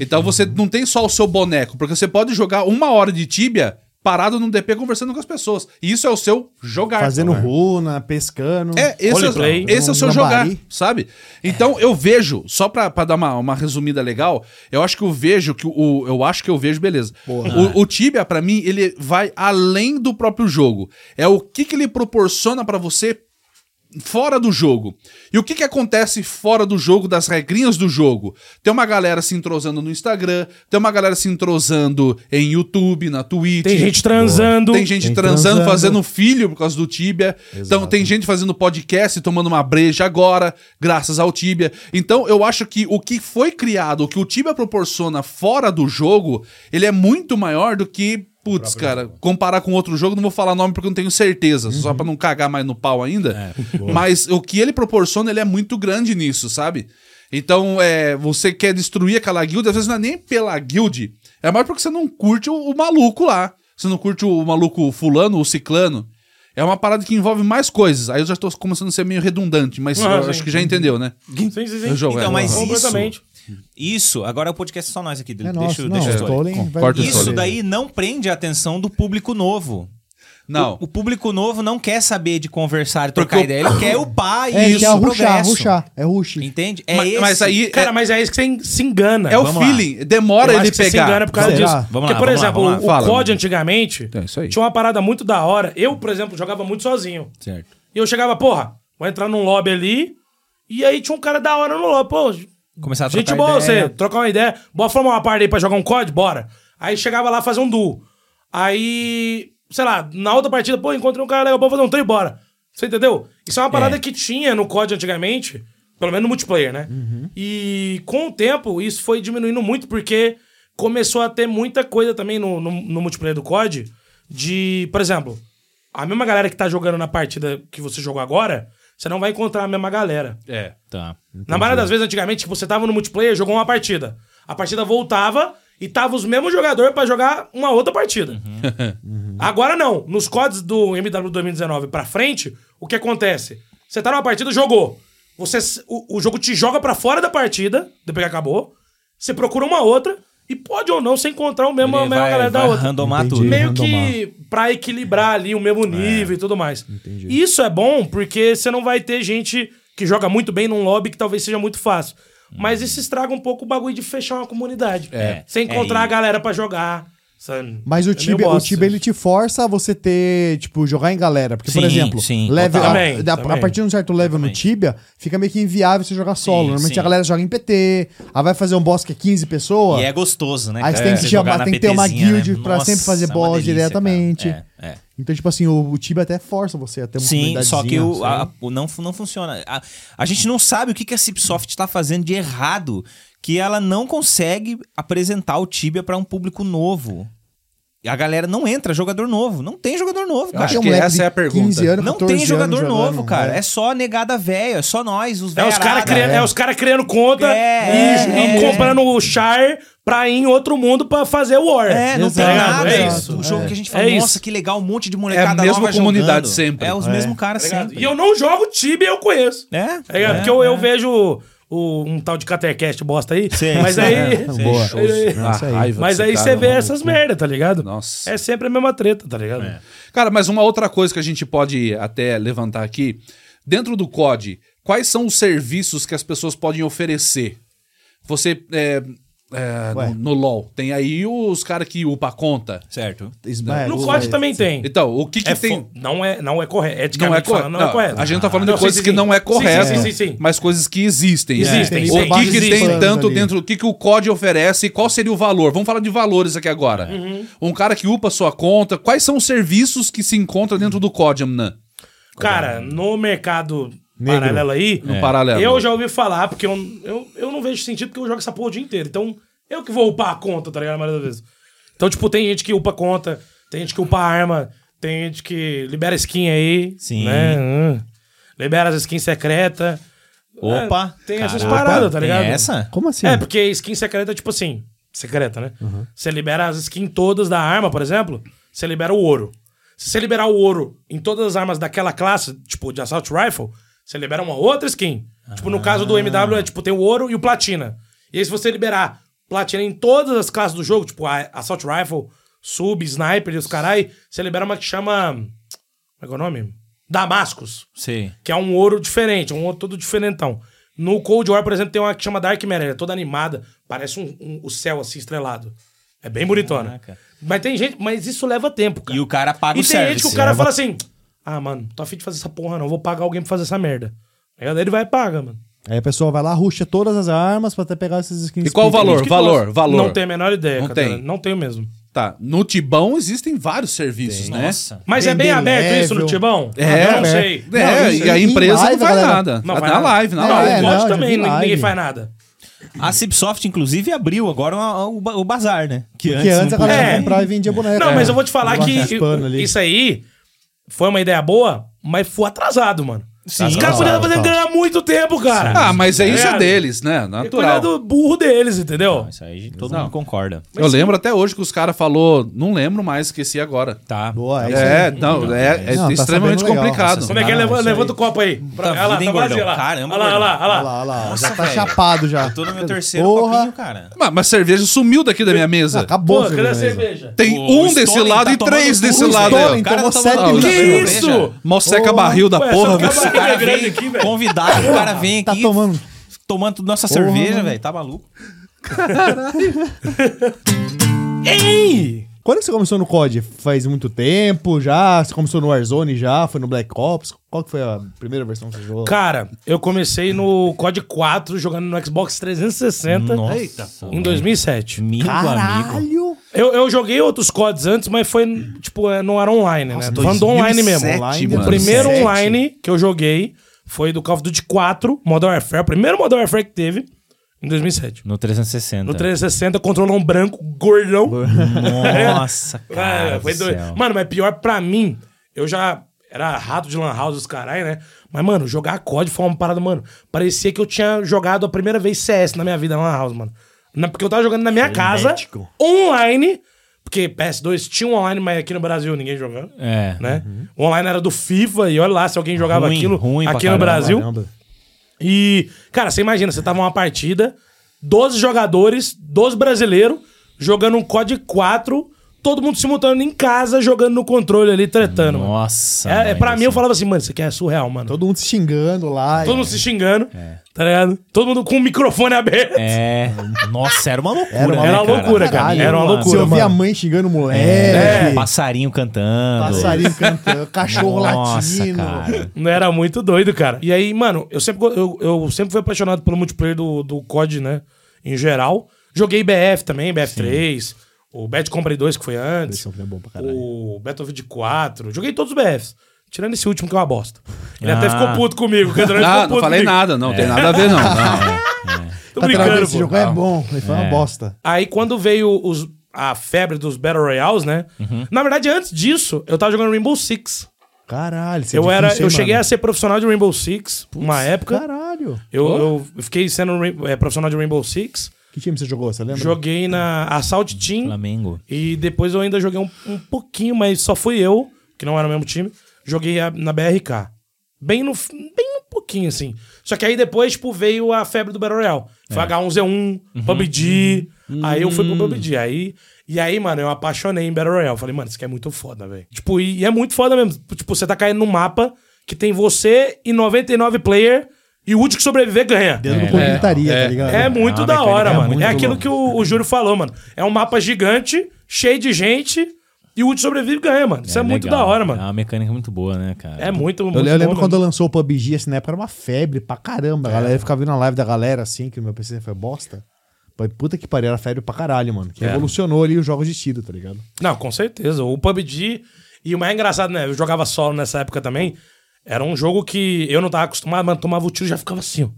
Speaker 2: Então você não tem só o seu boneco, porque você pode jogar uma hora de Tibia parado num DP conversando com as pessoas. E isso é o seu jogar.
Speaker 4: Fazendo
Speaker 2: né?
Speaker 4: runa, pescando.
Speaker 2: É, esse,
Speaker 3: Roleplay.
Speaker 2: é, esse é o seu jogar,
Speaker 4: Lambari.
Speaker 2: sabe? Então
Speaker 3: É.
Speaker 2: eu vejo, só pra, pra dar uma, uma resumida legal, eu acho que eu vejo que o- o. Eu acho que eu vejo, beleza.
Speaker 3: É.
Speaker 2: O, o Tibia, pra mim, ele vai além do próprio jogo. É o que, que ele proporciona pra você fora do jogo. E o que, que acontece fora do jogo, das regrinhas do jogo? Tem uma galera se entrosando no Instagram, tem uma galera se entrosando em YouTube, na Twitch.
Speaker 3: Tem gente transando.
Speaker 2: Tem gente
Speaker 4: Tem
Speaker 2: transando,
Speaker 4: transando.
Speaker 2: fazendo filho por causa do Tibia. Então, tem gente fazendo podcast, tomando uma breja agora, graças ao Tibia. Então, eu acho que o que foi criado, o que o Tibia proporciona fora do jogo, ele é muito maior do que. Putz, cara, comparar com outro jogo, não vou falar nome porque eu não tenho certeza, só pra não cagar mais no pau ainda. Mas o que ele proporciona, ele é muito grande nisso, sabe? Então, é, você quer destruir aquela guild, às vezes não é nem pela guild, é mais porque você não curte o, o maluco lá. Você não curte o maluco fulano ou ciclano. É uma parada que envolve mais coisas. Aí eu já tô começando a ser meio redundante, mas
Speaker 3: Ah,
Speaker 2: eu
Speaker 3: sim.
Speaker 2: acho que já entendeu, né?
Speaker 3: Sim, sim, sim.
Speaker 2: Eu jogo,
Speaker 1: Então,
Speaker 2: é,
Speaker 1: mas isso-
Speaker 3: Completamente.
Speaker 1: Isso, agora é o podcast só nós aqui.
Speaker 4: É
Speaker 1: deixa,
Speaker 4: nosso,
Speaker 1: eu-
Speaker 4: não,
Speaker 1: deixa eu
Speaker 4: o
Speaker 1: escolher.
Speaker 4: Stolen vai-
Speaker 2: Corta o
Speaker 1: Isso
Speaker 2: Stolen.
Speaker 1: daí não prende a atenção do público novo.
Speaker 2: Não.
Speaker 1: O, o público novo não quer saber de conversar e trocar
Speaker 2: Porque o-
Speaker 1: ideia. Ele quer upar e
Speaker 4: É,
Speaker 1: isso,
Speaker 4: que é ruxar,
Speaker 1: progresso.
Speaker 4: ruxar. É rush.
Speaker 1: Entende? É
Speaker 2: Ma- mas,
Speaker 1: esse.
Speaker 2: aí é,
Speaker 3: Cara, mas é isso que você en- se engana.
Speaker 2: é o
Speaker 1: vamos lá.
Speaker 2: feeling. Demora
Speaker 3: Eu acho
Speaker 2: ele
Speaker 3: que você se engana
Speaker 2: pegar.
Speaker 3: por causa
Speaker 4: Será?
Speaker 3: disso.
Speaker 4: Vamos
Speaker 1: lá,
Speaker 3: Porque, por
Speaker 1: vamos lá,
Speaker 3: exemplo,
Speaker 1: vamos lá.
Speaker 3: o
Speaker 2: Fala,
Speaker 3: COD antigamente
Speaker 2: É, isso aí.
Speaker 3: tinha uma parada muito da hora. Eu, por exemplo, jogava muito sozinho.
Speaker 2: Certo.
Speaker 3: E eu chegava, porra, vou entrar num lobby ali. E aí tinha um cara da hora no lobby. Pô,
Speaker 1: Começar a
Speaker 3: Gente
Speaker 1: trocar
Speaker 3: boa,
Speaker 1: ideia.
Speaker 3: você trocar uma ideia. Bora formar uma party aí pra jogar um COD? Bora. Aí chegava lá fazer um duo. Aí, sei lá, na outra partida, pô, encontrei um cara legal, bora fazer um trio, bora. Você entendeu? Isso é uma parada
Speaker 1: É.
Speaker 3: que tinha no COD antigamente, pelo menos no multiplayer, né? E com o tempo, isso foi diminuindo muito, porque começou a ter muita coisa também no, no, no multiplayer do COD. De, por exemplo, a mesma galera que tá jogando na partida que você jogou agora, você não vai encontrar a mesma galera.
Speaker 2: É.
Speaker 1: Tá.
Speaker 3: Na maioria das vezes, antigamente, tipo, você tava no multiplayer, jogou uma partida. A partida voltava e tava os mesmos jogadores pra jogar uma outra partida.
Speaker 1: Uhum.
Speaker 3: Agora não. Nos CODs do MW 2019 pra frente, o que acontece? Você tá numa partida, jogou. Você, o, o jogo te joga pra fora da partida, depois que acabou. Você procura uma outra e pode ou não você encontrar o mesmo, a
Speaker 1: Ele
Speaker 3: mesma
Speaker 1: vai,
Speaker 3: galera da
Speaker 1: vai
Speaker 3: outra
Speaker 1: randomar
Speaker 4: Entendi.
Speaker 1: tudo.
Speaker 4: Meio-
Speaker 3: meio que pra equilibrar ali o mesmo
Speaker 4: É,
Speaker 3: nível e tudo mais. Isso é bom porque você não vai ter gente que joga muito bem num lobby que talvez seja muito fácil. Mas isso estraga um pouco o bagulho de fechar uma comunidade.
Speaker 1: É.
Speaker 3: Você encontrar
Speaker 1: É, e-
Speaker 3: a galera pra jogar. sabe?
Speaker 4: Mas
Speaker 3: É
Speaker 4: o
Speaker 3: meio
Speaker 4: Tibia, o
Speaker 3: bosta.
Speaker 4: Tibia ele te força a você ter, tipo, jogar em galera. Porque, por
Speaker 1: Sim,
Speaker 4: exemplo,
Speaker 1: sim,
Speaker 4: level, a,
Speaker 1: total.
Speaker 3: Também,
Speaker 4: da-
Speaker 3: também.
Speaker 4: a partir de um certo level no Tibia, fica meio que inviável você jogar solo. Normalmente
Speaker 1: sim.
Speaker 4: a galera joga em PT, aí vai fazer um boss que é 15 pessoas.
Speaker 1: E é gostoso, né?
Speaker 4: Aí você
Speaker 1: cara?
Speaker 4: tem que
Speaker 1: jogar
Speaker 4: chamar-
Speaker 1: na
Speaker 4: tem que ter uma
Speaker 1: PTzinha,
Speaker 4: guild pra sempre fazer
Speaker 1: é uma
Speaker 4: boss
Speaker 1: delícia,
Speaker 4: diretamente.
Speaker 1: cara. É, é.
Speaker 4: Então, tipo assim, o, o Tibia até força você a ter uma assim.
Speaker 1: Sim, só que o,
Speaker 4: comunidadezinha,
Speaker 1: a- o não, fu- não funciona. A, a gente não sabe o que, que a Cipsoft tá fazendo de errado, que ela não consegue apresentar o Tibia pra um público novo. E a galera não entra, jogador novo. Não tem jogador novo, cara.
Speaker 2: acho
Speaker 4: Tem um
Speaker 2: que
Speaker 4: moleque
Speaker 2: essa
Speaker 4: de
Speaker 2: é a pergunta.
Speaker 4: 15 anos,
Speaker 1: Não
Speaker 4: 14
Speaker 1: tem
Speaker 4: anos
Speaker 1: jogador
Speaker 4: jogando,
Speaker 1: novo, cara.
Speaker 4: né?
Speaker 1: É só negada velha, é só nós, os
Speaker 3: É
Speaker 1: velhos.
Speaker 3: os caras criando, é. os cara criando conta
Speaker 1: É,
Speaker 3: e,
Speaker 1: é,
Speaker 3: e comprando o Char pra ir em outro mundo pra fazer o War.
Speaker 1: É, não tem
Speaker 4: Exato,
Speaker 1: nada.
Speaker 3: É
Speaker 4: exato.
Speaker 3: isso.
Speaker 1: O jogo
Speaker 4: é.
Speaker 1: que a gente fala,
Speaker 3: É isso.
Speaker 1: nossa, que legal, um monte de molecada
Speaker 2: mesma
Speaker 1: nova
Speaker 2: comunidade
Speaker 1: jogando.
Speaker 2: sempre.
Speaker 1: É os
Speaker 4: É.
Speaker 1: mesmos caras sempre.
Speaker 3: tá E eu não jogo Tibia, eu conheço.
Speaker 1: É?
Speaker 3: Tá ligado?
Speaker 1: é,
Speaker 3: Porque eu, eu
Speaker 1: é.
Speaker 3: vejo o- um tal de Catercast bosta aí.
Speaker 1: Sim,
Speaker 3: mas
Speaker 1: sim.
Speaker 3: aí.
Speaker 1: É.
Speaker 4: Boa.
Speaker 3: Ele-
Speaker 4: Não, isso aí.
Speaker 3: Mas aí você vê essas merda, tá ligado?
Speaker 2: Nossa.
Speaker 3: É sempre a mesma treta, tá ligado?
Speaker 2: É. Cara, mas uma outra coisa que a gente pode até levantar aqui, dentro do COD, quais são os serviços que as pessoas podem oferecer? Você, é, é,
Speaker 4: Ué.
Speaker 2: no, no LoL, tem aí os caras que upa a conta.
Speaker 1: Certo.
Speaker 4: Ismael,
Speaker 3: no
Speaker 4: ué,
Speaker 3: COD também tem.
Speaker 2: Então, o que que
Speaker 3: É
Speaker 2: tem...
Speaker 3: fo- não, é, não é correto.
Speaker 2: Não é,
Speaker 3: Eticamente
Speaker 2: correto.
Speaker 3: falando, não é correto.
Speaker 2: A gente tá falando
Speaker 3: Não,
Speaker 2: de coisas
Speaker 3: sim,
Speaker 2: que
Speaker 3: sim.
Speaker 2: não é correto,
Speaker 3: Sim, sim, sim. sim.
Speaker 2: mas coisas que existem. né?
Speaker 3: Existem,
Speaker 2: O que, que
Speaker 3: existem.
Speaker 2: tem
Speaker 4: Planos
Speaker 2: tanto
Speaker 4: ali.
Speaker 2: dentro? O que, que o COD oferece e qual seria o valor? Vamos falar de valores aqui agora.
Speaker 3: Uhum.
Speaker 2: Um cara que upa sua conta, quais são os serviços que se encontram dentro do COD, Amnan?
Speaker 3: Cara, no mercado
Speaker 4: Negro.
Speaker 3: paralelo aí.
Speaker 2: No paralelo.
Speaker 3: Eu já ouvi falar, porque eu, eu, eu não vejo sentido porque eu jogo essa porra o dia inteiro. Então, eu que vou upar a conta, tá ligado? A maioria das vezes. Então, tipo, tem gente que upa a conta, tem gente que upa a arma, tem gente que libera skin aí.
Speaker 1: Sim.
Speaker 3: Né? Hum. Libera as skins secretas.
Speaker 1: Opa.
Speaker 3: É, tem essas
Speaker 1: caraca,
Speaker 3: paradas, tá
Speaker 1: tem
Speaker 3: ligado?
Speaker 1: essa?
Speaker 4: Como assim? Uhum.
Speaker 3: É, porque skin secreta é tipo assim, secreta, né? Você libera as skins todas da arma, por exemplo, você libera o ouro. Se você liberar o ouro em todas as armas daquela classe, tipo de Assault Rifle, você libera uma outra skin. Tipo, no caso do MW, é tipo, tem o ouro e o platina. E aí, se você liberar platina em todas as classes do jogo, tipo a Assault Rifle, Sub, Sniper e os carai, você libera uma que chama. Como é que é o nome? Damascus
Speaker 1: Sim.
Speaker 3: que é um ouro diferente, um ouro todo diferentão. No Cold War, por exemplo, tem uma que chama Dark Matter, ela é toda animada, parece um, um- o céu assim estrelado. É bem bonitona.
Speaker 1: Caraca.
Speaker 3: Mas tem gente, mas isso leva tempo, cara.
Speaker 1: E o cara paga
Speaker 3: E
Speaker 1: o
Speaker 3: tem
Speaker 1: service.
Speaker 3: gente que o
Speaker 2: né?
Speaker 3: cara fala assim: "Ah, mano, tô afim de fazer essa porra não, vou pagar alguém pra fazer essa merda". Aí ele vai e paga, mano.
Speaker 4: Aí a pessoa vai lá, ruxa todas as armas pra até pegar essas skins.
Speaker 2: E qual o
Speaker 4: que tem.
Speaker 2: valor?
Speaker 3: Que
Speaker 2: Valor,
Speaker 3: gosta.
Speaker 2: valor.
Speaker 3: Não tenho a menor ideia,
Speaker 2: Não
Speaker 3: cara.
Speaker 2: tem.
Speaker 3: Não tenho mesmo.
Speaker 2: Tá, no Tibão existem vários serviços, né?
Speaker 1: Nossa.
Speaker 3: Mas é
Speaker 4: Tem
Speaker 3: bem
Speaker 4: de
Speaker 3: aberto
Speaker 4: level.
Speaker 3: isso no Tibão?
Speaker 2: É,
Speaker 3: eu não
Speaker 4: é.
Speaker 3: sei.
Speaker 2: É,
Speaker 4: Não, isso
Speaker 2: e a
Speaker 4: aí,
Speaker 2: empresa
Speaker 4: live,
Speaker 2: não faz
Speaker 4: galera.
Speaker 2: nada.
Speaker 3: Não,
Speaker 2: Na-
Speaker 3: vai
Speaker 2: na
Speaker 3: lá.
Speaker 2: live, na
Speaker 3: Não,
Speaker 2: live.
Speaker 4: é,
Speaker 3: o COD
Speaker 4: não,
Speaker 3: também,
Speaker 4: de
Speaker 3: ninguém
Speaker 4: live.
Speaker 3: faz nada.
Speaker 1: A Cipsoft, inclusive, abriu agora uma- o, ba- o bazar, né? Que
Speaker 4: Porque antes a
Speaker 1: não
Speaker 4: galera
Speaker 3: podia.
Speaker 4: comprava e vendia boneco.
Speaker 3: Não,
Speaker 4: É.
Speaker 3: mas eu vou te falar
Speaker 4: Bota
Speaker 3: que
Speaker 4: uns pano ali.
Speaker 3: isso aí foi uma ideia boa, mas foi atrasado, mano.
Speaker 1: Sim.
Speaker 3: Os caras
Speaker 4: Atrasado,
Speaker 3: podiam fazer ganhar muito tempo, cara. Tá
Speaker 2: Ah, mas é isso é
Speaker 3: ligado?
Speaker 2: deles, né?
Speaker 3: É cuidar
Speaker 2: Natural.
Speaker 3: do burro deles, entendeu?
Speaker 1: Isso é aí todo mundo concorda.
Speaker 2: Eu lembro até hoje que os caras falou, não lembro mais, esqueci agora.
Speaker 1: Tá.
Speaker 4: Boa, é, isso aí.
Speaker 2: É, não, é, é
Speaker 4: Não, tá
Speaker 2: extremamente
Speaker 4: sabendo legal.
Speaker 2: complicado.
Speaker 3: Como é que é?
Speaker 4: Caralho,
Speaker 3: Leva-
Speaker 4: isso aí.
Speaker 3: Levanta o copo aí. Pra-
Speaker 1: Tá
Speaker 3: Olha lá,
Speaker 1: vida,
Speaker 3: tá
Speaker 1: hein,
Speaker 3: vazio,
Speaker 1: gordão?
Speaker 3: olha lá.
Speaker 1: Caramba,
Speaker 3: Olha lá,
Speaker 1: gordão.
Speaker 3: olha lá,
Speaker 4: Olha
Speaker 3: olha
Speaker 4: lá,
Speaker 3: lá.
Speaker 4: olha lá.
Speaker 1: Nossa,
Speaker 4: já tá
Speaker 1: velho.
Speaker 4: chapado já.
Speaker 1: Eu tô no meu
Speaker 3: um
Speaker 1: terceiro
Speaker 4: Porra.
Speaker 1: copinho, cara.
Speaker 2: Mas, mas cerveja sumiu daqui da minha mesa.
Speaker 4: Acabou
Speaker 3: Pô,
Speaker 4: a
Speaker 3: cadê a
Speaker 4: sobremesa.
Speaker 3: cerveja?
Speaker 2: Tem
Speaker 1: O- o
Speaker 2: um desse
Speaker 1: Stolen
Speaker 2: lado
Speaker 1: tá
Speaker 2: e
Speaker 1: tomando
Speaker 2: três desse
Speaker 1: cu,
Speaker 2: lado.
Speaker 4: Stolen
Speaker 2: ó.
Speaker 1: cara
Speaker 4: tomou
Speaker 1: tá
Speaker 4: sete
Speaker 1: tomando
Speaker 4: minutos.
Speaker 1: cerveja.
Speaker 2: Que isso? Mó seca
Speaker 4: Ô,
Speaker 2: barril da
Speaker 3: ué,
Speaker 2: porra.
Speaker 3: só que
Speaker 2: velho.
Speaker 3: acaba-
Speaker 1: O cara
Speaker 3: Barriga grande
Speaker 1: vem
Speaker 3: aqui, velho.
Speaker 1: convidado, o cara vem
Speaker 4: Tá
Speaker 1: aqui
Speaker 4: tomando.
Speaker 1: tomando nossa
Speaker 4: Porra,
Speaker 1: cerveja,
Speaker 4: mano.
Speaker 1: velho. Tá maluco?
Speaker 3: Ei!
Speaker 4: Quando que você começou no COD? Faz muito tempo já? Você começou no Warzone já? Foi no Black Ops? Qual que foi a primeira versão que você jogou?
Speaker 3: Cara, eu comecei no COD 4 jogando no Xbox 360
Speaker 1: Eita,
Speaker 3: em 2007.
Speaker 1: Amigo, amigo.
Speaker 3: Eu, eu joguei outros CODs antes, mas foi, tipo, é, não era online, né? Tô falando online mesmo.
Speaker 2: 2007,
Speaker 3: Online,
Speaker 2: mano.
Speaker 3: O primeiro
Speaker 4: 2007.
Speaker 3: online que eu joguei foi do Call of Duty 4, Modern Warfare. O primeiro Modern Warfare que teve, em 2007.
Speaker 1: No 360.
Speaker 3: No 360, controlou um branco, gordão.
Speaker 1: Nossa, cara.
Speaker 3: Ah, foi
Speaker 1: do
Speaker 3: doido.
Speaker 1: céu.
Speaker 3: Mano, mas pior pra mim, eu já era rato de lan house, os caralho, né? Mas, mano, jogar COD foi uma parada, mano. Parecia que eu tinha jogado a primeira vez CS na minha vida na lan house, mano. Na- porque eu tava jogando na minha casa,
Speaker 4: Frenético.
Speaker 3: online, porque PS2 tinha um online, mas aqui no Brasil ninguém jogando.
Speaker 1: É.
Speaker 3: Né? O online era do FIFA, e olha lá se alguém jogava
Speaker 1: Ruim,
Speaker 3: aquilo
Speaker 1: ruim pra
Speaker 3: aqui no
Speaker 1: caramba, né?
Speaker 3: Brasil.
Speaker 4: Caramba.
Speaker 3: E, cara, você imagina, você tava numa partida, 12 jogadores, 12 brasileiros, jogando um COD 4, todo mundo simultâneo em casa, jogando no controle ali, tretando. mano.
Speaker 1: Nossa.
Speaker 3: É, é,
Speaker 1: mãe
Speaker 3: pra
Speaker 1: do
Speaker 3: mim, eu
Speaker 1: céu.
Speaker 3: falava assim, mano, isso aqui é surreal, mano. Todo,
Speaker 4: Todo mundo se xingando lá.
Speaker 3: mundo se xingando, tá ligado? Todo mundo com o microfone aberto.
Speaker 1: É. Nossa, era uma loucura.
Speaker 4: Era
Speaker 1: né,
Speaker 4: uma
Speaker 3: loucura, cara. Era uma
Speaker 4: Você
Speaker 3: loucura,
Speaker 4: ouvia a
Speaker 3: mano.
Speaker 4: mãe xingando o
Speaker 1: É,
Speaker 4: moleque,
Speaker 1: passarinho cantando.
Speaker 4: passarinho cantando, cachorro
Speaker 1: Nossa,
Speaker 4: latino.
Speaker 1: cara.
Speaker 3: Não era muito doido, cara. E aí, mano, eu sempre, go- eu, eu sempre fui apaixonado pelo multiplayer do, do COD, né? Em geral. Joguei BF também, BF3. O Bad Company 2, que foi antes.
Speaker 4: Company é bom pra caralho.
Speaker 3: o Battlefield 4. Joguei todos os BFs. Tirando esse último, que é uma bosta. Ele
Speaker 1: Ah.
Speaker 3: até ficou puto comigo. O Cadrão ficou
Speaker 2: Ah,
Speaker 3: puto É.
Speaker 2: não falei
Speaker 3: comigo.
Speaker 2: nada, não. Tem nada a ver, não. não.
Speaker 3: Tô
Speaker 4: Tá
Speaker 3: brincando,
Speaker 4: travando,
Speaker 3: pô.
Speaker 4: esse jogo é bom, ele foi uma bosta.
Speaker 3: Aí quando veio os- a febre dos Battle Royales, né? Na verdade, antes disso, eu tava jogando Rainbow Six.
Speaker 4: Caralho, isso é
Speaker 3: Eu, era,
Speaker 4: difícil,
Speaker 3: eu
Speaker 4: hein,
Speaker 3: cheguei a
Speaker 4: mano?
Speaker 3: ser profissional de Rainbow Six, uma época.
Speaker 4: Caralho.
Speaker 3: Eu, eu fiquei sendo Rain- é, profissional de Rainbow Six.
Speaker 4: Que time você jogou, você lembra?
Speaker 3: Joguei na Assault Team.
Speaker 1: Flamengo.
Speaker 3: E depois eu ainda joguei um, um pouquinho, mas só fui eu, que não era o mesmo time, joguei a- na BRK. Bem no. f- Bem um pouquinho, assim. Só que aí depois, tipo, veio a febre do Battle Royale. Foi H1Z1, PUBG. Aí eu fui pro PUBG. Aí. E aí, mano, eu apaixonei em Battle Royale. Falei, mano, isso aqui é muito foda, velho. Tipo, e, e é muito foda mesmo. Tipo, você tá caindo num mapa que tem você e 99 player e o último que sobreviver ganha.
Speaker 4: Dentro do Corinthians,
Speaker 2: é.
Speaker 4: tá ligado?
Speaker 3: É muito
Speaker 1: uma
Speaker 3: da
Speaker 1: mecânica
Speaker 3: hora, mano.
Speaker 1: muito
Speaker 3: É aquilo
Speaker 1: louca.
Speaker 3: que o, o Júlio falou, mano. É um mapa gigante, cheio de gente, e o último sobrevive e ganha, mano. Isso é, muito
Speaker 1: legal.
Speaker 3: da hora,
Speaker 1: É
Speaker 3: mano.
Speaker 1: uma mecânica muito boa, né, cara?
Speaker 3: É muito, muito
Speaker 4: Eu, eu
Speaker 3: bom, É.
Speaker 4: lembro
Speaker 3: mano.
Speaker 4: quando lançou o PUBG, assim, na época era uma febre pra caramba. A galera ficava vendo a live da galera, assim, que o meu PC foi bosta. Foi puta que pariu, era febre pra caralho, mano.
Speaker 3: É.
Speaker 4: Que revolucionou ali os jogos de tiro, tá ligado?
Speaker 3: Não, com certeza. O PUBG... E o mais engraçado, né? Eu jogava solo nessa época também. Era um jogo que eu não tava acostumado, mano. Tomava o tiro e já ficava assim, ó.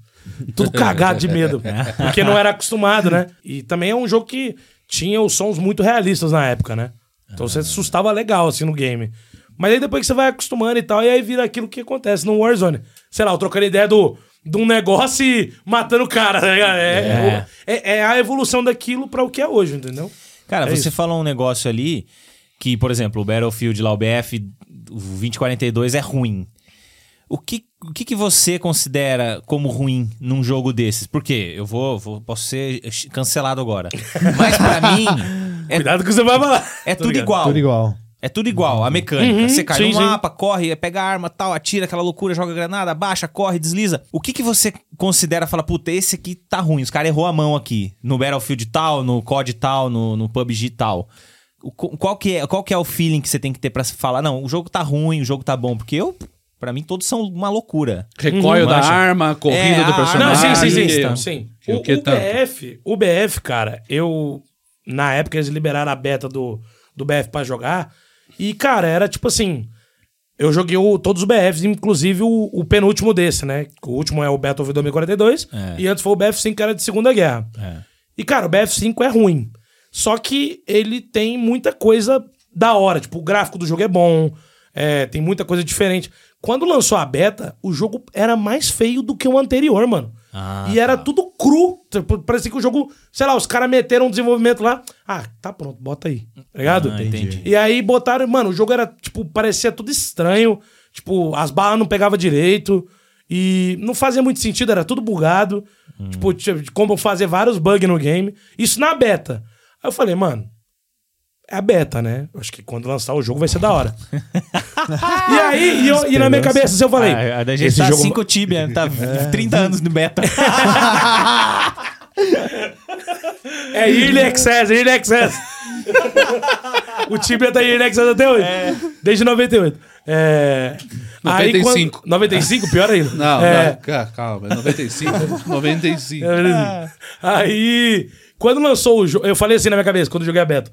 Speaker 3: Tudo cagado de medo. Porque não era acostumado, né? E também é um jogo que tinha os sons muito realistas na época, né? Então você se assustava legal, assim, no game. Mas aí depois que você vai acostumando e tal, e aí vira aquilo que acontece no Warzone. Sei lá, eu trocando ideia do, de um negócio e matando o cara, tá ligado? É, é- é a evolução daquilo pra o que é hoje, entendeu?
Speaker 1: Cara,
Speaker 3: É
Speaker 1: você falou um negócio ali que, por exemplo, o Battlefield lá, o BF, o 2042 é ruim. O que, o que, que você considera como ruim num jogo desses? Porque eu vou, vou posso ser ch- cancelado agora. Mas pra mim é,
Speaker 3: Cuidado com o que você vai falar.
Speaker 1: é tudo igual.
Speaker 4: Tudo igual.
Speaker 1: É tudo igual, a mecânica.
Speaker 3: Uhum,
Speaker 1: você cai
Speaker 3: sim,
Speaker 1: no
Speaker 3: sim.
Speaker 1: mapa, corre, pega a arma, tal, atira aquela loucura, joga granada, abaixa, corre, desliza. O que que você considera, fala, puta, esse aqui tá ruim, os caras errou a mão aqui, no Battlefield tal, no COD tal, no, no PUBG tal. O co- Qual que, é, qual que é o feeling que você tem que ter pra se falar, não, o jogo tá ruim, o jogo tá bom, porque eu, pra mim, todos são uma loucura.
Speaker 2: Recoil da
Speaker 1: Mancha.
Speaker 2: arma, a corrida
Speaker 1: É, a
Speaker 2: do
Speaker 1: arma-
Speaker 2: personagem.
Speaker 3: Não, sim, sim, sim.
Speaker 1: Então,
Speaker 3: sim.
Speaker 2: o
Speaker 3: O,
Speaker 2: que tá.
Speaker 3: o é.
Speaker 2: tanto?
Speaker 3: BF, o BF, cara, eu. Na época eles liberaram a beta do, do BF pra jogar. E, cara, era tipo assim. Eu joguei o- todos os BFs, inclusive o, o penúltimo desse, né? O último é o Battlefield 2042.
Speaker 1: É.
Speaker 3: E antes foi o BF5, que era de Segunda Guerra.
Speaker 1: É.
Speaker 3: E, cara, o BF5 é ruim. Só que ele tem muita coisa da hora. Tipo, o gráfico do jogo é bom. é, tem muita coisa diferente. Quando lançou a beta, o jogo era mais feio do que o anterior, mano.
Speaker 1: Ah,
Speaker 3: e era tudo cru. Tipo, Parecia que o jogo, sei lá, os caras meteram um desenvolvimento lá. Ah, tá pronto, bota aí. Tá Ligado?
Speaker 1: Ah, entendi.
Speaker 3: E aí botaram, mano, o jogo era, tipo, parecia tudo estranho. Tipo, as balas não pegava direito. E não fazia muito sentido, era tudo bugado. Tipo, tinha de como fazer vários bugs no game. Isso na beta. Aí eu falei, mano, é a beta, né? Acho que quando lançar o jogo vai ser da hora. e aí, e, eu- e na minha cabeça assim, eu falei.
Speaker 1: Ah, a gente
Speaker 3: esse
Speaker 1: tá
Speaker 3: jogo-
Speaker 1: 5 tibia, tá 30 anos no beta.
Speaker 3: É Early Access, Early Access. o Tibia tá em Early Access até hoje. Desde 98. É... Aí,
Speaker 2: 95.
Speaker 3: quando- 95, pior ainda.
Speaker 2: Não,
Speaker 3: É,
Speaker 2: não, ca- calma, 95, 95.
Speaker 3: Aí, quando lançou o jogo, eu falei assim na minha cabeça, quando eu joguei a beta,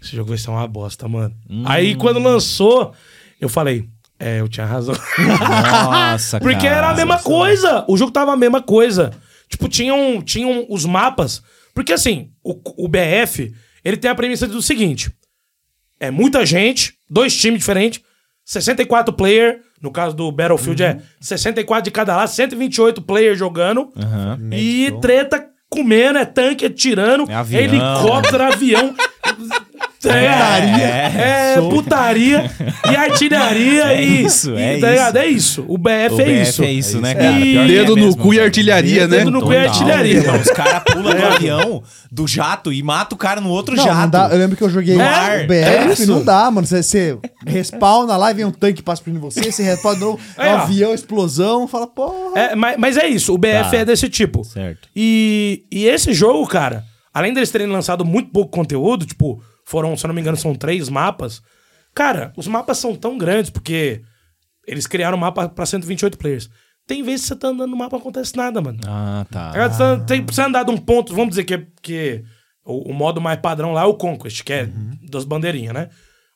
Speaker 3: esse jogo vai ser uma bosta, mano.
Speaker 1: Hum.
Speaker 3: Aí, quando lançou, eu falei, é, eu tinha razão.
Speaker 1: Nossa,
Speaker 3: Porque
Speaker 1: cara.
Speaker 3: era a mesma coisa. O jogo tava a mesma coisa. Tipo, tinham, tinham os mapas. Porque assim, o, o BF, ele tem a premissa do seguinte: é muita gente, dois times diferentes, 64 player. No caso do
Speaker 1: Uhum.
Speaker 3: Battlefield é 64 de cada lado, 128 player jogando.
Speaker 1: Aham.
Speaker 3: E treta comendo, é tanque, é tirando,
Speaker 1: É
Speaker 3: é,
Speaker 1: avião.
Speaker 3: helicóptero, avião. É, é,
Speaker 4: Sou.
Speaker 3: putaria e artilharia
Speaker 1: É
Speaker 3: e.
Speaker 1: isso,
Speaker 3: e,
Speaker 1: é
Speaker 3: tá
Speaker 1: isso.
Speaker 3: ligado? É isso. O BF,
Speaker 1: O
Speaker 3: é,
Speaker 1: BF
Speaker 3: isso.
Speaker 1: é isso, né,
Speaker 3: É
Speaker 1: cara?
Speaker 3: isso.
Speaker 1: Pior que
Speaker 2: Dedo
Speaker 1: é
Speaker 2: no
Speaker 1: mesmo,
Speaker 2: cu e
Speaker 1: cara.
Speaker 2: artilharia, né?
Speaker 3: Dedo no cu e
Speaker 1: Total,
Speaker 3: artilharia.
Speaker 1: irmão. Os caras pulam do avião, do jato, e matam o cara no outro
Speaker 4: É. Não,
Speaker 1: jato.
Speaker 4: não dá. Eu lembro que eu joguei
Speaker 3: É,
Speaker 4: o BF,
Speaker 3: é isso.
Speaker 4: não dá, mano. Você- Você respawna lá e vem um tanque passa por cima de você, você respawna de novo,
Speaker 3: Aí,
Speaker 4: é um
Speaker 3: ó.
Speaker 4: avião, explosão, fala, porra.
Speaker 3: É, mas, mas é isso, o BF
Speaker 1: Tá.
Speaker 3: é desse tipo.
Speaker 1: Certo.
Speaker 3: E, e esse jogo, cara, além deles terem lançado muito pouco conteúdo, tipo, foram, se eu não me engano, são três mapas. Cara, os mapas são tão grandes porque eles criaram um mapa pra 128 players. Tem vezes que você tá andando no mapa e não acontece nada, mano.
Speaker 1: Ah,
Speaker 4: É,
Speaker 1: tá.
Speaker 3: Agora, você, tá- tem, precisa andar de um ponto, vamos dizer que, é- que o, o modo mais padrão lá é o Conquest, que é das bandeirinhas, né?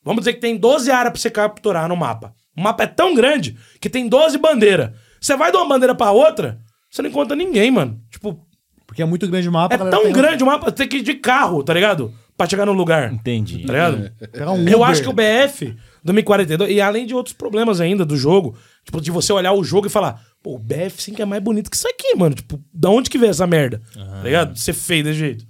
Speaker 3: Vamos dizer que tem 12 áreas pra você capturar no mapa. O mapa é tão grande que tem 12 bandeiras. Você vai de uma bandeira pra outra, você não encontra ninguém, mano. Tipo,
Speaker 4: Porque é muito grande o mapa.
Speaker 3: é
Speaker 4: a galera um
Speaker 3: tão
Speaker 4: pega-
Speaker 3: grande o mapa, você tem que ir de carro, tá ligado? Pra chegar no lugar.
Speaker 1: Entendi.
Speaker 3: Tá ligado?
Speaker 4: Pegar um
Speaker 3: Eu
Speaker 4: Uber.
Speaker 3: acho que o BF 2042, e além de outros problemas ainda do jogo, tipo, de você olhar o jogo e falar, pô, o BF 5 é mais bonito que isso aqui, mano. Tipo, da onde que veio essa merda?
Speaker 2: Ah.
Speaker 3: Tá ligado? Você feio desse jeito.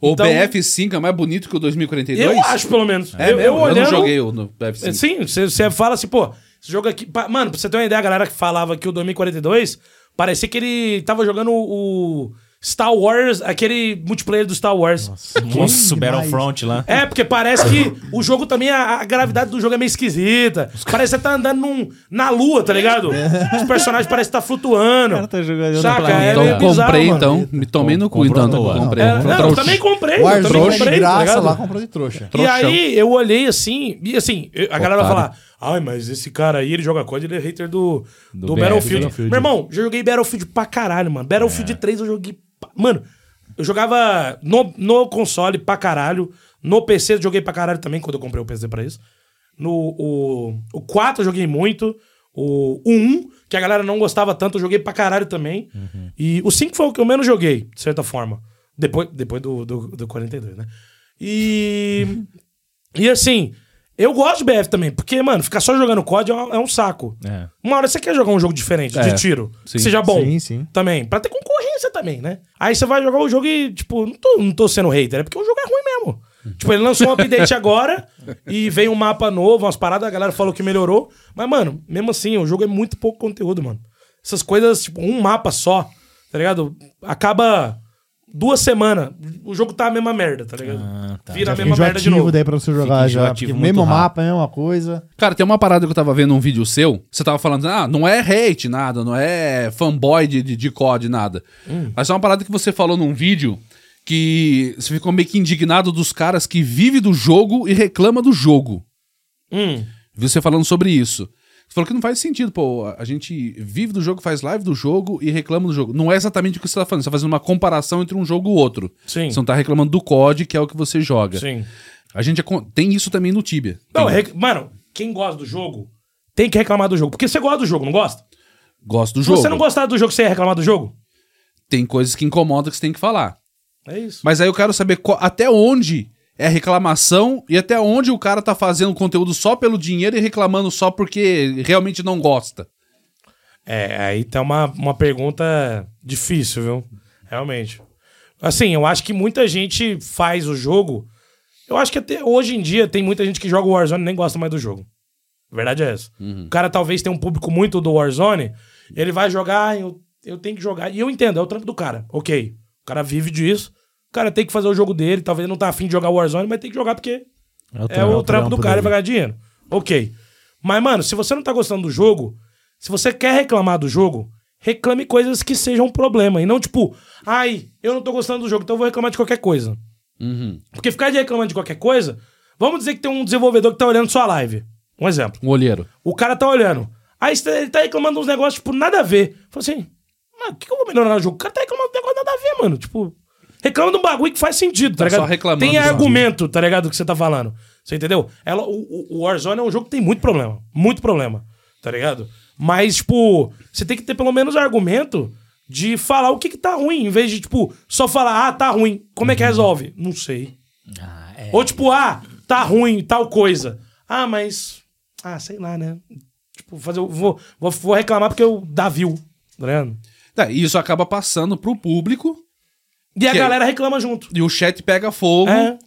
Speaker 2: O
Speaker 3: Então-
Speaker 2: BF5 é mais bonito que o 2042?
Speaker 3: Eu acho, pelo menos.
Speaker 2: É
Speaker 3: eu,
Speaker 2: mesmo?
Speaker 3: eu olhando. eh,
Speaker 2: não joguei o no BF5.
Speaker 3: Sim, você- você fala assim, pô, esse jogo aqui. pa- Mano, pra você ter uma ideia, a galera que falava que o 2042 parecia que ele tava jogando o Star Wars, aquele multiplayer do Star Wars.
Speaker 1: Nossa, o Battlefront lá.
Speaker 3: É, porque parece que o jogo também, a, a gravidade do jogo é meio esquisita. Parece que você tá andando num- na lua, tá ligado? Os personagens parecem estar flutuando.
Speaker 1: É. O cara tá jogando no
Speaker 3: Saca?
Speaker 1: planeta.
Speaker 3: É
Speaker 2: Então
Speaker 3: meio
Speaker 2: comprei,
Speaker 3: bizarro, mano.
Speaker 2: então. Me tomei no cu,
Speaker 1: Comprou
Speaker 2: então.
Speaker 1: à toa.
Speaker 2: Comprei.
Speaker 3: É, não, eu
Speaker 2: Trouxa.
Speaker 3: também comprei,
Speaker 4: O
Speaker 3: eu também
Speaker 4: Warzone
Speaker 3: comprei,
Speaker 4: de
Speaker 3: tá
Speaker 4: graça
Speaker 3: ligado?
Speaker 4: lá, comprou de trouxa.
Speaker 3: E
Speaker 2: Trouxão.
Speaker 3: aí eu olhei assim, e assim, eu- a galera vai
Speaker 2: Otário.
Speaker 3: falar: ai, mas esse cara aí, ele joga COD, ele é hater do, do,
Speaker 1: BF,
Speaker 3: Battlefield.
Speaker 1: Battlefield.
Speaker 3: Meu irmão, já joguei Battlefield pra caralho, mano. Battlefield 3 eu joguei. pra- Mano, eu jogava no, no console pra caralho. No PC eu joguei pra caralho também, quando eu comprei o PC pra isso. No, o, o 4 eu joguei muito. O, o 1, que a galera não gostava tanto, eu joguei pra caralho também. E o 5 foi o que eu menos joguei, de certa forma. Depois, depois do, do, do 42, né? E. E assim, eu gosto de BF também, porque, mano, ficar só jogando COD é um, é um saco.
Speaker 1: É.
Speaker 3: Uma hora você quer jogar um jogo diferente,
Speaker 2: É,
Speaker 3: de tiro,
Speaker 2: sim.
Speaker 3: que seja bom.
Speaker 4: Sim, sim.
Speaker 3: Também, pra ter concorrência também, né? Aí você vai jogar o jogo e, tipo, não tô, não tô sendo hater, é porque o jogo é ruim mesmo. Tipo, ele lançou um update agora e veio um mapa novo, umas paradas, a galera falou que melhorou. Mas, mano, mesmo assim, o jogo é muito pouco conteúdo, mano. Essas coisas, tipo, um mapa só, tá ligado? Acaba duas semanas, o jogo tá a mesma merda, tá ligado?
Speaker 1: Ah, tá.
Speaker 3: Vira a
Speaker 4: Fica
Speaker 3: mesma merda de
Speaker 4: enjoativo
Speaker 3: novo.
Speaker 4: daí pra você jogar já.
Speaker 1: enjoativo
Speaker 4: porque
Speaker 1: muito
Speaker 4: Mesmo
Speaker 1: rápido.
Speaker 4: mapa, mesma coisa.
Speaker 2: Cara, tem uma parada que eu tava vendo um vídeo seu. Você tava falando, ah, não é hate, nada, não é fanboy de, de, de COD, nada.
Speaker 3: Hum.
Speaker 2: Mas é uma parada que você falou num vídeo que você ficou meio que indignado dos caras que vive do jogo e reclama do jogo.
Speaker 3: Hum.
Speaker 2: Viu você falando sobre isso. Você falou que não faz sentido, pô. A gente vive do jogo, faz live do jogo e reclama do jogo. Não é exatamente o que você tá falando, você tá fazendo uma comparação entre um jogo e outro.
Speaker 3: Sim.
Speaker 2: Você não tá reclamando do COD, que é o que você joga.
Speaker 3: Sim.
Speaker 2: A gente é con- tem isso também no Tibia.
Speaker 3: Não,
Speaker 2: Tem-
Speaker 3: é rec- mano, quem gosta do jogo tem que reclamar do jogo. Porque você gosta do jogo, não gosta?
Speaker 2: Gosto do
Speaker 3: Se
Speaker 2: jogo.
Speaker 3: você não gostar do jogo, você ia reclamar do jogo?
Speaker 2: tem coisas que incomodam que você tem que falar.
Speaker 3: É isso.
Speaker 2: Mas aí eu quero saber qual- até onde é reclamação e até onde o cara tá fazendo conteúdo só pelo dinheiro e reclamando só porque realmente não gosta.
Speaker 3: É, aí tá uma, uma pergunta difícil, viu? Realmente. Assim, eu acho que muita gente faz o jogo. Eu acho que até hoje em dia tem muita gente que joga o Warzone e nem gosta mais do jogo. A verdade é essa. O cara talvez tenha um público muito do Warzone, ele vai jogar, "Ah, eu, eu tenho que jogar. E eu entendo, é o trampo do cara. Ok. O cara vive disso. O cara tem que fazer o jogo dele, talvez não tá afim de jogar o Warzone, mas tem que jogar porque é o trampo do cara e vai ganhar dinheiro. Ok. Mas, mano, se você não tá gostando do jogo, se você quer reclamar do jogo, reclame coisas que sejam um problema. E não tipo, ai, eu não tô gostando do jogo, então eu vou reclamar de qualquer coisa. Porque ficar de reclamando de qualquer coisa, vamos dizer que tem um desenvolvedor que tá olhando sua live. Um exemplo.
Speaker 2: Um olheiro.
Speaker 3: O cara tá olhando. Aí cê- ele tá reclamando uns negócios, tipo, nada a ver. Fala assim, mas o que, que eu vou melhorar no jogo? O cara tá reclamando de um negócio nada a ver, mano. Tipo, reclama de um bagulho que faz sentido, tá
Speaker 2: Tá só
Speaker 3: ligado?
Speaker 2: reclamando,
Speaker 3: tem
Speaker 2: sabe?
Speaker 3: argumento, tá ligado? Que você tá falando. Você entendeu? Ela, o- o, o Warzone é um jogo que tem muito problema. Muito problema, tá ligado? Mas, tipo, você tem que ter pelo menos argumento de falar o que que tá ruim, em vez de, tipo, só falar, ah, tá ruim. Como
Speaker 2: Uhum.
Speaker 3: é que resolve? Não sei. Ou tipo, ah, tá ruim, tal coisa. Ah, mas. Ah, sei lá, né? Tipo, fazer, o- vou, vou, vou reclamar porque eu dá view. Tá ligado?
Speaker 2: Tá, e isso acaba passando pro público
Speaker 3: E a
Speaker 2: Que-
Speaker 3: galera reclama junto.
Speaker 2: E o chat pega fogo.
Speaker 3: É.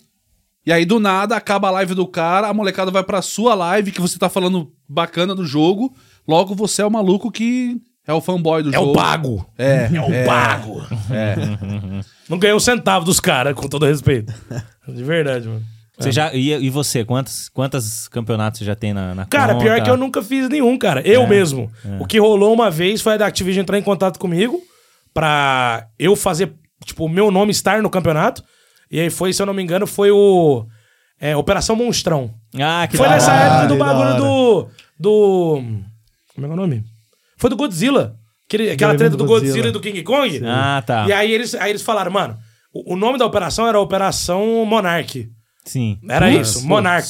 Speaker 2: E aí, do nada, acaba a live do cara, a molecada vai pra sua live que você tá falando bacana do jogo. Logo, você é o maluco que é o fanboy do
Speaker 3: É
Speaker 2: jogo.
Speaker 3: o pago.
Speaker 2: É,
Speaker 3: É o pago. Não ganhei um centavo dos caras, com todo respeito. De verdade, mano.
Speaker 1: Você já, e, e você, quantos, quantos campeonatos você já tem na, na
Speaker 3: Cara,
Speaker 1: conta?
Speaker 3: pior que eu nunca fiz nenhum, cara. Eu mesmo. O que rolou uma vez foi a da Activision entrar em contato comigo pra eu fazer, tipo, o meu nome estar no campeonato. E aí foi, se eu não me engano, foi o. é, Operação Monstrão.
Speaker 1: Ah, que
Speaker 3: foi
Speaker 1: da
Speaker 3: nessa
Speaker 1: hora.
Speaker 3: época do
Speaker 4: que da
Speaker 3: bagulho
Speaker 4: hora.
Speaker 3: do. Do. Como é que é o nome? Foi do Godzilla. Aquele- aquela
Speaker 4: Guerra
Speaker 3: treta
Speaker 4: do
Speaker 3: do Godzilla
Speaker 4: Godzilla
Speaker 3: e do King Kong.
Speaker 1: Ah, tá.
Speaker 3: E aí eles, aí eles falaram, mano, o, o nome da operação era Operação Monarch.
Speaker 1: Sim.
Speaker 3: Era
Speaker 2: Putz,
Speaker 3: isso, Monarch.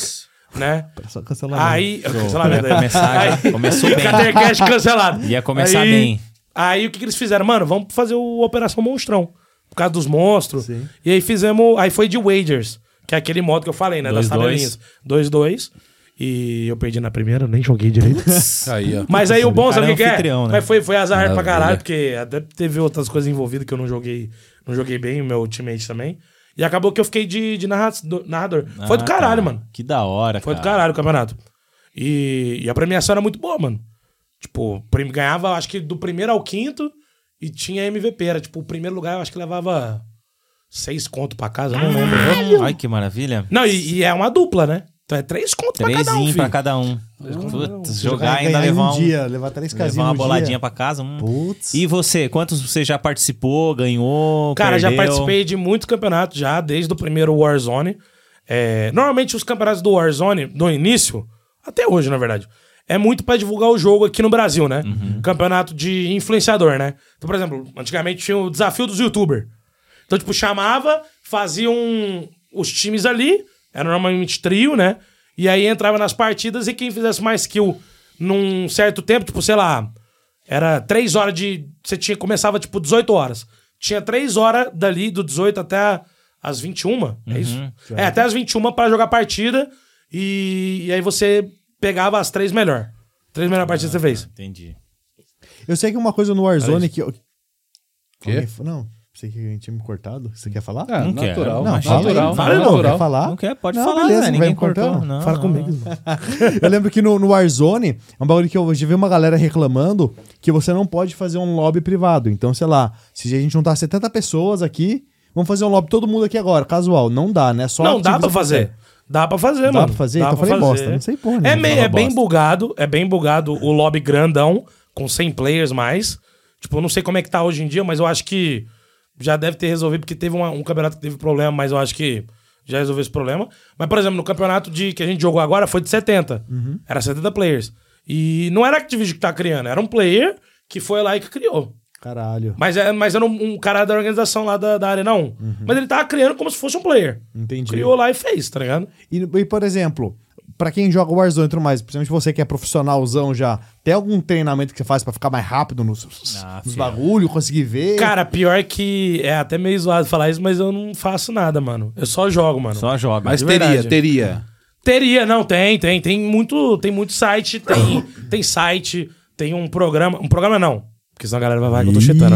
Speaker 3: Né?
Speaker 4: É Só cancelar.
Speaker 3: Aí. Cancelamento.
Speaker 1: Ia começar-
Speaker 3: aí,
Speaker 1: começou bem.
Speaker 3: Catercast cancelado.
Speaker 1: Ia começar
Speaker 3: Aí-
Speaker 1: bem.
Speaker 3: Aí o que, que eles fizeram? Mano, vamos fazer o Operação Monstrão. Por causa dos monstros.
Speaker 4: Sim.
Speaker 3: E aí fizemos. Aí foi de Wagers, que é aquele modo que eu falei, né?
Speaker 1: Dois,
Speaker 3: das tabelinhas. 2-2. E eu perdi na primeira, nem joguei direito.
Speaker 2: Aí, ó.
Speaker 3: Mas aí o bom, sabe
Speaker 1: Cara,
Speaker 3: o que
Speaker 1: é
Speaker 3: que é?
Speaker 1: anfitrião, né?
Speaker 3: Mas foi, foi azar pra
Speaker 2: Maravilha.
Speaker 3: caralho, porque até teve outras coisas envolvidas que eu não joguei, não joguei bem, o meu teammate também. E acabou que eu fiquei de, de narra- do- narrador. foi do
Speaker 1: Ah, tá.
Speaker 3: caralho, mano.
Speaker 1: Que da hora,
Speaker 3: Foi do
Speaker 1: cara.
Speaker 3: caralho o campeonato. E, e a premiação era muito boa, mano. Tipo, prim- ganhava, acho que do primeiro ao quinto e tinha MVP. Era tipo, o primeiro lugar eu acho que levava seis conto pra casa, eu não lembro. né?
Speaker 1: Ai, que maravilha.
Speaker 3: Não, e, e é uma dupla, né? Então é três conto pra cada um.
Speaker 1: Trezinho
Speaker 3: filho.
Speaker 1: pra cada um. Putz, jogar
Speaker 4: Ganhar
Speaker 1: ainda
Speaker 4: em
Speaker 1: levar
Speaker 4: um
Speaker 1: um.
Speaker 4: dia, levar três casinhas
Speaker 1: Levar uma
Speaker 4: um dia.
Speaker 1: boladinha pra casa. hum.
Speaker 4: Putz.
Speaker 1: E você, quantos você já participou, ganhou?
Speaker 3: Cara, já
Speaker 1: perdeu?
Speaker 3: participei de muitos campeonatos já, desde o primeiro Warzone. É, normalmente os campeonatos do Warzone, do início, até hoje, na verdade, é muito pra divulgar o jogo aqui no Brasil, né? Campeonato de influenciador, né? Então, por exemplo, antigamente tinha o desafio dos youtubers. Então, tipo, chamava, fazia um, os times ali, era normalmente trio, né? E aí entrava nas partidas e quem fizesse mais kill num certo tempo, tipo, sei lá, era três horas de. Você tinha, começava, tipo, 18 horas. Tinha três horas dali, do 18 até a- as 21. É isso? É, até as 21 pra jogar partida. E, e aí você pegava as três melhor. Três melhores partidas que você fez.
Speaker 1: Entendi.
Speaker 4: Eu sei que uma coisa no Warzone que... eu-
Speaker 2: Quê?
Speaker 4: Alguém fa- Não, sei que a gente tinha me cortado. Você quer falar?
Speaker 2: Ah,
Speaker 1: Não quero.
Speaker 2: natural.
Speaker 1: Não, é
Speaker 4: fala aí,
Speaker 2: natural.
Speaker 4: fala aí, não,
Speaker 2: natural.
Speaker 4: quer falar?
Speaker 1: Não quer? Pode
Speaker 4: Não,
Speaker 1: falar,
Speaker 4: beleza,
Speaker 1: né?
Speaker 4: não vai
Speaker 1: Ninguém
Speaker 4: me cortando.
Speaker 1: cortou. Não,
Speaker 3: Fala
Speaker 1: não,
Speaker 3: comigo,
Speaker 1: não.
Speaker 3: mano.
Speaker 4: Eu lembro que no, no Warzone, é um bagulho que eu já vi uma galera reclamando que você não pode fazer um lobby privado. Então, sei lá, se a gente juntar 70 pessoas aqui, vamos fazer um lobby todo mundo aqui agora, casual. Não dá, né? Só
Speaker 3: não, dá pra
Speaker 4: ativista-
Speaker 3: fazer. Dá pra fazer,
Speaker 4: Dá
Speaker 3: mano.
Speaker 4: pra fazer? Então eu falei bosta, não sei porra
Speaker 3: É,
Speaker 4: nenhuma,
Speaker 3: meio,
Speaker 4: fala
Speaker 3: é bem
Speaker 4: bosta.
Speaker 3: bugado, é bem bugado o lobby grandão, com 100 players mais. Tipo, eu não sei como é que tá hoje em dia, mas eu acho que já deve ter resolvido, porque teve uma- um campeonato que teve problema, mas eu acho que já resolveu esse problema. Mas, por exemplo, no campeonato de, que a gente jogou agora foi de 70.
Speaker 4: Uhum.
Speaker 3: Era 70 players. E não era a Activision que tá criando, era um player que foi lá e que criou.
Speaker 4: Caralho.
Speaker 3: Mas, é, mas era um, um cara da organização lá da, da Arena 1. Mas ele tava criando como se fosse um player.
Speaker 4: Entendi.
Speaker 3: Criou lá e fez, tá ligado?
Speaker 4: E, e, por exemplo, pra quem joga Warzone e tudo mais, principalmente você que é profissionalzão já, tem algum treinamento que você faz pra ficar mais rápido nos,
Speaker 1: Ah,
Speaker 4: nos
Speaker 1: filho.
Speaker 4: bagulho, conseguir ver?
Speaker 3: Cara, pior que é até meio zoado falar isso, mas eu não faço nada, mano. Eu só jogo, mano.
Speaker 1: Só joga.
Speaker 2: Mas
Speaker 1: De
Speaker 2: teria,
Speaker 1: verdade.
Speaker 2: teria.
Speaker 3: Teria, não, tem, tem, tem muito, tem muito site, tem, tem site, tem um programa, um programa não, porque senão a galera vai falar que eu tô chetando.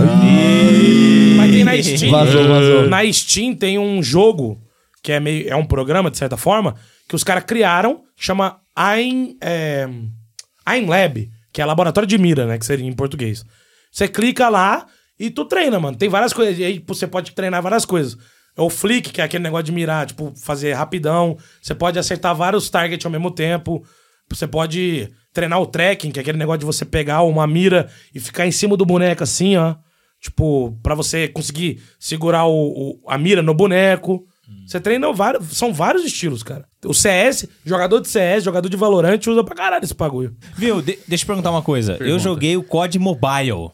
Speaker 3: Mas tem na Steam.
Speaker 4: Vazou, vazou.
Speaker 3: Na Steam tem um jogo que é meio é um programa de certa forma que os caras criaram, chama AIM, é, AIM Lab, que é laboratório de mira, né, que seria em português. Você clica lá e tu treina, mano. Tem várias coisas, e aí pô, você pode treinar várias coisas. É o flick, que é aquele negócio de mirar, tipo, fazer rapidão. Você pode acertar vários targets ao mesmo tempo. Você pode treinar o tracking, que é aquele negócio de você pegar uma mira e ficar em cima do boneco assim, ó. Tipo, pra você conseguir segurar o, o- a mira no boneco. Você treina vários. São vários estilos, cara. O CS, jogador de CS, jogador de Valorant, usa pra caralho esse bagulho.
Speaker 1: Viu, de- deixa eu perguntar uma coisa. Eu joguei o COD Mobile.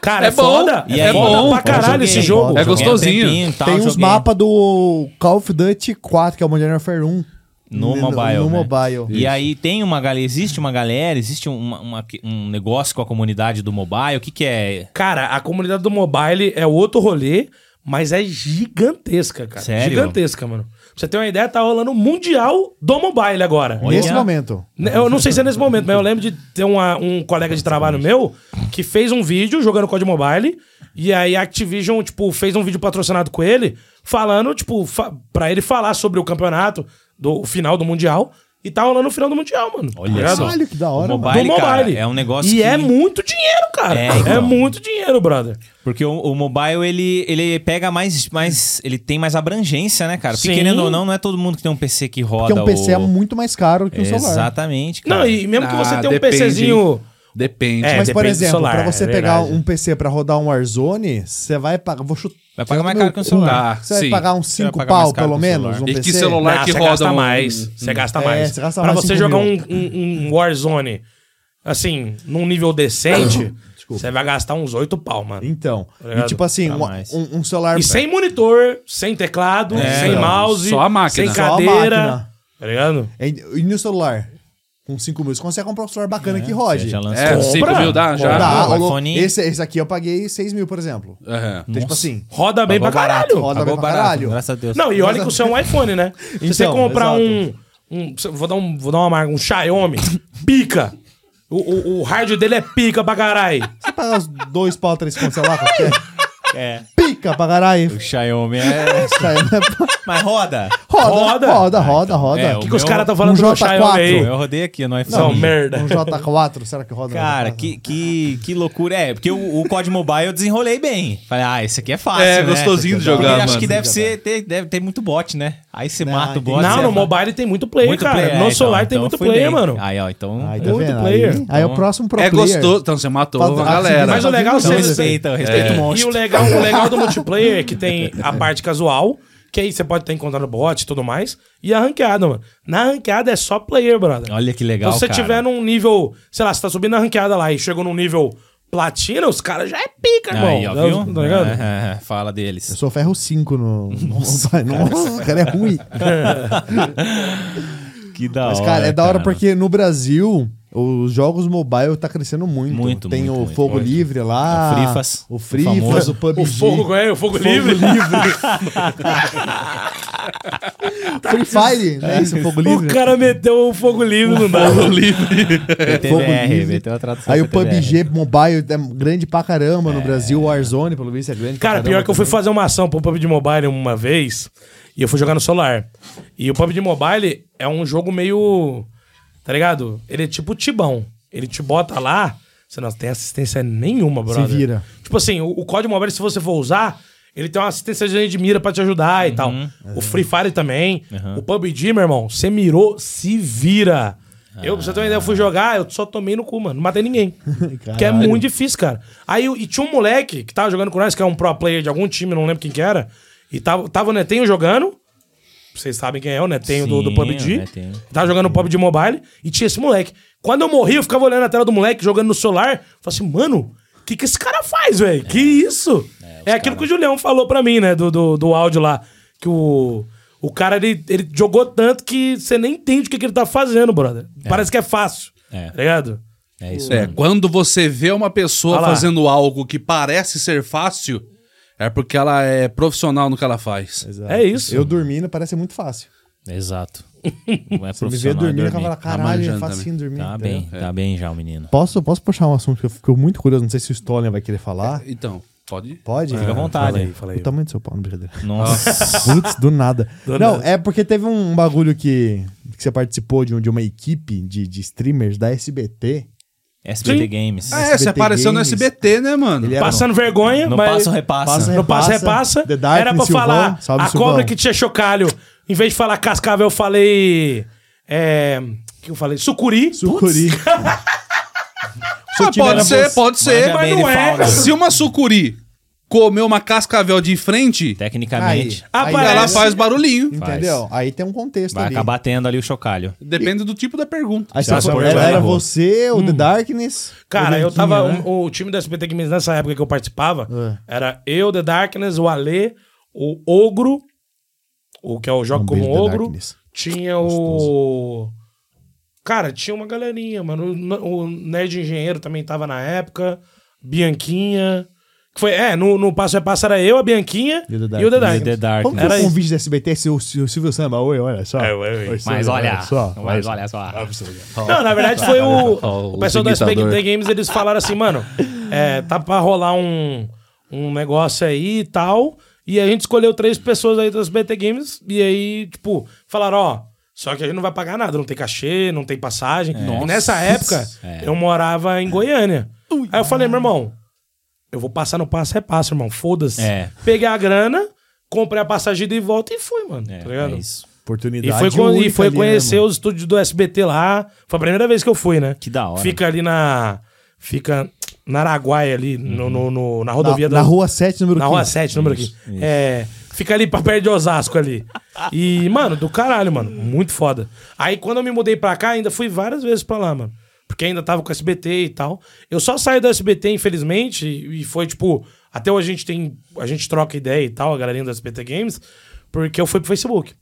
Speaker 3: Cara, é,
Speaker 2: É bom,
Speaker 3: foda.
Speaker 1: E
Speaker 3: é
Speaker 1: aí,
Speaker 3: foda
Speaker 2: bom,
Speaker 3: pra caralho
Speaker 1: eu joguei,
Speaker 3: esse jogo.
Speaker 1: joguei
Speaker 2: É
Speaker 1: um
Speaker 2: gostosinho.
Speaker 1: tempinho e tal,
Speaker 4: Tem uns
Speaker 1: joguei
Speaker 4: mapas do Call of Duty 4, que é o Modern Warfare 1.
Speaker 1: No
Speaker 4: N-
Speaker 1: mobile.
Speaker 4: No
Speaker 1: né?
Speaker 4: mobile.
Speaker 1: E aí tem uma galera, existe uma galera, existe uma- uma- um negócio com a comunidade do mobile. O que, que é?
Speaker 3: Cara, a comunidade do mobile é outro rolê, mas é gigantesca, cara.
Speaker 1: Sério?
Speaker 3: Gigantesca, mano. Pra Pra você ter uma ideia, tá rolando o Mundial do Mobile agora.
Speaker 4: Nesse momento.
Speaker 3: Né, Eu não sei se é nesse momento, mas eu lembro de ter uma- um colega de trabalho meu que fez um vídeo jogando COD Mobile. E aí a Activision, tipo, fez um vídeo patrocinado com ele, falando, tipo, fa pra ele falar sobre o campeonato, do o final do Mundial. E tá rolando o final do Mundial, mano.
Speaker 1: Olha
Speaker 3: Tá ligado?
Speaker 1: só.
Speaker 4: Caralho, que da hora.
Speaker 1: O
Speaker 4: mano.
Speaker 1: mobile-
Speaker 3: Do
Speaker 1: cara,
Speaker 3: mobile.
Speaker 1: é um negócio
Speaker 3: E
Speaker 1: que-
Speaker 3: é muito dinheiro, cara.
Speaker 1: É,
Speaker 3: É,
Speaker 1: então.
Speaker 3: muito dinheiro, brother.
Speaker 1: Porque o, o mobile, ele, ele pega mais, mais. Ele tem mais abrangência, né, cara? Porque
Speaker 3: Sim.
Speaker 1: querendo ou não, não é todo mundo que tem um PC que roda.
Speaker 4: Porque um PC
Speaker 1: o...
Speaker 4: é muito mais caro que um celular.
Speaker 1: Exatamente, cara.
Speaker 3: Não, e mesmo que você
Speaker 2: Ah,
Speaker 3: tenha um
Speaker 2: depende,
Speaker 3: PCzinho.
Speaker 2: hein? Depende.
Speaker 3: É,
Speaker 4: Mas, por
Speaker 3: depende do
Speaker 4: exemplo,
Speaker 3: celular,
Speaker 4: pra você
Speaker 3: é
Speaker 4: pegar
Speaker 3: verdade.
Speaker 4: um PC pra rodar um Warzone, você vai pagar. Vou chutar.
Speaker 1: Vai pagar mais
Speaker 4: no
Speaker 1: caro que um
Speaker 4: cu.
Speaker 1: celular.
Speaker 4: Você vai
Speaker 2: Sim.
Speaker 4: pagar uns
Speaker 1: Você vai
Speaker 4: 5
Speaker 1: pagar mais
Speaker 4: pau,
Speaker 1: caro que
Speaker 4: pelo
Speaker 1: um
Speaker 4: menos.
Speaker 1: celular.
Speaker 4: Um
Speaker 2: E que
Speaker 4: PC.
Speaker 2: celular
Speaker 3: Não,
Speaker 2: que
Speaker 3: você
Speaker 2: roda
Speaker 3: gasta
Speaker 2: um-
Speaker 3: mais. Você gasta
Speaker 4: É,
Speaker 3: mais.
Speaker 4: você gasta
Speaker 3: pra
Speaker 4: mais
Speaker 3: você
Speaker 4: 5
Speaker 3: jogar um,
Speaker 4: mil.
Speaker 3: um- um Warzone, assim, num nível decente,
Speaker 4: Ah,
Speaker 3: você vai gastar uns 8 pau, mano.
Speaker 4: Então.
Speaker 3: ligado?
Speaker 4: E tipo assim,
Speaker 1: Pra
Speaker 4: um,
Speaker 1: mais.
Speaker 4: um- um celular.
Speaker 3: E sem monitor, sem teclado,
Speaker 1: É,
Speaker 3: sem
Speaker 1: não,
Speaker 3: mouse,
Speaker 2: só a máquina.
Speaker 3: sem
Speaker 4: Só a
Speaker 3: cadeira.
Speaker 4: máquina.
Speaker 3: Tá ligado?
Speaker 4: E, e no celular? Com 5 mil, você consegue comprar um celular bacana que
Speaker 1: Você
Speaker 4: rode.
Speaker 1: já lançou.
Speaker 2: É,
Speaker 3: Compra.
Speaker 2: 5 mil dá já.
Speaker 4: Dá,
Speaker 1: o
Speaker 4: alô,
Speaker 1: iPhone- É,
Speaker 4: esse, esse aqui eu paguei 6 mil, por exemplo.
Speaker 2: Aham.
Speaker 4: Então, tipo assim,
Speaker 3: Roda bem pra
Speaker 1: Pagou
Speaker 3: caralho.
Speaker 4: roda
Speaker 1: Pagou
Speaker 4: bem pra
Speaker 1: barato,
Speaker 4: caralho.
Speaker 1: graças a Deus.
Speaker 3: Não, e olha que o seu é um iPhone, né? Se você
Speaker 4: Então,
Speaker 3: comprar
Speaker 4: exato.
Speaker 3: um, um- Vou dar, um, vou dar uma marca, um Xiaomi, pica. O, o, o rádio dele é pica pra caralho.
Speaker 4: você paga os 2 pau, 3 conto, sei lá, qualquer. Pica pra caralho. né?
Speaker 1: O Xiaomi é. Mas roda.
Speaker 4: Roda,
Speaker 3: Roda.
Speaker 4: roda, roda, roda.
Speaker 1: É, o
Speaker 3: O que, que os
Speaker 1: meu- é
Speaker 3: caras estão falando
Speaker 4: um
Speaker 3: do meu
Speaker 4: J4.
Speaker 3: Xiaomi aí?
Speaker 1: Eu rodei aqui no iPhone.
Speaker 3: São merda.
Speaker 4: Um J4, será que roda?
Speaker 1: Cara, que, que, que loucura. É, porque o, o COD Mobile eu desenrolei bem. Falei, ah, esse aqui é fácil.
Speaker 2: É,
Speaker 1: né?
Speaker 2: gostosinho de
Speaker 1: Porque
Speaker 2: jogar,
Speaker 1: Acho
Speaker 2: mano.
Speaker 1: que deve, ser, ter, deve ter muito bot, né? Aí você mata o
Speaker 4: entendi.
Speaker 1: bot.
Speaker 3: não,
Speaker 1: você fala-
Speaker 3: no mobile tem muito player, cara.
Speaker 1: player,
Speaker 3: no
Speaker 1: é,
Speaker 3: celular
Speaker 1: então,
Speaker 3: tem
Speaker 1: então
Speaker 3: muito
Speaker 1: fui
Speaker 3: player,
Speaker 1: bem.
Speaker 3: mano.
Speaker 1: Aí, ó, então.
Speaker 4: Aí, tá
Speaker 1: então
Speaker 3: Muito
Speaker 4: vendo?
Speaker 3: player.
Speaker 4: Aí, aí é o próximo pro
Speaker 2: É
Speaker 4: player.
Speaker 2: gostoso. Então você matou
Speaker 4: Faz-
Speaker 2: a
Speaker 4: assim,
Speaker 2: galera.
Speaker 3: Mas o legal é
Speaker 4: Então
Speaker 3: você- É.
Speaker 1: respeita, respeita o monstro.
Speaker 3: E o legal, o legal do multiplayer é que tem a parte casual, que aí você pode estar encontrando bot e tudo mais, e a ranqueada, mano. Na ranqueada é só player, brother. Então,
Speaker 1: Olha que legal,
Speaker 3: Se você
Speaker 1: cara.
Speaker 3: tiver num nível, sei lá, você tá subindo na ranqueada lá e chegou num nível platina, os caras já é pica, irmão.
Speaker 1: Aí, ó, viu?
Speaker 3: Tá ligado?
Speaker 1: É, fala
Speaker 4: Eu
Speaker 1: deles.
Speaker 4: sou ferro 5 no. Nossa, Nossa, cara, é ruim.
Speaker 1: Que da hora.
Speaker 4: Mas, cara, é da hora porque no Brasil os jogos mobile tá crescendo muito.
Speaker 1: Muito,
Speaker 4: Tem
Speaker 1: muito,
Speaker 4: o
Speaker 1: muito,
Speaker 4: Fogo
Speaker 1: muito.
Speaker 4: Livre lá.
Speaker 1: O Frifas,
Speaker 4: O
Speaker 1: o
Speaker 4: Frifas,
Speaker 1: famoso.
Speaker 4: o, PUBG.
Speaker 3: O fogo, é, o fogo, livre.
Speaker 4: Free Fire, né? Isso, o Fogo Livre.
Speaker 3: O cara meteu o fogo livre no dado.
Speaker 1: PTBR,
Speaker 4: livre.
Speaker 1: meteu a tradução
Speaker 4: Aí o
Speaker 1: PTBR.
Speaker 4: PUBG Mobile é grande pra caramba
Speaker 1: É.
Speaker 4: no Brasil. O Warzone, pelo visto, é grande
Speaker 3: Cara,
Speaker 4: pra
Speaker 3: pior
Speaker 4: caramba
Speaker 3: que eu fui
Speaker 4: também.
Speaker 3: fazer uma ação pro PUBG Mobile uma vez e eu fui jogar no celular. E o PUBG Mobile é um jogo meio. Tá ligado? Ele é tipo tibão. Ele te bota lá, você não tem assistência nenhuma, brother.
Speaker 4: vira.
Speaker 3: Tipo assim, o, o código mobile, se você for usar, ele tem uma assistência de mira pra te ajudar
Speaker 1: Uhum.
Speaker 3: e tal. O Free Fire também. O PUBG, meu irmão, você mirou, se vira. Eu, pra você ter uma ideia,
Speaker 1: Ah.
Speaker 3: eu fui jogar, eu só tomei no cu, mano. Não matei ninguém. que é muito difícil, cara. Aí, e tinha um moleque que tava jogando com nós, que é um pro player de algum time, não lembro quem que era. E tava, tava o Netenho jogando. Vocês sabem quem é o Netenho do, do
Speaker 1: Sim,
Speaker 3: PUBG.
Speaker 1: o Netinho.
Speaker 3: Tava jogando o PUBG Mobile e tinha esse moleque. Quando eu morri, eu ficava olhando a tela do moleque, jogando no celular. Falei assim, mano, o que, que esse cara faz, velho? Que isso? É, aquilo que o Julião falou pra mim, né? Do, do, do áudio lá. Que o, o cara, ele, ele jogou tanto que você nem entende o que, que ele tá fazendo, brother. Parece que é fácil.
Speaker 1: É.
Speaker 3: Tá ligado?
Speaker 1: É isso.
Speaker 2: É, quando você vê uma pessoa
Speaker 3: Olha lá.
Speaker 2: fazendo algo que parece ser fácil, é porque ela é profissional no que ela faz.
Speaker 4: Exato.
Speaker 3: É isso.
Speaker 4: Eu dormindo parece muito fácil.
Speaker 1: Exato. Não é
Speaker 4: Você me vê
Speaker 1: profissional. é
Speaker 4: dormindo, eu falo,
Speaker 1: dormir.
Speaker 4: caralho, é
Speaker 2: manjando
Speaker 4: facinho dormir.
Speaker 1: Tá
Speaker 4: entendeu?
Speaker 1: bem,
Speaker 3: É.
Speaker 1: tá bem já o menino.
Speaker 4: Posso, posso puxar um assunto que eu fico muito curioso, não sei se o Stolen vai querer falar.
Speaker 2: Então, pode.
Speaker 4: Pode?
Speaker 1: É, Fica à vontade.
Speaker 3: Fala
Speaker 4: O tamanho do seu pau, não é brincadeira.
Speaker 1: Nossa.
Speaker 4: Putz, do nada.
Speaker 3: Do
Speaker 4: não,
Speaker 3: nada.
Speaker 4: é porque teve um bagulho que, que você participou de, um- de uma equipe de, de streamers da SBT.
Speaker 1: SBT
Speaker 3: Sim.
Speaker 1: Games.
Speaker 2: Ah, é, você
Speaker 4: SBT
Speaker 2: apareceu no
Speaker 4: Games.
Speaker 2: SBT, né, mano?
Speaker 4: Ele era-
Speaker 3: Passando vergonha,
Speaker 1: Não
Speaker 3: mas...
Speaker 1: passa ou repassa.
Speaker 4: Passa-
Speaker 3: No passa
Speaker 4: É, Repassa,
Speaker 3: repassa,
Speaker 4: The Dark
Speaker 3: era
Speaker 4: and
Speaker 3: pra
Speaker 4: Silvão.
Speaker 3: falar
Speaker 4: Salve,
Speaker 3: a
Speaker 4: Silvão.
Speaker 3: cobra que tinha chocalho. Em vez de falar cascavel, eu falei. É. O que eu falei? Sucuri.
Speaker 4: Sucuri.
Speaker 2: Ah, pode ser, pode ser.
Speaker 1: Manja
Speaker 2: Mas
Speaker 1: bem
Speaker 2: não
Speaker 1: de
Speaker 2: é.
Speaker 1: fauna.
Speaker 2: Se uma sucuri comeu uma cascavel de frente,
Speaker 1: Tecnicamente,
Speaker 4: Aí, aí,
Speaker 3: Rapaz,
Speaker 2: ela
Speaker 3: Ah, parece.
Speaker 2: faz barulhinho.
Speaker 4: Entendeu? Aí tem um contexto
Speaker 1: vai
Speaker 4: ali.
Speaker 1: acabar tendo ali o chocalho.
Speaker 2: Depende do tipo da pergunta.
Speaker 4: Aí você
Speaker 1: Nossa,
Speaker 4: foi,
Speaker 1: por
Speaker 4: era,
Speaker 1: favor.
Speaker 4: era você, o The Darkness.
Speaker 3: Cara,
Speaker 4: o
Speaker 3: eu
Speaker 4: Branquinho,
Speaker 3: tava. um-
Speaker 4: né? É.
Speaker 3: O, o time da SBT Games nessa época que eu participava era eu, The Darkness, o Ale, o Ogro, o que é o Jogo
Speaker 4: Um
Speaker 3: como
Speaker 4: beijo, The
Speaker 3: Ogro.
Speaker 4: Darkness.
Speaker 3: Tinha o. Cara, tinha uma galerinha, mano. O, o Nerd Engenheiro também tava na época. Bianquinha. Que foi, é, no, no Passo é Passo era eu, a Bianquinha e o The Dark.
Speaker 1: E o The Dark.
Speaker 4: Como que
Speaker 3: Era
Speaker 4: era um
Speaker 3: isso.
Speaker 4: vídeo da SBT se o, se o Silvio Samba? Oi, olha só.
Speaker 3: É, oi, oi.
Speaker 4: Oi, Silvio,
Speaker 5: Mas olha,
Speaker 4: só.
Speaker 5: mas olha só.
Speaker 3: Não, na verdade foi o.
Speaker 2: Ó,
Speaker 3: O
Speaker 2: o
Speaker 3: pessoal da Spec
Speaker 2: imitador.
Speaker 3: The Games, eles falaram assim, mano, é, tá pra rolar um, um negócio aí e tal. E a gente escolheu três pessoas aí das BT Games. E aí, tipo, falaram, ó. Só que a gente não vai pagar nada, não tem cachê, não tem passagem. E Nessa época,
Speaker 1: É.
Speaker 3: eu morava em Goiânia. Aí eu falei, meu irmão, eu vou passar no passo repasso, irmão. Foda-se.
Speaker 1: É.
Speaker 3: Peguei a grana, comprei a passagem de volta e fui, mano.
Speaker 1: É,
Speaker 3: tá ligado?
Speaker 1: é isso.
Speaker 4: Oportunidade
Speaker 3: E foi, con- e
Speaker 4: única
Speaker 3: foi
Speaker 4: ali, né,
Speaker 3: conhecer
Speaker 4: mano?
Speaker 3: os estúdios do SBT lá. Foi a primeira vez que eu fui, né?
Speaker 1: Que da hora.
Speaker 3: Fica ali na. Fica na Araguaia, ali, no, no- no- na rodovia
Speaker 4: na, na
Speaker 3: da.
Speaker 4: rua 7, número
Speaker 3: na rua
Speaker 4: 15.
Speaker 3: 7, número aqui. É. Fica ali pra perto de Osasco ali. E, mano, do caralho, mano. Muito foda. Aí quando eu me mudei pra cá, ainda fui várias vezes pra lá, mano. Porque ainda tava com o SBT e tal. Eu só saí do SBT, infelizmente, e foi tipo. Até hoje a gente tem. A gente troca ideia e tal, a galerinha do SBT Games, porque eu fui pro Facebook.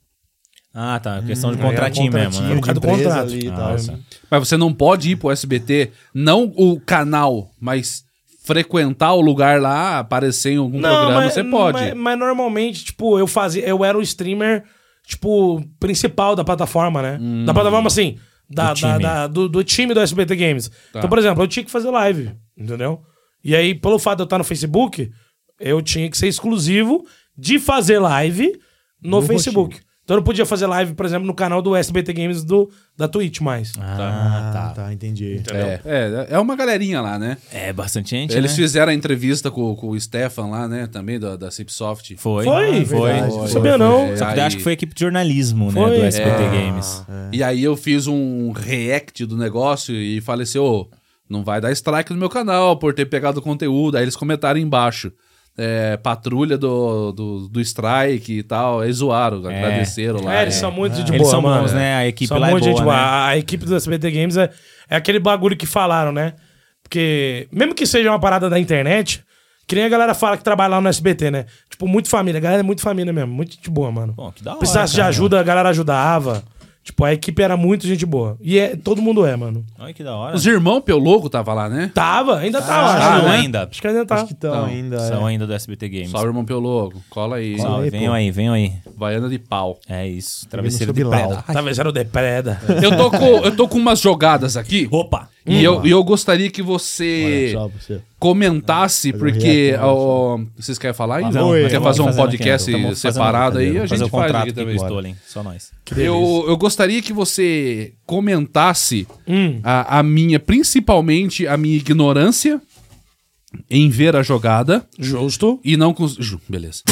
Speaker 1: Ah,
Speaker 2: Hum,
Speaker 1: tá. Questão
Speaker 2: é
Speaker 1: de
Speaker 2: um
Speaker 1: contratinho mesmo, né?
Speaker 4: Contratinho
Speaker 3: Por causa do
Speaker 4: de empresa
Speaker 3: contrato.
Speaker 4: ali e
Speaker 1: Ah,
Speaker 4: tal.
Speaker 1: sim.
Speaker 2: Mas você não pode ir pro SBT, não o canal, mas frequentar o lugar lá, aparecer em
Speaker 4: Um
Speaker 2: algum programa, você pode.
Speaker 3: Mas, mas normalmente, tipo, eu fazia, eu era o streamer, tipo, principal da plataforma, né? Da plataforma, assim, da,
Speaker 1: Hum. Do
Speaker 3: da-
Speaker 1: time. Tá.
Speaker 3: da- do, do time do SBT Games. Então, por exemplo, eu tinha que fazer live, entendeu? E aí, pelo fato de eu estar no Facebook, eu tinha que ser exclusivo de fazer live no, Facebook. Então eu não podia fazer live, por exemplo, no canal do SBT Games do, da Twitch mais.
Speaker 4: Ah, tá. entendi.
Speaker 2: É, é, é uma galerinha lá, né?
Speaker 1: É, bastante gente,
Speaker 2: Eles
Speaker 1: né?
Speaker 2: fizeram a entrevista com, com o Stefan lá, né? Também da, da Cipsoft.
Speaker 1: Foi.
Speaker 3: Foi,
Speaker 1: Ah, foi.
Speaker 4: é verdade.
Speaker 1: Foi.
Speaker 3: Não sabia não.
Speaker 2: É,
Speaker 1: Só que daí
Speaker 2: aí-
Speaker 1: acho que foi a equipe de jornalismo, né?
Speaker 3: Foi.
Speaker 1: Do SBT
Speaker 2: É.
Speaker 1: Games.
Speaker 2: E aí eu fiz um react do negócio e falei assim, ô, não vai dar strike no meu canal por ter pegado o conteúdo. Aí eles comentaram embaixo. é, patrulha do, do, do strike e tal. Aí zoaram, agradeceram lá. né?
Speaker 3: É, eles são muito de boa,
Speaker 1: Eles são
Speaker 3: mano.
Speaker 1: bons, né? A equipe
Speaker 3: São
Speaker 1: lá é
Speaker 3: um monte de
Speaker 1: boa,
Speaker 3: gente
Speaker 1: né?
Speaker 3: boa. A equipe do SBT Games é, é aquele bagulho que falaram, né? Porque, mesmo que seja uma parada da internet, que nem a galera fala que trabalha lá no SBT, né? Tipo, muito família. A galera é muito família mesmo. Muito gente boa, mano.
Speaker 1: Pô, que da hora,
Speaker 3: Precisasse de
Speaker 1: cara.
Speaker 3: ajuda, a galera ajudava. Tipo, a equipe era muito gente boa. E é, todo mundo é, mano.
Speaker 1: Olha que da hora.
Speaker 2: Os irmãos Pelogo tava lá, né?
Speaker 3: Tava, ainda tá, eu
Speaker 1: Ah,
Speaker 3: acho.
Speaker 1: não
Speaker 3: né?
Speaker 1: ainda.
Speaker 3: Acho que ainda tá.
Speaker 4: Acho que estão
Speaker 2: Não,
Speaker 4: ainda.
Speaker 1: São
Speaker 4: é.
Speaker 1: ainda do SBT Games.
Speaker 2: Salve, irmão Pelogo. Cola aí.
Speaker 4: Cola aí,
Speaker 1: venham
Speaker 4: pô.
Speaker 1: aí, venham aí.
Speaker 2: Baiana de pau.
Speaker 1: É isso. Travesseiro de
Speaker 4: sobre
Speaker 1: pedra.
Speaker 4: Lau.
Speaker 3: Talvez era o Depreda.
Speaker 2: Eu tô com, eu tô com umas jogadas aqui.
Speaker 1: Opa!
Speaker 2: E eu, e eu gostaria que
Speaker 4: Olha
Speaker 2: você
Speaker 4: só pra você.
Speaker 2: comentasse,
Speaker 4: um
Speaker 2: porque.
Speaker 4: react, né?
Speaker 2: ó, vocês querem falar aí?
Speaker 1: Vamos,
Speaker 4: Oi.
Speaker 1: vamos,
Speaker 2: Quer
Speaker 1: vamos
Speaker 2: fazer um
Speaker 1: fazendo
Speaker 2: podcast
Speaker 1: aqui, ó. Tamo fazendo
Speaker 2: separado aí? A
Speaker 1: fazer
Speaker 2: gente
Speaker 1: o
Speaker 2: faz
Speaker 1: contrato
Speaker 2: aqui
Speaker 1: aqui
Speaker 2: também.
Speaker 1: com o Stolen. Só nós.
Speaker 2: Eu, eu gostaria que você comentasse a, a minha, principalmente a minha ignorância em ver a jogada
Speaker 3: Justo.
Speaker 2: e não cons... Ju, beleza.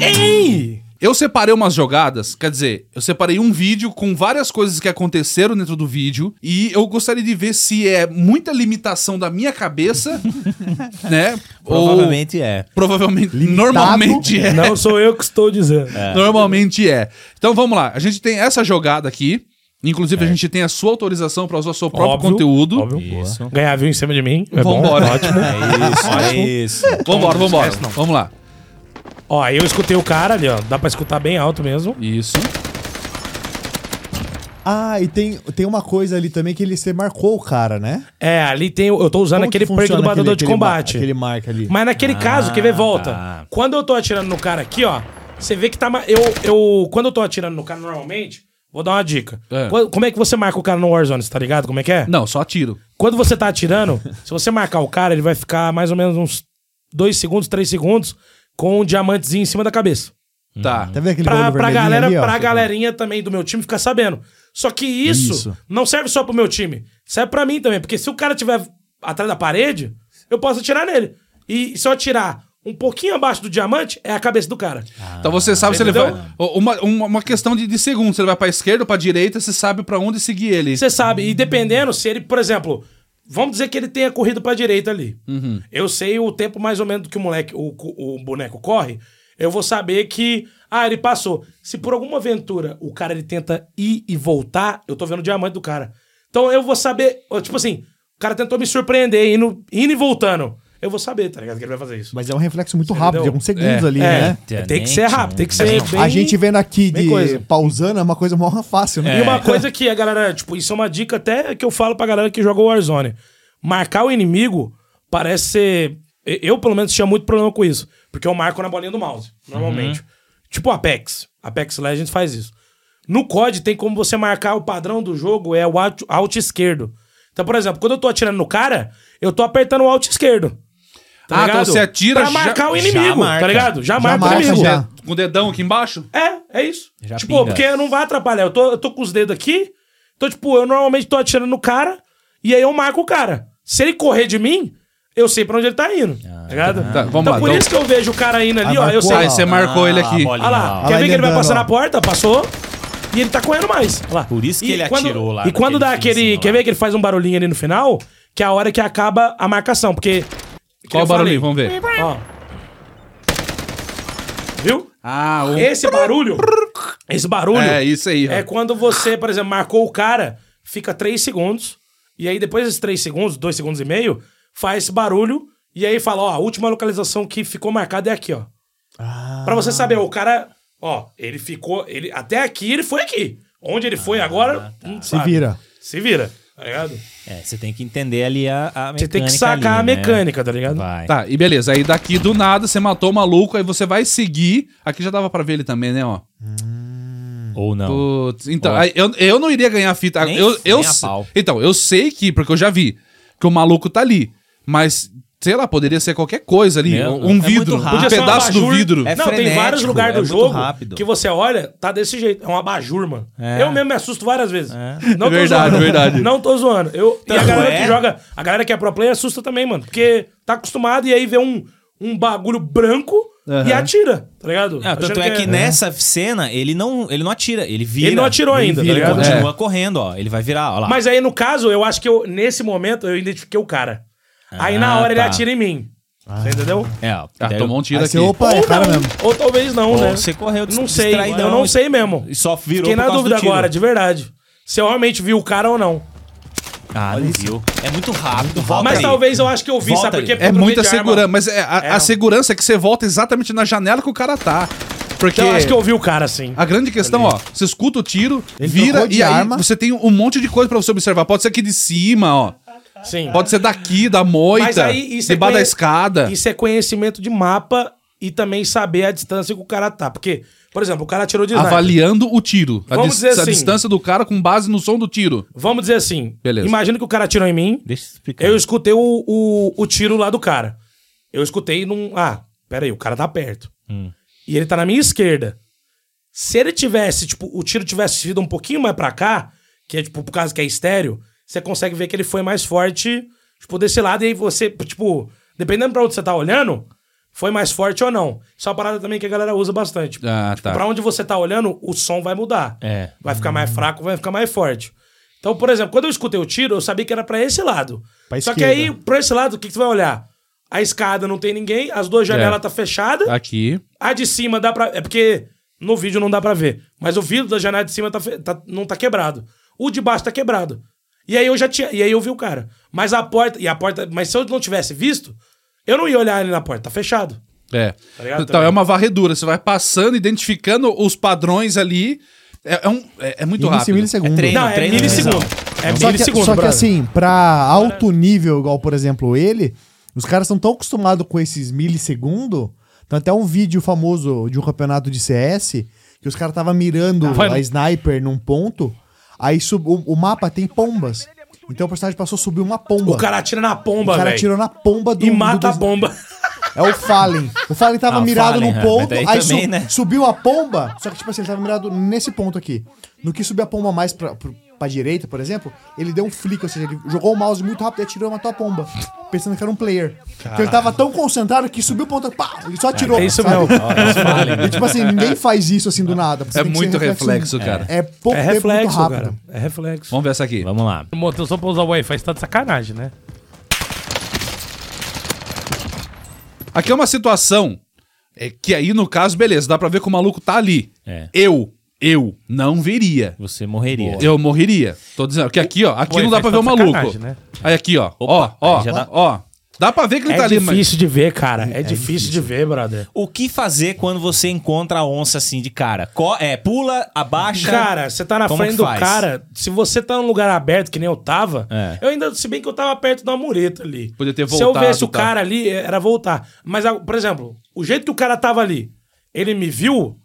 Speaker 3: Ei!
Speaker 2: Eu separei umas jogadas, quer dizer, eu separei um vídeo com várias coisas que aconteceram dentro do vídeo e eu gostaria de ver se é muita limitação da minha cabeça, né? ou-
Speaker 1: Provavelmente é.
Speaker 2: provavelmente, normalmente é.
Speaker 3: Não sou eu que estou dizendo.
Speaker 2: Normalmente é. Então vamos lá. A gente tem essa jogada aqui. Inclusive, a gente tem a sua autorização para usar o seu próprio
Speaker 3: É. Óbvio,
Speaker 2: conteúdo.
Speaker 3: óbvio.
Speaker 1: Isso.
Speaker 3: Ganhar view em cima de mim. É bom.
Speaker 2: Vambora.
Speaker 1: É isso, é isso.
Speaker 2: Vambora, vambora. Vamos lá.
Speaker 3: Ó, aí eu escutei o cara ali, ó. Dá pra escutar bem alto mesmo.
Speaker 2: Isso.
Speaker 4: Ah, e tem, tem uma coisa ali também que ele, você marcou o cara, né?
Speaker 3: É, ali tem. o- Eu tô usando
Speaker 4: Como que
Speaker 3: aquele perk do
Speaker 4: funciona
Speaker 3: batedor
Speaker 4: aquele-
Speaker 3: de
Speaker 4: aquele ma-
Speaker 3: combate.
Speaker 4: Aquele marca ali.
Speaker 3: Mas
Speaker 2: Ah,
Speaker 3: naquele caso, quer ver? Volta.
Speaker 1: tá.
Speaker 3: Quando eu tô atirando no cara aqui, ó. Você vê que tá. ma- Eu, eu. Quando eu tô atirando no cara normalmente. Vou dar uma dica.
Speaker 2: É.
Speaker 3: Qu- Como é que você marca o cara no Warzone, você tá ligado? Como é que é?
Speaker 2: Não, só tiro.
Speaker 3: Quando você tá atirando, se você marcar o cara, ele vai ficar mais ou menos uns 2 segundos, 3 segundos com um diamantezinho em cima da cabeça.
Speaker 2: Tá.
Speaker 3: Uhum.
Speaker 4: Tá vendo aquele
Speaker 3: pra,
Speaker 4: bagulho
Speaker 3: pra
Speaker 4: vermelhinho
Speaker 3: galera,
Speaker 4: ali, ó?
Speaker 3: pra galerinha também do meu time ficar sabendo. Só que isso,
Speaker 4: Isso.
Speaker 3: não serve só pro meu time, serve pra mim também, porque se o cara tiver atrás da parede, eu posso atirar nele. E se eu atirar um pouquinho abaixo do diamante, é a cabeça do cara.
Speaker 2: Então você sabe se ele
Speaker 3: entendeu?
Speaker 2: vai. Uma, uma, uma questão de, de segundos. Se ele vai pra esquerda ou pra direita, você sabe pra onde seguir ele.
Speaker 3: Você sabe, e dependendo se ele, por exemplo, vamos dizer que ele tenha corrido pra direita ali. Eu sei o tempo mais ou menos do que o moleque, o, co- o boneco corre, eu vou saber que, ah, ele passou. Se por alguma aventura o cara ele tenta ir e voltar, eu tô vendo o diamante do cara. Então eu vou saber, ó, tipo assim, o cara tentou me surpreender indo, indo e voltando. Eu vou saber, tá ligado? Que ele vai fazer isso.
Speaker 4: Mas é um reflexo muito rápido, de
Speaker 3: entendeu?
Speaker 4: alguns segundos
Speaker 2: É.
Speaker 4: ali,
Speaker 3: é,
Speaker 4: né?
Speaker 3: tem que ser rápido, tem que ser bem...
Speaker 4: A gente vendo aqui
Speaker 3: bem
Speaker 4: de
Speaker 3: coisa.
Speaker 4: pausando é uma coisa mó fácil, né?
Speaker 3: E uma coisa que a galera, tipo, isso é uma dica até que eu falo pra galera que joga o Warzone. Marcar o inimigo parece ser E- Eu, pelo menos, tinha muito problema com isso. Porque eu marco na bolinha do mouse, normalmente. Tipo Apex. Apex Legends faz isso. No COD tem como você marcar o padrão do jogo, é o alt, alt esquerdo. Então, por exemplo, quando eu tô atirando no cara, eu tô apertando o alt esquerdo. Tá
Speaker 2: Ah, então
Speaker 3: ligado?
Speaker 2: você atira
Speaker 3: pra
Speaker 2: já-
Speaker 3: marcar o
Speaker 1: já
Speaker 3: inimigo,
Speaker 1: marca.
Speaker 3: tá ligado? Já,
Speaker 4: Já
Speaker 3: marca, o
Speaker 4: marca,
Speaker 3: inimigo.
Speaker 4: já.
Speaker 2: Com o dedão aqui embaixo?
Speaker 3: É, é isso.
Speaker 1: Já
Speaker 3: tipo,
Speaker 1: pinga.
Speaker 3: porque não vai atrapalhar. Eu tô, eu tô com os dedos aqui. Então, tipo, eu normalmente tô atirando no cara e aí eu marco o cara. Se ele correr de mim, eu sei pra onde ele tá indo.
Speaker 1: Ah,
Speaker 3: tá ligado?
Speaker 2: Tá, vamos
Speaker 3: então,
Speaker 2: lá,
Speaker 3: por
Speaker 2: então- é
Speaker 3: isso que eu vejo o cara indo ali,
Speaker 4: Ah,
Speaker 3: ó. Eu
Speaker 4: marcou,
Speaker 3: sei.
Speaker 2: Aí você marcou ele aqui.
Speaker 1: bolinha,
Speaker 3: Olha lá.
Speaker 1: ó.
Speaker 4: Ah,
Speaker 3: Quer
Speaker 4: lá
Speaker 3: ver
Speaker 4: ele
Speaker 3: que ele vai
Speaker 4: andando,
Speaker 3: passar
Speaker 4: ó.
Speaker 3: na porta? Passou. E ele tá correndo mais. Olha lá.
Speaker 1: Por isso que
Speaker 3: E
Speaker 1: ele
Speaker 3: quando-
Speaker 1: atirou lá
Speaker 3: E quando
Speaker 1: naquele
Speaker 3: dá aquele.
Speaker 1: finzinho
Speaker 3: Quer
Speaker 1: lá.
Speaker 3: ver que ele faz um barulhinho ali no final? Que é a hora que acaba a marcação. Porque.
Speaker 2: Qual
Speaker 3: eu
Speaker 2: o barulhinho?
Speaker 3: falei,
Speaker 2: Vamos ver.
Speaker 3: Ó. Viu?
Speaker 2: Ah,
Speaker 1: um.
Speaker 2: o...
Speaker 3: Esse barulho. Esse barulho.
Speaker 2: É isso aí.
Speaker 3: É
Speaker 2: ó.
Speaker 3: quando você, por exemplo, marcou o cara, fica 3 segundos, e aí depois desses 3 segundos, 2 segundos e meio, faz esse barulho, e aí fala, ó, a última localização que ficou marcada é aqui, ó.
Speaker 2: Ah.
Speaker 3: Pra você saber, o cara, ó, ele ficou, ele até aqui ele foi aqui. Onde ele
Speaker 2: Ah,
Speaker 3: foi agora,
Speaker 2: tá.
Speaker 3: não
Speaker 4: Se
Speaker 3: sabe.
Speaker 4: vira.
Speaker 3: Se vira, tá ligado?
Speaker 1: É, você tem que entender ali a, a mecânica.
Speaker 3: Você tem que sacar
Speaker 1: ali,
Speaker 3: a mecânica, tá ligado?
Speaker 1: Né? Vai.
Speaker 2: Tá, e beleza. Aí daqui do nada você matou o maluco, aí você vai seguir. Aqui já dava pra ver ele também, né, ó.
Speaker 1: Ou não.
Speaker 2: Putz, então,
Speaker 1: Ó.
Speaker 2: aí eu, eu não iria ganhar a fita.
Speaker 1: Nem-
Speaker 2: eu, eu,
Speaker 1: nem a
Speaker 2: se-
Speaker 1: pau.
Speaker 2: Então, eu sei que, porque eu já vi, que o maluco tá ali. Mas, sei lá, poderia ser qualquer coisa ali.
Speaker 1: Não,
Speaker 2: um
Speaker 1: é muito
Speaker 2: vidro,
Speaker 1: rápido.
Speaker 2: um
Speaker 1: Podia ser
Speaker 3: um
Speaker 2: pedaço do
Speaker 3: abajur.
Speaker 2: vidro.
Speaker 1: É
Speaker 3: não, tem
Speaker 1: frenético,
Speaker 3: vários lugares
Speaker 1: é
Speaker 3: do
Speaker 1: muito
Speaker 3: jogo
Speaker 1: rápido.
Speaker 3: que você olha, tá desse jeito. É um abajur, mano.
Speaker 1: É.
Speaker 3: Eu mesmo me assusto várias vezes. Não
Speaker 2: É verdade,
Speaker 3: zoando.
Speaker 2: verdade.
Speaker 3: Não tô zoando. Eu, e a
Speaker 1: Tanto
Speaker 3: galera
Speaker 1: é-
Speaker 3: que joga, a galera que é pro player assusta também, mano. Porque tá acostumado e aí vê um, um bagulho branco e atira, tá ligado?
Speaker 1: Não, tanto
Speaker 3: Achando
Speaker 1: é que nessa cena ele não, ele não atira, ele vira.
Speaker 3: Ele não atirou ainda, tá
Speaker 1: vira, ele
Speaker 3: ligado?
Speaker 1: continua correndo, ó. Ele vai virar, ó lá.
Speaker 3: Mas aí, no caso, eu acho que eu, nesse momento, eu identifiquei o cara. aí, na
Speaker 1: Ah,
Speaker 3: hora, ele
Speaker 1: tá.
Speaker 3: atira em mim. Você entendeu?
Speaker 1: É, ó.
Speaker 2: Ah,
Speaker 1: daí
Speaker 2: tomou um
Speaker 1: eu-
Speaker 2: tiro
Speaker 4: Aí
Speaker 2: aqui.
Speaker 4: você, opa, é
Speaker 3: ou,
Speaker 4: cara
Speaker 3: não,
Speaker 4: mesmo.
Speaker 3: ou talvez não,
Speaker 1: Ou
Speaker 3: né?
Speaker 1: você correu
Speaker 3: Não sei,
Speaker 1: distraidão
Speaker 3: eu não
Speaker 1: e-
Speaker 3: sei mesmo.
Speaker 1: E só virou
Speaker 3: Fiquei
Speaker 1: por
Speaker 3: na
Speaker 1: causa do
Speaker 3: dúvida
Speaker 1: tiro.
Speaker 3: agora, de verdade. Se eu realmente vi o cara ou não.
Speaker 1: Ah, não viu. É muito rápido. volta
Speaker 3: Mas
Speaker 1: aí.
Speaker 3: talvez eu acho que eu vi,
Speaker 1: Volta
Speaker 3: sabe por
Speaker 1: ali.
Speaker 3: quê? Porque
Speaker 2: É
Speaker 3: eu troquei
Speaker 2: muita
Speaker 3: de arma.
Speaker 2: segurança, mas é, a, a
Speaker 3: É, não.
Speaker 2: segurança é que você volta exatamente na janela que o cara tá. Porque
Speaker 3: Então eu acho que eu vi o cara, sim.
Speaker 2: a grande questão, ó, você escuta o tiro,
Speaker 4: Ele
Speaker 2: vira
Speaker 4: trocou de
Speaker 2: e aí
Speaker 4: arma.
Speaker 2: você tem um monte de coisa pra você observar. Pode ser aqui de cima, ó.
Speaker 3: Sim.
Speaker 2: Ah, Pode ser daqui, da moita,
Speaker 3: é
Speaker 2: debaixo da
Speaker 3: conhe-
Speaker 2: escada.
Speaker 3: Isso é conhecimento de mapa e também saber a distância que o cara tá. Porque, por exemplo, o cara atirou de sniper.
Speaker 2: avaliando o tiro. A,
Speaker 3: Vamos
Speaker 2: dis-
Speaker 3: dizer
Speaker 2: a
Speaker 3: assim.
Speaker 2: distância do cara com base no som do tiro.
Speaker 3: Vamos dizer assim.
Speaker 2: Beleza.
Speaker 3: Imagina que o cara atirou em mim.
Speaker 1: Deixa eu explicar.
Speaker 3: Eu escutei o, o, o tiro lá do cara. Eu escutei num. Ah, peraí, o cara tá perto.
Speaker 2: Hum.
Speaker 3: E ele tá na minha esquerda. Se ele tivesse, tipo, o tiro tivesse sido um pouquinho mais pra cá, que é, tipo, por causa que é estéreo, você consegue ver que ele foi mais forte, tipo, desse lado, e aí você, tipo, dependendo pra onde você tá olhando, foi mais forte ou não. Isso é uma parada também que a galera usa bastante.
Speaker 2: Ah,
Speaker 3: Tipo,
Speaker 2: tá. Uhum.
Speaker 3: Pra onde você tá olhando, o som vai mudar.
Speaker 1: É.
Speaker 3: Vai ficar mais fraco, vai ficar mais forte. Então, por exemplo, quando eu escutei o tiro, eu sabia que era pra esse lado.
Speaker 4: Pra
Speaker 3: Só que
Speaker 4: esquerda.
Speaker 3: aí, pra esse lado, o que, que você vai olhar? A escada não tem ninguém, as duas
Speaker 2: É.
Speaker 3: janelas tá fechada.
Speaker 2: Aqui.
Speaker 3: A de cima dá pra. É porque no vídeo não dá pra ver. Mas o vidro da janela de cima tá, fe- tá- não tá quebrado. O de baixo tá quebrado. E aí eu já tinha. E aí eu vi o cara. Mas a porta. E a porta. Mas se eu não tivesse visto, eu não ia olhar ele na porta. Tá fechado.
Speaker 2: É.
Speaker 3: Tá ligado?
Speaker 2: então é uma varredura. Você vai passando, identificando os padrões ali. É, é um- é- é muito
Speaker 4: Início
Speaker 2: rápido.
Speaker 4: milissegundo.
Speaker 1: É treino.
Speaker 3: não, é
Speaker 1: treino,
Speaker 5: né?
Speaker 3: milissegundo. É
Speaker 4: Só que,
Speaker 3: milissegundo,
Speaker 4: só que
Speaker 3: brother.
Speaker 4: assim, pra alto nível, igual por exemplo ele, os caras são tão acostumados com esses milissegundos. Tem até um vídeo famoso de um campeonato de CS que os caras estavam mirando
Speaker 3: vai no-
Speaker 4: a sniper num ponto. Aí sub- o, o mapa tem pombas. Então o personagem passou a subir uma pomba.
Speaker 3: O cara atira na pomba,
Speaker 4: O cara
Speaker 3: velho.
Speaker 4: atirou na pomba do.
Speaker 3: E mata a
Speaker 4: do-
Speaker 3: bomba.
Speaker 4: É o Fallen. O Fallen tava
Speaker 1: Ah, o
Speaker 4: mirado
Speaker 1: Fallen,
Speaker 4: num
Speaker 1: é,
Speaker 4: ponto,
Speaker 1: mas daí
Speaker 4: aí
Speaker 1: também,
Speaker 4: su-
Speaker 1: né?
Speaker 4: subiu a pomba, só que tipo assim, ele tava mirado nesse ponto aqui. No que subiu a pomba mais pra, pro- pra direita, por exemplo, ele deu um flick, ou seja, ele jogou o mouse muito rápido e atirou e matou a pomba, pensando que era um player. Então ele tava tão concentrado que subiu o ponto, pá, ele só atirou.
Speaker 3: É isso
Speaker 4: sabe?
Speaker 3: mesmo.
Speaker 4: E, tipo assim, ninguém faz isso assim do nada. você
Speaker 2: É
Speaker 4: tem que ser
Speaker 2: muito reflexo, cara.
Speaker 4: É pouco
Speaker 3: É
Speaker 4: tempo,
Speaker 3: reflexo,
Speaker 4: muito
Speaker 3: cara.
Speaker 4: rápido.
Speaker 3: É reflexo.
Speaker 2: Vamos ver essa aqui.
Speaker 1: Vamos lá.
Speaker 5: Motor só pra usar o Wi-Fi, você tá de sacanagem, né?
Speaker 2: Aqui é uma situação é, que aí, no caso, beleza, dá pra ver que o maluco tá ali.
Speaker 1: É.
Speaker 2: Eu, eu não veria.
Speaker 1: Você morreria.
Speaker 2: Eu morreria. Tô dizendo que aqui, ó, aqui
Speaker 3: é
Speaker 5: Pô,
Speaker 2: não dá
Speaker 5: aí
Speaker 2: pra
Speaker 5: faz
Speaker 2: ver
Speaker 5: tá
Speaker 2: o
Speaker 5: de
Speaker 2: maluco.
Speaker 5: sacanagem, né?
Speaker 2: Aí aqui, ó,
Speaker 1: Opa,
Speaker 2: ó, ó,
Speaker 1: aí já dá-
Speaker 2: ó. Dá pra ver que ele
Speaker 3: É
Speaker 2: tá ali,
Speaker 3: difícil
Speaker 2: mas.
Speaker 3: de ver, cara. É, difícil de ver, brother.
Speaker 1: O que fazer quando você encontra a onça assim de cara? Co- é, pula, abaixa.
Speaker 3: Cara, você tá na
Speaker 1: Como
Speaker 3: frente
Speaker 1: que
Speaker 3: do
Speaker 1: faz?
Speaker 3: cara. Se você tá num lugar aberto, que nem eu tava,
Speaker 1: É.
Speaker 3: eu ainda, se bem que eu tava perto da mureta ali.
Speaker 2: Podia ter
Speaker 3: Se eu
Speaker 2: voltado,
Speaker 3: vesse o
Speaker 2: tá.
Speaker 3: cara ali, é, era voltar. Mas, ah, por exemplo, o jeito que o cara tava ali, ele me viu,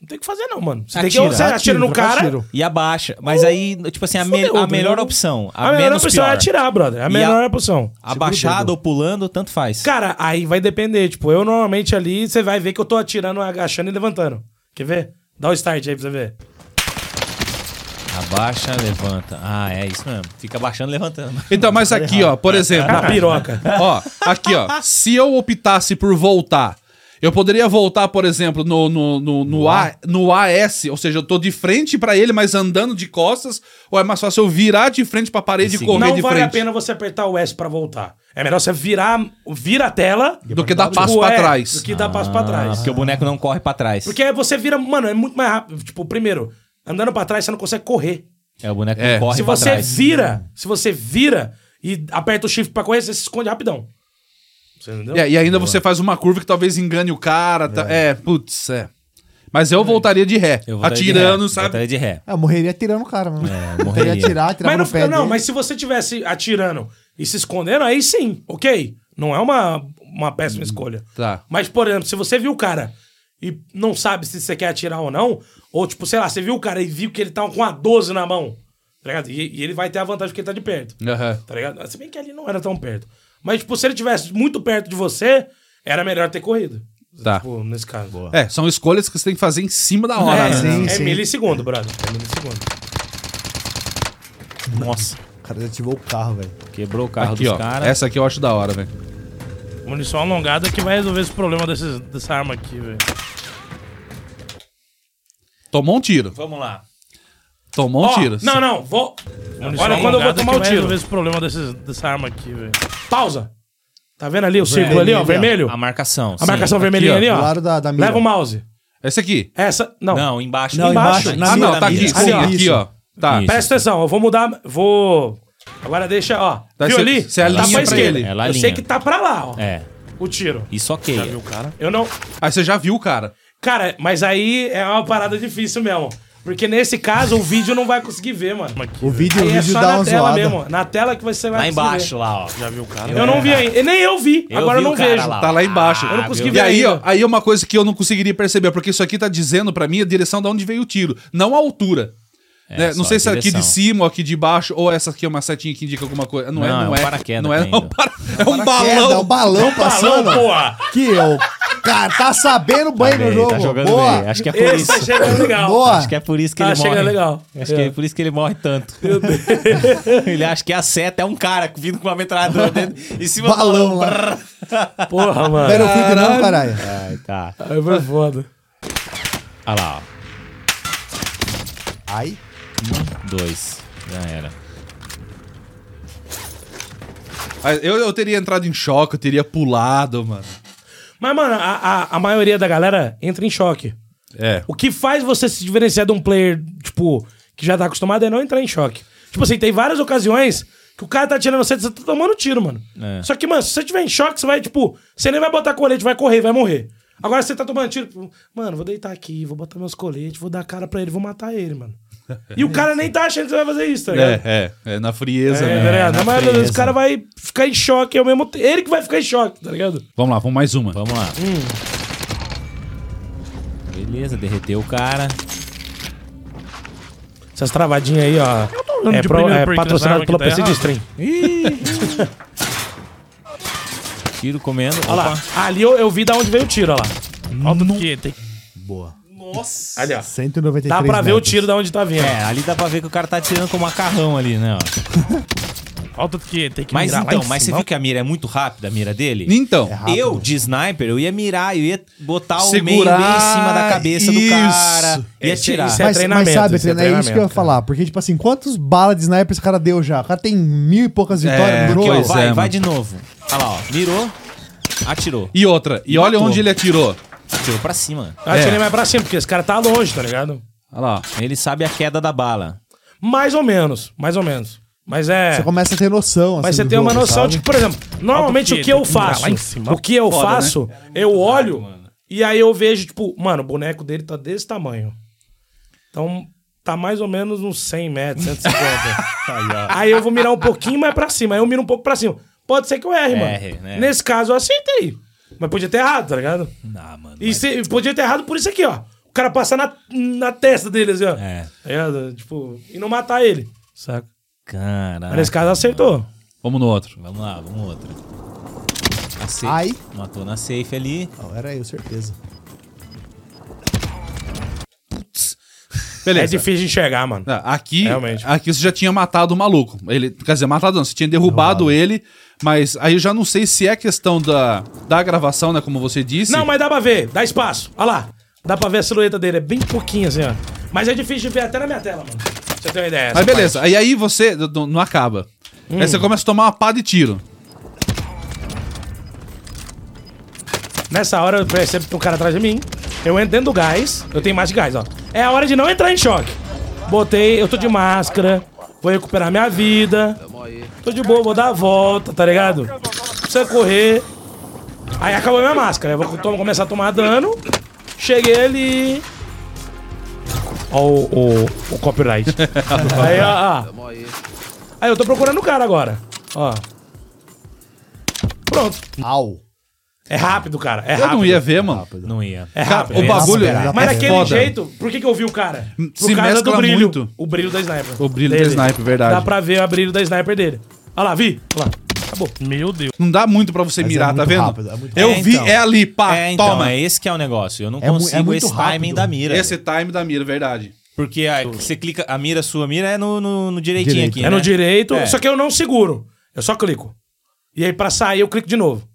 Speaker 3: não tem o que fazer, não, mano. Você tem
Speaker 1: Atira.
Speaker 3: que. Você atira,
Speaker 4: Atira,
Speaker 3: no cara.
Speaker 4: atira.
Speaker 1: E abaixa. Mas aí, tipo assim, a, me-
Speaker 3: fudeu,
Speaker 1: a
Speaker 3: tá
Speaker 1: melhor
Speaker 3: ligado?
Speaker 1: opção. A,
Speaker 3: A, melhor
Speaker 1: menos
Speaker 3: opção
Speaker 1: pior.
Speaker 3: é atirar, brother. A
Speaker 1: E
Speaker 3: melhor
Speaker 1: a-
Speaker 3: opção.
Speaker 1: Abaixado ou pulando, tanto faz.
Speaker 3: Cara, aí vai depender. Tipo, eu normalmente ali, você vai ver que eu tô atirando, agachando e levantando. Quer ver? Dá o start aí pra você ver.
Speaker 1: Abaixa, levanta. Ah, é isso mesmo. Fica abaixando, levantando.
Speaker 2: Então, mas
Speaker 3: Tá
Speaker 2: aqui, ó, por exemplo.
Speaker 3: Na piroca.
Speaker 2: ó, aqui, ó. Se eu optasse por voltar, eu poderia voltar, por exemplo, no, no, no, no, A, no AS, ou seja, eu tô de frente pra ele, mas andando de costas, ou é mais fácil eu virar de frente pra parede
Speaker 1: E
Speaker 2: e
Speaker 1: seguir.
Speaker 2: correr
Speaker 3: Não
Speaker 2: de
Speaker 3: vale
Speaker 2: frente
Speaker 3: a pena você apertar o S pra voltar. É melhor você virar, vira a tela
Speaker 2: do que dar
Speaker 3: tipo,
Speaker 2: passo pra
Speaker 3: é,
Speaker 2: trás.
Speaker 3: do que dar passo pra
Speaker 1: Ah,
Speaker 3: trás.
Speaker 1: porque o boneco não corre pra trás.
Speaker 3: Porque aí você vira, mano, é muito mais rápido. Tipo, primeiro, andando pra trás você não consegue correr.
Speaker 1: É, o boneco
Speaker 2: É.
Speaker 1: não corre
Speaker 3: se
Speaker 1: pra
Speaker 3: você
Speaker 1: trás.
Speaker 3: vira, se você vira e aperta o shift pra correr, você se esconde rapidão. Você entendeu?
Speaker 2: É, e ainda você faz uma curva que talvez engane o cara. tá- É, putz, é. Mas eu voltaria de ré,
Speaker 1: Eu voltaria de ré.
Speaker 2: atirando,
Speaker 1: Eu
Speaker 2: sabe?
Speaker 1: voltaria de ré.
Speaker 4: Ah, morreria atirando o cara, mano.
Speaker 1: É, morreria.
Speaker 4: Morreria atirar, atirar no
Speaker 3: Mas não,
Speaker 4: pé
Speaker 3: fica, não,
Speaker 4: dele.
Speaker 3: mas se você tivesse atirando e se escondendo, aí sim, ok. Não é uma, uma
Speaker 4: Hum,
Speaker 3: péssima escolha.
Speaker 2: tá.
Speaker 3: Mas, por exemplo, se você viu o cara e não sabe se você quer atirar ou não, ou tipo, sei lá, você viu o cara e viu que ele tá com a 12 na mão, tá ligado? E, e ele vai ter a vantagem porque ele tá de perto,
Speaker 2: Aham.
Speaker 3: tá ligado? Se bem que ali não era tão perto. Mas, tipo, se ele tivesse muito perto de você, era melhor ter corrido.
Speaker 2: Tá.
Speaker 3: Tipo, nesse caso. Boa.
Speaker 2: É, são escolhas que você tem que fazer em cima da hora.
Speaker 3: É,
Speaker 2: né?
Speaker 4: sim,
Speaker 3: é
Speaker 4: sim.
Speaker 3: milissegundo, brother. É milissegundo.
Speaker 1: Nossa,
Speaker 4: O cara desativou o carro, velho.
Speaker 1: quebrou o carro
Speaker 2: Aqui,
Speaker 1: dos
Speaker 2: ó. É
Speaker 1: caras.
Speaker 2: Essa aqui eu acho da hora, velho.
Speaker 5: Munição alongada que vai resolver esse problema desses- dessa arma aqui, velho.
Speaker 2: Tomou um tiro.
Speaker 1: Vamos lá.
Speaker 2: Tomou um
Speaker 3: Ó,
Speaker 2: tiro.
Speaker 3: Não, não, vou.
Speaker 5: Munição
Speaker 3: Olha quando eu vou
Speaker 5: alongada
Speaker 3: tomar
Speaker 5: é que vai
Speaker 3: o tiro.
Speaker 5: resolver esse problema desses- dessa arma aqui, velho.
Speaker 3: Pausa. Tá vendo ali o círculo ali, ó,
Speaker 4: Vermelho,
Speaker 3: vermelho?
Speaker 1: A marcação.
Speaker 3: A marcação
Speaker 2: aqui,
Speaker 3: vermelhinha
Speaker 2: ó,
Speaker 3: ali,
Speaker 4: Do
Speaker 3: ó.
Speaker 4: lado da, da mira.
Speaker 3: Leva o mouse.
Speaker 2: Esse aqui.
Speaker 3: Essa, não.
Speaker 1: Não, embaixo.
Speaker 4: Não, embaixo, na
Speaker 2: Ah,
Speaker 1: em cima
Speaker 2: não,
Speaker 1: da
Speaker 2: tá
Speaker 1: mira.
Speaker 2: aqui.
Speaker 4: Isso,
Speaker 2: Sim,
Speaker 4: isso.
Speaker 2: aqui, ó. Tá.
Speaker 1: Isso.
Speaker 3: Presta atenção, eu vou mudar, vou... Agora deixa, ó.
Speaker 2: Daí
Speaker 3: Viu
Speaker 2: cê-
Speaker 3: ali?
Speaker 2: cê alinha
Speaker 3: tá pra
Speaker 2: pra
Speaker 3: esquerda.
Speaker 4: É,
Speaker 2: ele.
Speaker 1: Ela
Speaker 3: eu
Speaker 1: alinha.
Speaker 3: sei que tá pra lá, ó.
Speaker 1: É,
Speaker 3: O tiro.
Speaker 1: isso ok.
Speaker 3: Eu não...
Speaker 2: Aí você já viu, o cara.
Speaker 3: Cara, mas aí é uma parada difícil mesmo. Porque nesse caso o vídeo não vai conseguir ver, mano.
Speaker 4: O vídeo, o
Speaker 3: Aí é
Speaker 4: vídeo
Speaker 3: só
Speaker 4: dá
Speaker 3: na
Speaker 4: uma
Speaker 3: tela
Speaker 4: zoada.
Speaker 3: mesmo. Na tela que você vai
Speaker 1: Lá
Speaker 3: conseguir
Speaker 1: embaixo, lá, ó. Já
Speaker 2: Né,
Speaker 1: viu o
Speaker 3: ver. Eu não vi ainda. Nem eu vi. Agora eu não vejo.
Speaker 2: Tá lá embaixo.
Speaker 3: Ah, Eu não consegui
Speaker 2: E
Speaker 3: ver
Speaker 2: aí, ó,
Speaker 3: ainda.
Speaker 2: aí é uma coisa que eu não conseguiria perceber, porque isso aqui tá dizendo pra mim a direção de onde veio o tiro, não a altura. né?
Speaker 1: só
Speaker 2: Não sei
Speaker 1: a
Speaker 2: se é aqui de
Speaker 1: direção.
Speaker 2: cima ou aqui de baixo, ou essa aqui é uma setinha que indica alguma coisa. Não, é,
Speaker 1: Não,
Speaker 2: não
Speaker 1: é
Speaker 2: é.
Speaker 1: um paraquedas
Speaker 2: não é,
Speaker 1: que
Speaker 2: não,
Speaker 1: ainda.
Speaker 2: para- é um
Speaker 4: Queda, um
Speaker 2: balão.
Speaker 4: balão
Speaker 3: Falou,
Speaker 4: passando.
Speaker 3: porra.
Speaker 4: Que o cara tá sabendo bem no jogo.
Speaker 1: Tá jogando
Speaker 4: Boa.
Speaker 1: bem. Acho que é por
Speaker 3: Esse tá
Speaker 1: isso.
Speaker 3: chegando legal.
Speaker 4: Boa.
Speaker 1: Acho que é por isso que
Speaker 3: Tá
Speaker 1: ele morre.
Speaker 3: chegando legal.
Speaker 1: Acho que é por isso que ele morre tanto. ele acha que a seta é um cara vindo com uma metralhadora dentro em cima do
Speaker 4: Balão lá.
Speaker 3: Porra, mano.
Speaker 4: Battlefield não, caralho.
Speaker 1: Ai, tá.
Speaker 3: É. Aí foi foda.
Speaker 1: Olha lá, ó.
Speaker 4: Ai.
Speaker 1: Dois. Já era.
Speaker 2: Aí Eu, eu teria entrado em choque, eu teria pulado, mano.
Speaker 3: Mas, mano, a, a, a maioria da galera entra em choque.
Speaker 2: É.
Speaker 3: O que faz você se diferenciar de um player, tipo, que já tá acostumado é não entrar em choque. Tipo assim, tem várias ocasiões que o cara tá tirando você, você tá tomando tiro, mano.
Speaker 1: É.
Speaker 3: Só que, mano, se você tiver em choque, você vai, tipo, você nem vai botar colete, vai correr, vai morrer. Agora você tá tomando tiro, tipo, mano, vou deitar aqui, vou botar meus coletes, vou dar cara pra ele, vou matar ele, mano. E o cara nem tá achando que você vai fazer isso, tá ligado?
Speaker 2: É, é, é na frieza,
Speaker 3: É,
Speaker 2: né?
Speaker 3: tá ligado? Na
Speaker 1: na
Speaker 3: maioria das vezes o
Speaker 1: frieza.
Speaker 3: cara vai ficar em choque ao mesmo tempo. Ele que vai ficar em choque, tá ligado?
Speaker 2: Vamos lá, vamos mais uma.
Speaker 1: Vamos lá. Beleza, derreteu o cara.
Speaker 3: Essas travadinhas aí, ó.
Speaker 5: dando
Speaker 3: é
Speaker 5: de
Speaker 3: pro-
Speaker 5: primeiro
Speaker 3: é
Speaker 5: break nessa
Speaker 3: patrocinado
Speaker 5: arma
Speaker 3: pela
Speaker 5: que tá
Speaker 3: PC de
Speaker 5: errado.
Speaker 3: Stream.
Speaker 1: Tiro comendo.
Speaker 3: Olha lá. Ali eu, eu vi da onde veio o tiro, olha lá.
Speaker 5: Olha tudo que tem.
Speaker 4: Boa.
Speaker 3: Ali, ó.
Speaker 4: 193
Speaker 3: Dá pra ver o
Speaker 4: metros.
Speaker 3: tiro da onde tá vindo.
Speaker 1: É, ali dá pra ver que o cara tá atirando com macarrão ali, né? ó.
Speaker 5: Olha tudo que tem que
Speaker 1: Mas
Speaker 5: mirar lá
Speaker 1: então,
Speaker 5: em
Speaker 1: mas você
Speaker 5: cima.
Speaker 1: viu que a mira é muito rápida, a mira dele?
Speaker 2: Então,
Speaker 4: rápido.
Speaker 1: Eu, de sniper, eu ia mirar, eu ia botar o
Speaker 2: Segurar,
Speaker 1: meio bem em cima da cabeça do
Speaker 2: isso.
Speaker 1: cara. Ia
Speaker 3: Esse-
Speaker 1: tirar.
Speaker 3: isso é
Speaker 4: Mas,
Speaker 3: treinamento,
Speaker 4: mas sabe,
Speaker 3: isso é
Speaker 4: treina- é, isso que eu ia
Speaker 3: treinamento, cara.
Speaker 4: falar. Porque, tipo assim, quantos balas de sniper esse cara deu já? O cara tem mil e poucas vitórias
Speaker 2: É,
Speaker 4: no jogo.
Speaker 1: Aqui, ó,
Speaker 2: Pois
Speaker 1: vai,
Speaker 2: é,
Speaker 1: vai
Speaker 2: mano.
Speaker 1: de novo. Olha lá, ó. Mirou, atirou.
Speaker 2: e outra. E olha
Speaker 1: Matou.
Speaker 2: onde ele atirou.
Speaker 1: Atirou pra cima.
Speaker 3: Eu acho
Speaker 2: É.
Speaker 3: que ele vai pra cima, porque esse cara tá longe, tá ligado?
Speaker 2: Olha lá.
Speaker 1: Ele sabe a queda da bala.
Speaker 3: Mais ou menos, mais ou menos. Mas é.
Speaker 4: Você começa a ter noção.
Speaker 3: Mas
Speaker 4: assim,
Speaker 3: você
Speaker 4: do
Speaker 3: tem uma
Speaker 4: jogo,
Speaker 3: noção,
Speaker 4: sabe?
Speaker 3: tipo, por exemplo, normalmente
Speaker 5: Olha
Speaker 3: o
Speaker 5: o
Speaker 3: que eu
Speaker 5: Pietro, cara,
Speaker 3: faço,
Speaker 5: lá em cima.
Speaker 3: o que eu
Speaker 2: Foda,
Speaker 3: faço, eu olho e aí eu vejo, tipo, mano, o boneco dele tá desse tamanho. Então, tá mais ou menos uns 100 metros, 150. aí eu vou mirar um pouquinho mais pra cima, aí eu miro um pouco pra cima. Pode ser que eu erre,
Speaker 1: Erre,
Speaker 3: mano.
Speaker 1: né?
Speaker 3: Nesse caso, eu acertei. Mas podia ter errado, tá ligado?
Speaker 1: Ah, mano.
Speaker 3: E se- podia ter errado por isso aqui, ó. O cara passar na, na testa dele, assim, ó.
Speaker 1: É.
Speaker 3: Tá ligado? Tipo, e não matar ele. Saca? Mas
Speaker 1: Caralho.
Speaker 3: nesse caso, acertou.
Speaker 2: Vamos no outro.
Speaker 1: Vamos lá, vamos outra. A safe.
Speaker 4: Ai.
Speaker 1: Matou na safe ali.
Speaker 4: Não, era eu, certeza.
Speaker 3: É
Speaker 2: Beleza.
Speaker 3: difícil enxergar, mano.
Speaker 2: Ah, Aqui,
Speaker 3: É Realmente.
Speaker 2: aqui você já tinha matado o maluco. Ele, quer dizer, matado não, você tinha derrubado ele, mas aí eu já não sei se é questão da, da gravação, né? Como você disse.
Speaker 3: Não, mas dá pra ver, dá espaço. Olha lá. Dá pra ver a silhueta dele, é bem pouquinho assim, ó. Mas é difícil de ver até na minha tela, mano. Pra Você tem uma ideia.
Speaker 2: Mas
Speaker 3: essa
Speaker 2: beleza, aí, aí você n- n- não acaba. Aí você começa a tomar uma pá de tiro.
Speaker 3: parte. Nessa hora eu percebo que tem um cara atrás de mim. Eu entro dentro do gás, eu tenho mais de gás, ó. É a hora de não entrar em choque. Botei, eu tô de máscara, vou recuperar minha vida. Tô de boa, vou dar a volta, tá ligado? Não Precisa correr. Aí acabou minha máscara, eu vou to- começar a tomar dano. Cheguei ali. Ó, o, o, o copyright. aí, ó, ó. Aí eu tô procurando o cara agora. Ó. Pronto.
Speaker 4: Au.
Speaker 3: É rápido, cara. É
Speaker 2: Eu
Speaker 3: rápido.
Speaker 2: não ia ver, mano.
Speaker 1: Não ia.
Speaker 3: É
Speaker 2: Cara,
Speaker 3: rápido.
Speaker 2: o bagulho
Speaker 4: superar.
Speaker 2: é
Speaker 3: Mas daquele
Speaker 2: foda.
Speaker 3: jeito, por que, que eu vi o cara? Por
Speaker 2: Hum, Se mescla
Speaker 3: brilho.
Speaker 2: muito.
Speaker 3: O brilho da sniper.
Speaker 2: O brilho da sniper, verdade.
Speaker 3: Dá pra ver o brilho da sniper dele. Olha lá, vi. Olha lá. Acabou.
Speaker 5: Meu Deus.
Speaker 2: Não dá muito pra você
Speaker 4: Mas é
Speaker 2: mirar, tá
Speaker 4: muito
Speaker 2: vendo?
Speaker 4: rápido, é muito
Speaker 2: Eu
Speaker 1: rápido.
Speaker 2: vi,
Speaker 1: É, então.
Speaker 2: é ali, pá,
Speaker 1: é, então,
Speaker 2: toma.
Speaker 1: é esse que é o negócio. Eu não
Speaker 4: É mu- é
Speaker 1: consigo
Speaker 4: muito
Speaker 1: esse timing
Speaker 4: rápido.
Speaker 1: da mira.
Speaker 2: Esse é- time da mira, verdade.
Speaker 1: Porque a- você clica, a mira, sua mira é no, no, no direitinho
Speaker 4: Direito.
Speaker 1: aqui.
Speaker 3: É
Speaker 1: né?
Speaker 3: no direito,
Speaker 1: É.
Speaker 3: só que eu não seguro. Eu só clico. E aí pra sair eu clico de novo.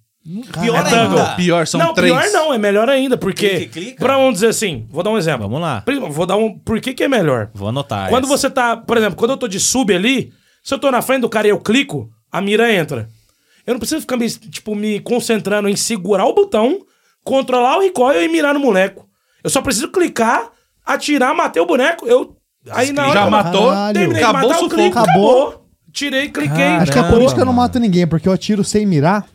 Speaker 1: Pior
Speaker 3: É tango.
Speaker 1: ainda.
Speaker 2: Pior, são
Speaker 3: não,
Speaker 2: três.
Speaker 3: pior não, é melhor ainda, porque...
Speaker 1: Clica e clica?
Speaker 3: Pra vamos dizer assim, vou dar um exemplo.
Speaker 1: Vamos lá.
Speaker 3: Prima, Vou dar um... Por que que é melhor?
Speaker 1: Vou anotar.
Speaker 3: Quando
Speaker 1: essa.
Speaker 3: você tá, por exemplo, quando eu tô de sub ali, se eu tô na frente do cara e eu clico, a mira entra. Eu não preciso ficar me, tipo, me concentrando em segurar o botão, controlar o recoil e mirar no boneco. Eu só preciso clicar, atirar, matei o boneco, eu. Aí na hora.
Speaker 2: Já
Speaker 3: que eu
Speaker 2: matou,
Speaker 4: Caralho.
Speaker 3: terminei de
Speaker 2: acabou o
Speaker 3: matar, eu clico,
Speaker 2: sufoco.
Speaker 3: acabou. Tirei, cliquei.
Speaker 4: Acho que é por
Speaker 1: Caramba,
Speaker 4: isso que eu não
Speaker 1: mano.
Speaker 4: mato ninguém, porque eu atiro sem mirar.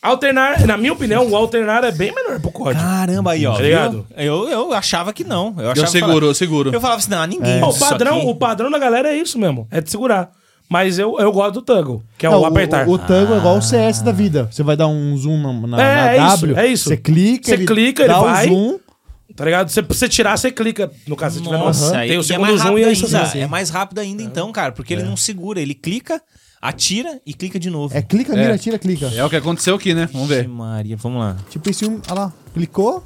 Speaker 3: Alternar, na minha opinião, o alternar é bem melhor pro código.
Speaker 1: Caramba, aí, ó.
Speaker 3: Tá ligado?
Speaker 1: viu? Eu, eu achava que não. Eu, achava
Speaker 2: Eu
Speaker 1: que
Speaker 2: seguro,
Speaker 1: falava-
Speaker 2: eu seguro.
Speaker 1: Eu falava assim, não,
Speaker 4: É.
Speaker 1: ninguém. usa
Speaker 3: o,
Speaker 1: isso
Speaker 3: padrão,
Speaker 1: aqui.
Speaker 3: o padrão da galera é isso mesmo, é de segurar. Mas eu, eu gosto do tango, que é
Speaker 4: Não,
Speaker 3: o apertar.
Speaker 4: O, o tango é igual o CS da vida. Você vai dar um zoom na, na,
Speaker 3: É,
Speaker 4: na
Speaker 3: é isso,
Speaker 4: W.
Speaker 3: é isso.
Speaker 4: Você clica,
Speaker 3: Você clica, ele
Speaker 4: dá o
Speaker 3: vai.
Speaker 4: zoom.
Speaker 3: Tá ligado? Você, você tirar, você clica. No caso, se tiver no-
Speaker 1: Nossa,
Speaker 3: tem o
Speaker 1: e é
Speaker 3: segundo
Speaker 1: mais
Speaker 3: zoom
Speaker 1: rápido
Speaker 3: e aí você
Speaker 1: ainda.
Speaker 3: faz.
Speaker 1: É mais rápido ainda então, cara, porque ele não segura. Ele clica, atira e clica de novo.
Speaker 4: É clica, mira, tira, clica.
Speaker 2: É o que aconteceu aqui, né? Vamos
Speaker 1: Ixi,
Speaker 2: ver.
Speaker 1: Maria, vamos lá.
Speaker 4: Tipo esse um, olha lá, clicou.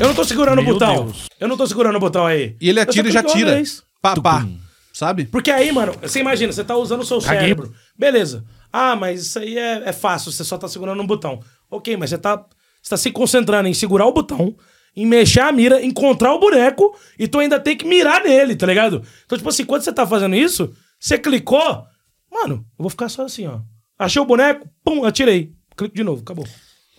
Speaker 3: Eu não tô segurando
Speaker 5: Meu
Speaker 3: o botão.
Speaker 5: Deus.
Speaker 3: Eu não tô segurando o botão aí.
Speaker 2: E ele
Speaker 3: Eu só
Speaker 2: atira e já
Speaker 3: cliquei uma
Speaker 2: tira.
Speaker 3: vez.
Speaker 2: Pá, pá. Sabe?
Speaker 3: Porque aí, mano, você imagina, você tá usando o seu
Speaker 5: Caguei.
Speaker 3: cérebro. Beleza. Ah, mas isso aí é, é fácil, você só tá segurando um botão. Ok, mas você tá, você tá se concentrando em segurar o botão, em mexer a mira, encontrar o boneco, e tu ainda tem que mirar nele, tá ligado? Então, tipo assim, quando você tá fazendo isso, você clicou, mano, eu vou ficar só assim, ó. Achei o boneco, pum, atirei. Clico de novo, acabou.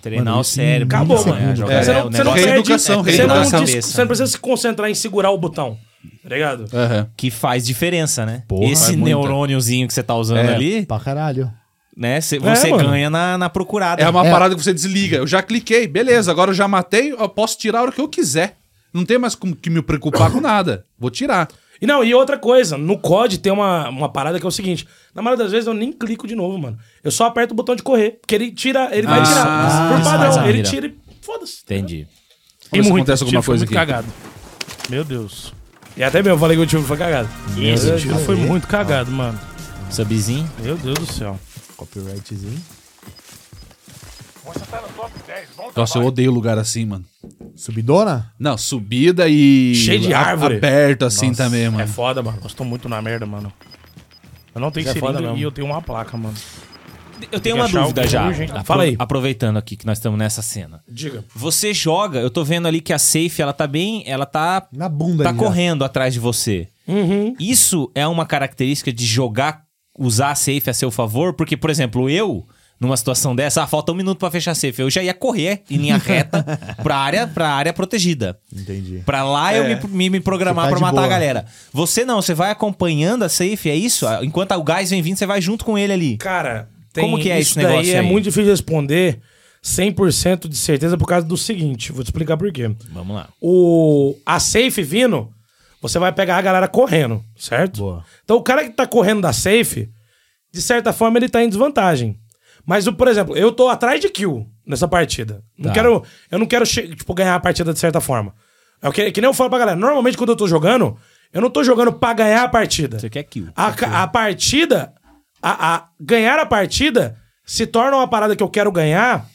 Speaker 1: Treinar
Speaker 4: Mano,
Speaker 1: o cérebro.
Speaker 3: Acabou,
Speaker 1: Isso é
Speaker 3: mano.
Speaker 1: muito
Speaker 3: Você
Speaker 1: jogar-
Speaker 2: É,
Speaker 3: não- Você
Speaker 1: o
Speaker 3: não, você não
Speaker 1: negócio-
Speaker 3: perde-
Speaker 2: reeducação,
Speaker 3: você
Speaker 1: treinar
Speaker 3: não
Speaker 1: a
Speaker 2: reeducação.
Speaker 3: des-
Speaker 1: cabeça.
Speaker 3: Você não precisa se concentrar em segurar o botão, tá ligado?
Speaker 2: Aham.
Speaker 1: Que faz diferença, né?
Speaker 3: é
Speaker 2: Porra,
Speaker 1: Esse
Speaker 2: faz muita.
Speaker 1: neurôniozinho que você tá usando
Speaker 2: É.
Speaker 1: ali,
Speaker 4: Pra caralho.
Speaker 1: né? cê- você
Speaker 3: É, mano.
Speaker 1: ganha na, na procurada.
Speaker 2: É uma
Speaker 4: É.
Speaker 2: parada que você desliga. Eu já cliquei, beleza, agora eu já matei, eu posso tirar a hora que eu quiser. Não tem mais como que me preocupar com nada. Vou tirar.
Speaker 3: E não, e outra coisa, no COD tem uma, uma parada que é o seguinte: na maioria das vezes eu nem clico de novo, mano. Eu só aperto o botão de correr, porque ele tira, ele vai
Speaker 2: Ah,
Speaker 3: tirar. Por
Speaker 1: desfaz a
Speaker 3: padrão, ele
Speaker 1: mira.
Speaker 3: tira e foda-se. tipo,
Speaker 1: Entendi.
Speaker 2: Vamos ver se
Speaker 5: muito,
Speaker 2: acontece
Speaker 5: o
Speaker 2: alguma
Speaker 5: tiro foi
Speaker 2: coisa
Speaker 5: muito
Speaker 2: aqui.
Speaker 5: cagado. Meu Deus.
Speaker 3: E até mesmo eu falei que o time foi cagado.
Speaker 5: Esse tiro foi muito cagado, mano.
Speaker 1: Subzinho.
Speaker 5: Meu Deus do céu.
Speaker 4: Copyrightzinho.
Speaker 2: Nossa, eu odeio lugar assim, mano.
Speaker 4: Subidona?
Speaker 2: Não, subida e.
Speaker 3: Cheio de
Speaker 2: a-
Speaker 3: árvore.
Speaker 2: Aberto assim também,
Speaker 3: É
Speaker 2: mano.
Speaker 3: foda, mano.
Speaker 5: Eu estou muito na merda, mano. Eu não tenho
Speaker 3: Isso é foda
Speaker 5: cilindro e
Speaker 3: mesmo.
Speaker 5: eu tenho uma placa, mano.
Speaker 1: Eu tenho
Speaker 5: que
Speaker 1: uma
Speaker 5: achar
Speaker 1: dúvida
Speaker 5: alguém
Speaker 1: já.
Speaker 5: urgente.
Speaker 1: Apro-
Speaker 3: Fala aí.
Speaker 1: Aproveitando aqui que nós estamos nessa cena.
Speaker 3: Diga.
Speaker 1: Você joga, eu tô vendo ali que a safe, ela tá bem, ela tá
Speaker 4: Na bunda
Speaker 1: tá
Speaker 4: ali, ó.
Speaker 1: correndo atrás de você.
Speaker 3: Uhum.
Speaker 1: Isso é uma característica de jogar, usar a safe a seu favor? Porque, por exemplo, eu numa situação dessa, ah, falta um minuto pra fechar a safe. Eu já ia correr em linha reta pra área, pra área protegida.
Speaker 4: Entendi.
Speaker 1: Pra lá eu
Speaker 3: É.
Speaker 1: me, me, me programar
Speaker 4: Você tá
Speaker 1: pra
Speaker 4: de
Speaker 1: matar
Speaker 4: boa.
Speaker 1: a galera. Você não, você vai acompanhando a safe, é isso? Ah, Enquanto o gás vem vindo, você vai junto com ele ali.
Speaker 3: Cara, tem
Speaker 1: Como que é
Speaker 3: isso
Speaker 1: esse negócio
Speaker 3: daí é
Speaker 1: aí?
Speaker 3: muito difícil de responder 100% de certeza por causa do seguinte. Vou te explicar por quê.
Speaker 1: Vamos lá.
Speaker 3: O, a safe vindo, você vai pegar a galera correndo, certo?
Speaker 4: Boa.
Speaker 3: Então o cara que tá correndo da safe, de certa forma ele tá em desvantagem. Mas, o- por exemplo, eu tô atrás de kill nessa partida.
Speaker 1: Tá.
Speaker 3: Não quero, eu não quero che- tipo, ganhar a partida de certa forma. É o que, que nem eu falo pra galera. Normalmente quando eu tô jogando, eu não tô jogando pra ganhar a partida.
Speaker 1: Você quer kill.
Speaker 3: A, ca- a partida, a, a- ganhar a partida se torna uma parada que eu quero ganhar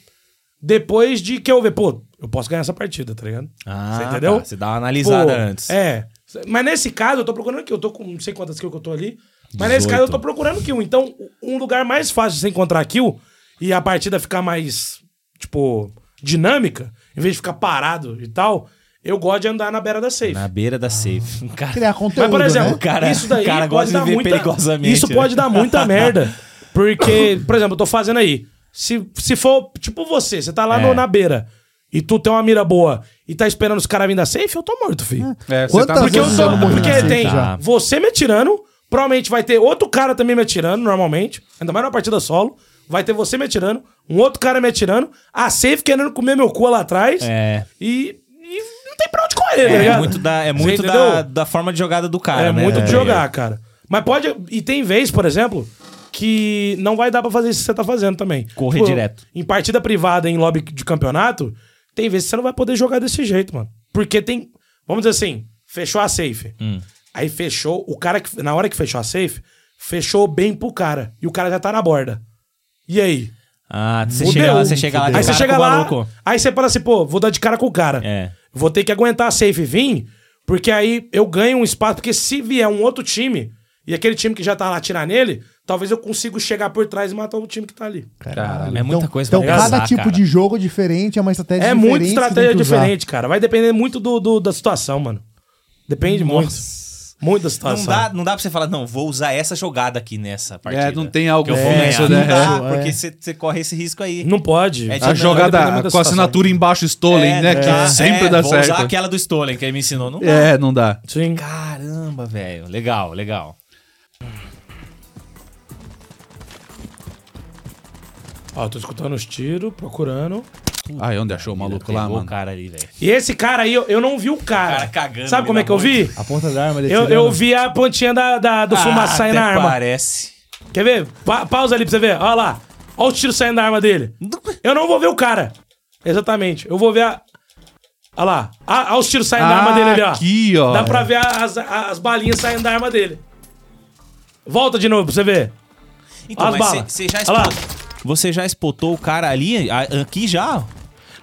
Speaker 3: depois de que eu ver, pô, eu posso ganhar essa partida, tá ligado?
Speaker 1: Ah,
Speaker 3: Você entendeu?
Speaker 1: tá. Você dá uma analisada
Speaker 3: Pô,
Speaker 1: antes.
Speaker 3: É. Mas nesse caso, eu tô procurando kill. Eu tô com não sei quantas kills que eu tô ali. Mas nesse caso, eu tô procurando kill. Então, um lugar mais fácil de você encontrar kill e a partida ficar mais, tipo, dinâmica, em vez de ficar parado e tal, eu gosto de andar na beira da safe.
Speaker 1: Na beira da
Speaker 3: Ah.
Speaker 1: safe. Cara,
Speaker 4: Criar
Speaker 3: Mas,
Speaker 4: conteúdo, né?
Speaker 3: por exemplo,
Speaker 1: O cara-
Speaker 3: né? isso daí
Speaker 1: o cara gosta
Speaker 3: pode
Speaker 1: de
Speaker 3: dar
Speaker 1: viver
Speaker 3: muita...
Speaker 1: perigosamente,
Speaker 3: Isso
Speaker 1: né?
Speaker 3: pode dar muita merda. Porque, por exemplo, eu tô fazendo aí. Se, se for, tipo você, você tá lá
Speaker 1: É.
Speaker 3: no- na beira e tu tem uma mira boa e tá esperando os caras virem da safe, eu tô morto, filho.
Speaker 2: É,
Speaker 4: Quantas
Speaker 2: tá-
Speaker 3: Porque eu
Speaker 4: vezes
Speaker 3: sou.
Speaker 4: morri
Speaker 3: Porque
Speaker 4: na safe
Speaker 3: tem
Speaker 1: Tá.
Speaker 4: já?
Speaker 3: você me atirando, provavelmente vai ter outro cara também me atirando, normalmente. Ainda mais numa partida solo. Vai ter você me atirando, um outro cara me atirando, a safe querendo comer meu cu lá atrás.
Speaker 1: É.
Speaker 3: E, e não tem pra onde correr, tá
Speaker 1: É,
Speaker 3: ligado?
Speaker 1: muito, da, é
Speaker 3: Você
Speaker 1: muito da,
Speaker 3: entendeu?
Speaker 1: da forma de jogada do cara,
Speaker 3: é
Speaker 1: né?
Speaker 3: muito de jogar, cara. Mas pode. E tem vez, por exemplo, que não vai dar pra fazer isso que você tá fazendo também.
Speaker 1: Correr direto.
Speaker 3: Em partida privada, em lobby de campeonato, tem vezes que você não vai poder jogar desse jeito, mano. Porque tem. Vamos dizer assim, fechou a safe.
Speaker 1: Hum.
Speaker 3: Aí fechou. O cara que. Na hora que fechou a safe, fechou bem pro cara. E o cara já tá na borda. E aí?
Speaker 1: Ah, você
Speaker 3: Fudeu.
Speaker 1: chega lá, você chega lá de
Speaker 3: Aí você
Speaker 1: cara
Speaker 3: chega
Speaker 1: com o
Speaker 3: lá,
Speaker 1: maluco.
Speaker 3: aí você fala assim, pô, vou dar de cara com o cara.
Speaker 1: É.
Speaker 3: Vou ter que aguentar a safe vir, porque aí eu ganho um espaço. Porque se vier um outro time, e aquele time que já tá lá atirar nele, talvez eu consigo chegar por trás e matar o time que tá ali.
Speaker 1: É muita
Speaker 4: então,
Speaker 1: coisa pra
Speaker 4: Então, cada
Speaker 1: analisar,
Speaker 4: tipo
Speaker 1: cara.
Speaker 4: de jogo diferente é uma estratégia
Speaker 3: É
Speaker 4: diferente. que
Speaker 3: muita
Speaker 4: tem
Speaker 3: estratégia
Speaker 4: que usar.
Speaker 3: diferente, cara. Vai depender muito do, do- da situação, mano. Depende muito. Muito da
Speaker 1: Não
Speaker 3: situação.
Speaker 1: dá, não dá pra você falar, não, vou usar essa jogada aqui nessa partida.
Speaker 2: Tá É, não tem
Speaker 1: que
Speaker 2: algo
Speaker 1: eu vou
Speaker 2: fixo,
Speaker 1: ganhar.
Speaker 2: né?
Speaker 1: Não dá,
Speaker 4: É.
Speaker 1: porque você você corre esse risco aí.
Speaker 3: Não pode.
Speaker 1: É
Speaker 2: A
Speaker 1: Não,
Speaker 2: jogada
Speaker 3: vai depender muito da
Speaker 2: com a
Speaker 3: situação. tá.
Speaker 2: assinatura embaixo Stolen, né?
Speaker 1: não
Speaker 2: que
Speaker 1: dá.
Speaker 2: sempre
Speaker 1: É,
Speaker 2: dá
Speaker 1: vou
Speaker 2: certo.
Speaker 1: usar aquela do Stolen que ele me ensinou. Não dá.
Speaker 2: É, não dá.
Speaker 3: Sim.
Speaker 1: Caramba, velho. Legal, legal.
Speaker 3: Ó, tô escutando os tiros, procurando.
Speaker 2: Ai, onde achou o maluco lá,
Speaker 1: Pegou o
Speaker 2: mano?
Speaker 1: cara ali, velho.
Speaker 3: E esse cara aí, eu, eu não vi o cara.
Speaker 1: cara cagando ali
Speaker 3: Sabe como
Speaker 1: na
Speaker 3: é que eu
Speaker 1: moita.
Speaker 3: vi?
Speaker 4: A ponta da arma é ele
Speaker 3: Eu,
Speaker 4: atirando.
Speaker 3: eu vi a pontinha da, da- do fumaça
Speaker 1: é Ah,
Speaker 3: saindo
Speaker 1: até
Speaker 3: da arma.
Speaker 1: Parece.
Speaker 3: Quer ver? Pa- pausa ali pra você ver. Olha lá. Olha o tiro saindo da arma dele. Eu não vou ver o cara. Exatamente. Eu vou ver a. Olha lá. Olha os tiros saindo da arma dele ali, ó.
Speaker 2: Aqui, ó.
Speaker 3: Dá pra ver as, as balinhas saindo da arma dele. Volta de novo pra você ver.
Speaker 1: Então,
Speaker 3: As
Speaker 1: mas
Speaker 3: bala.
Speaker 1: você já
Speaker 3: Olha lá.
Speaker 1: espotou. Você já espotou o cara ali, a- aqui já?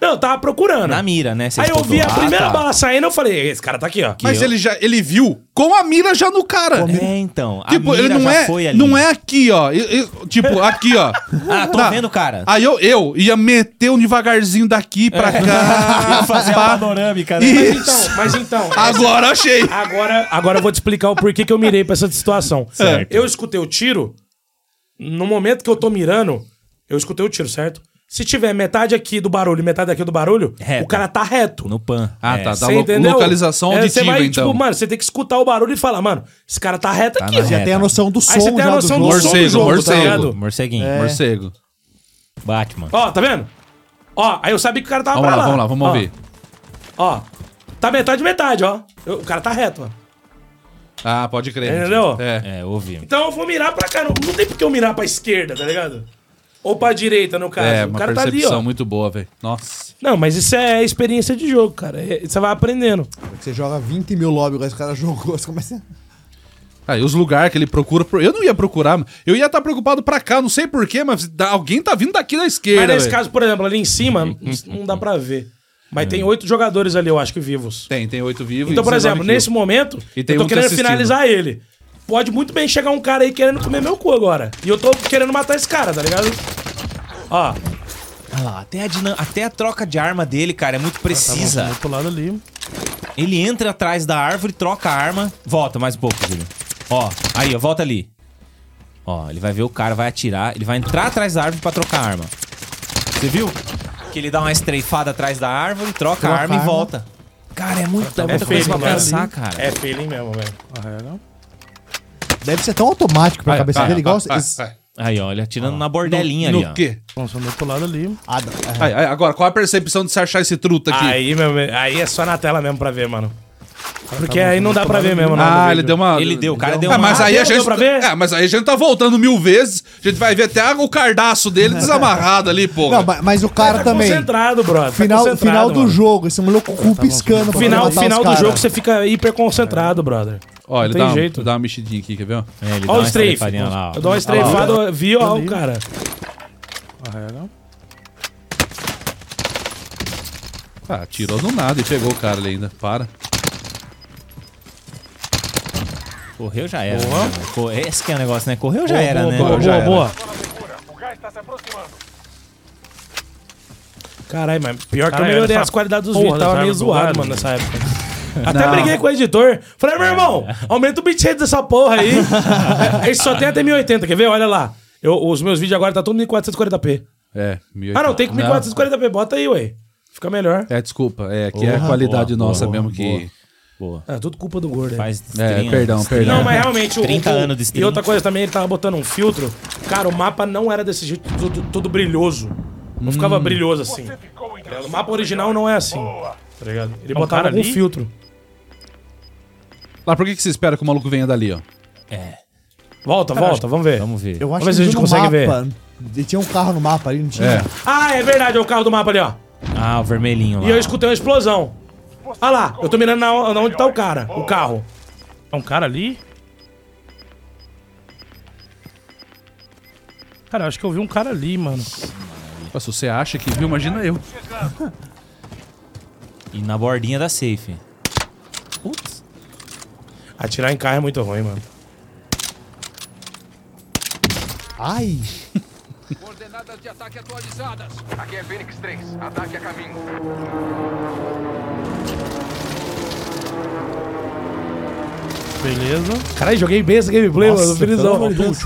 Speaker 3: Não, eu tava procurando.
Speaker 1: Na mira, né? Você
Speaker 3: Aí eu
Speaker 1: espotou.
Speaker 3: vi a
Speaker 1: Ah,
Speaker 3: primeira
Speaker 1: tá.
Speaker 3: bala saindo, eu falei, esse cara tá aqui, ó.
Speaker 2: Mas
Speaker 1: eu-
Speaker 2: ele já ele viu com a mira já no cara.
Speaker 1: É, então. A
Speaker 2: Tipo,
Speaker 1: mira
Speaker 2: ele não
Speaker 1: já
Speaker 2: é,
Speaker 1: foi ali.
Speaker 2: não é aqui, ó. Eu- eu- tipo, aqui, ó.
Speaker 1: Ah, tô
Speaker 2: Tá.
Speaker 1: vendo, cara.
Speaker 2: Aí eu, eu ia meter um devagarzinho daqui pra
Speaker 3: É.
Speaker 2: cá.
Speaker 1: fazer a
Speaker 2: pá.
Speaker 1: panorâmica, né?
Speaker 2: Ih,
Speaker 3: Então, mas então.
Speaker 2: Agora achei.
Speaker 3: Agora, agora eu vou te explicar o porquê que eu mirei pra essa situação.
Speaker 2: Certo.
Speaker 3: Eu escutei o tiro, no momento que eu tô mirando, eu escutei o tiro, certo? Se tiver metade aqui do barulho e metade aqui do barulho,
Speaker 1: Reto.
Speaker 3: o cara tá reto.
Speaker 1: No pan.
Speaker 2: Ah,
Speaker 1: É,
Speaker 2: tá. Da
Speaker 3: Você
Speaker 2: lo-
Speaker 3: entendeu?
Speaker 2: localização
Speaker 3: É,
Speaker 2: auditiva,
Speaker 3: Você vai,
Speaker 2: então.
Speaker 3: tipo, mano, você tem que escutar o barulho e falar, mano, esse cara tá reto aqui.
Speaker 1: na
Speaker 3: ó.
Speaker 1: reta.
Speaker 4: Já tem a noção do som
Speaker 3: Aí você tem a
Speaker 4: já do
Speaker 3: noção do
Speaker 4: jogo.
Speaker 3: som do
Speaker 2: Morcego,
Speaker 3: jogo,
Speaker 2: morcego.
Speaker 3: tá ligado?
Speaker 1: Morceguinho.
Speaker 2: É.
Speaker 1: Morce-
Speaker 2: Morcego.
Speaker 1: Batman.
Speaker 3: Ó, tá vendo? Ó, aí eu sabia que o cara tava
Speaker 2: Vamos
Speaker 3: pra
Speaker 2: lá,
Speaker 3: Ah, lá.
Speaker 2: vamos lá, vamos
Speaker 3: Ó,
Speaker 2: ouvir.
Speaker 3: Ó, tá metade, metade, ó. Eu- o cara tá reto, ó.
Speaker 2: Ah, pode crer.
Speaker 3: Entendeu?
Speaker 2: É.
Speaker 1: É, ouvi.
Speaker 3: Então eu vou mirar pra cá. Não, não tem porque eu mirar pra esquerda, tá ligado? Ou pra direita, no caso.
Speaker 2: É,
Speaker 3: o
Speaker 2: uma
Speaker 3: cara tá
Speaker 2: percepção
Speaker 3: ali, ó.
Speaker 2: muito boa, velho. Nossa.
Speaker 3: Não, mas isso é experiência de jogo, cara. É- Você vai aprendendo.
Speaker 4: Você joga 20 mil lobby, agora esse cara jogou, você começa...
Speaker 2: Aí Ah, os lugares que ele procura. Eu não ia procurar, mano. eu ia estar preocupado pra cá, não sei porquê, mas dá- alguém tá vindo daqui da
Speaker 3: Mas
Speaker 2: esquerda.
Speaker 3: nesse
Speaker 2: velho.
Speaker 3: caso, por exemplo, ali em cima,
Speaker 2: Uhum.
Speaker 3: n- não dá pra ver. Mas tem oito jogadores ali, eu acho que vivos.
Speaker 2: Tem, tem oito É. vivos.
Speaker 3: Então,
Speaker 2: e
Speaker 3: por
Speaker 2: 19
Speaker 3: exemplo,
Speaker 2: quilos.
Speaker 3: nesse momento,
Speaker 2: E tem
Speaker 3: eu tô
Speaker 2: um te
Speaker 3: querendo
Speaker 2: assistindo.
Speaker 3: finalizar ele. Pode muito bem chegar um cara aí querendo comer meu cu agora. E eu tô querendo matar esse cara, tá ligado? Ó,
Speaker 1: Ah, lá, até, a dinam- até a troca de arma dele, cara, é muito precisa.
Speaker 5: Outro lado ali.
Speaker 1: Ele entra atrás da árvore, troca a arma. Volta mais um pouco, Júlio. Ó, aí, ó, volta ali. Ó, ele vai ver o cara, vai atirar, ele vai entrar atrás da árvore pra trocar a arma. Você viu? Que ele dá uma estreifada atrás da árvore, troca,
Speaker 4: Troca
Speaker 1: a arma
Speaker 4: a
Speaker 1: e
Speaker 4: arma.
Speaker 1: volta. Cara, é muito é
Speaker 3: É
Speaker 1: muita coisa
Speaker 3: feio,
Speaker 1: pra
Speaker 3: mano.
Speaker 1: pensar, cara.
Speaker 3: É feeling mesmo, velho.
Speaker 4: Deve ser tão automático pra cabeça dele, igual. es-
Speaker 1: Aí, ó, ele atirando na bordelinha
Speaker 2: Então, no
Speaker 1: ali, ó.
Speaker 2: quê?
Speaker 5: Nossa, do outro lado ali.
Speaker 4: Ah, não.
Speaker 2: Ai, ai, agora, qual a percepção de você achar esse truta aqui?
Speaker 3: Aí, meu, velho, aí é só na tela mesmo pra ver, mano.
Speaker 1: Tá
Speaker 3: Porque aí não dá pra ver mesmo, né? Tá não.
Speaker 2: ah, ele deu uma.
Speaker 1: Ele deu, o cara deu
Speaker 2: Ah,
Speaker 1: uma-
Speaker 2: mas
Speaker 1: Ah,
Speaker 2: aí
Speaker 3: deu,
Speaker 2: a gente.
Speaker 3: deu pra ver?
Speaker 2: É, mas aí a gente tá voltando mil vezes. A gente vai ver até o cardaço dele desamarrado ali, pô.
Speaker 4: Não, mas, mas o cara
Speaker 3: Tá
Speaker 4: também.
Speaker 3: concentrado, brother. tá
Speaker 4: Final,
Speaker 3: concentrado,
Speaker 4: final do
Speaker 3: mano.
Speaker 4: jogo, esse
Speaker 1: Tá
Speaker 4: maluco cu piscando pra
Speaker 3: Final,
Speaker 4: matar os
Speaker 3: final do
Speaker 4: cara.
Speaker 3: jogo você fica hiper concentrado, brother.
Speaker 2: Ó, ele
Speaker 3: tem
Speaker 2: dá, um-
Speaker 3: jeito.
Speaker 2: dá uma mexidinha aqui, quer ver? ó?
Speaker 1: É, ele dá
Speaker 3: Ó o
Speaker 1: uma
Speaker 3: strafe.
Speaker 1: estreifadinha lá, ó.
Speaker 3: Eu dou uma estreifada, eu vi, ó, o cara.
Speaker 5: Carrega.
Speaker 2: Ah, tirou do nada e pegou o cara ali ainda. Para.
Speaker 1: Correu já era. né, cara? Cor- Esse que é o negócio, né? Correu já era,
Speaker 3: boa,
Speaker 1: né?
Speaker 3: boa,
Speaker 2: Já
Speaker 3: boa,
Speaker 2: era.
Speaker 3: boa. Caralho, mas pior que eu
Speaker 5: Caralho,
Speaker 3: melhorei
Speaker 5: essa
Speaker 3: as qualidades dos
Speaker 5: porra
Speaker 3: vídeos.
Speaker 5: dessa
Speaker 3: Tava meio
Speaker 5: arma
Speaker 3: zoado,
Speaker 5: bugada.
Speaker 3: mano, nessa época. Até
Speaker 2: Não.
Speaker 3: briguei com o editor. Falei, meu irmão, aumenta o bitrate dessa porra aí. Esse só tem até 1080, quer ver? Olha lá. Eu- os meus vídeos agora tá tudo em 440p.
Speaker 2: É,
Speaker 3: Ah, não, tem que 1440p. Bota aí, ué. Fica melhor.
Speaker 2: É, desculpa. É, que é a qualidade
Speaker 1: boa,
Speaker 2: nossa
Speaker 1: boa,
Speaker 2: mesmo que.
Speaker 1: Boa.
Speaker 3: É, tudo culpa do gordo. aí.
Speaker 1: Faz
Speaker 2: É,
Speaker 1: stream,
Speaker 2: perdão,
Speaker 1: stream.
Speaker 2: perdão.
Speaker 3: Não, mas realmente... o-
Speaker 1: 30
Speaker 3: o,
Speaker 1: anos de
Speaker 3: E
Speaker 1: stream.
Speaker 3: outra coisa também, ele tava botando um filtro. Cara, o mapa não era desse jeito, tudo, tudo brilhoso. Não
Speaker 5: Hum.
Speaker 3: ficava brilhoso assim. O mapa original não é assim. Tá ligado? Ele botava
Speaker 5: É um cara
Speaker 3: algum
Speaker 5: ali?
Speaker 3: filtro.
Speaker 2: Lá, por que, que você espera que o maluco venha dali, ó?
Speaker 3: Volta, volta, vamos ver.
Speaker 1: Vamos ver.
Speaker 4: Eu acho
Speaker 3: Vamos ver
Speaker 4: que
Speaker 3: se a
Speaker 4: no
Speaker 3: gente consegue
Speaker 4: mapa, E tinha um carro no mapa ali, não tinha?
Speaker 2: É.
Speaker 3: Ah, é verdade, é o carro do mapa ali, ó.
Speaker 1: Ah, o vermelhinho lá.
Speaker 3: E eu escutei uma explosão. Ah lá, eu tô mirando na, na onde tá o cara, o carro.
Speaker 5: É um cara ali? Cara, eu acho que eu vi um cara ali, mano.
Speaker 2: Pô, Se você acha que viu, imagina eu.
Speaker 1: E na bordinha da safe. Putz.
Speaker 3: Atirar em carro é muito ruim, mano.
Speaker 4: Ai,
Speaker 6: Coordenadas de ataque atualizadas. Aqui é Fênix 3. Ataque a caminho.
Speaker 5: Beleza.
Speaker 3: Caralho, joguei bem esse gameplay,
Speaker 4: Nossa,
Speaker 3: mano. Felizão.
Speaker 4: pelo amor de Deus.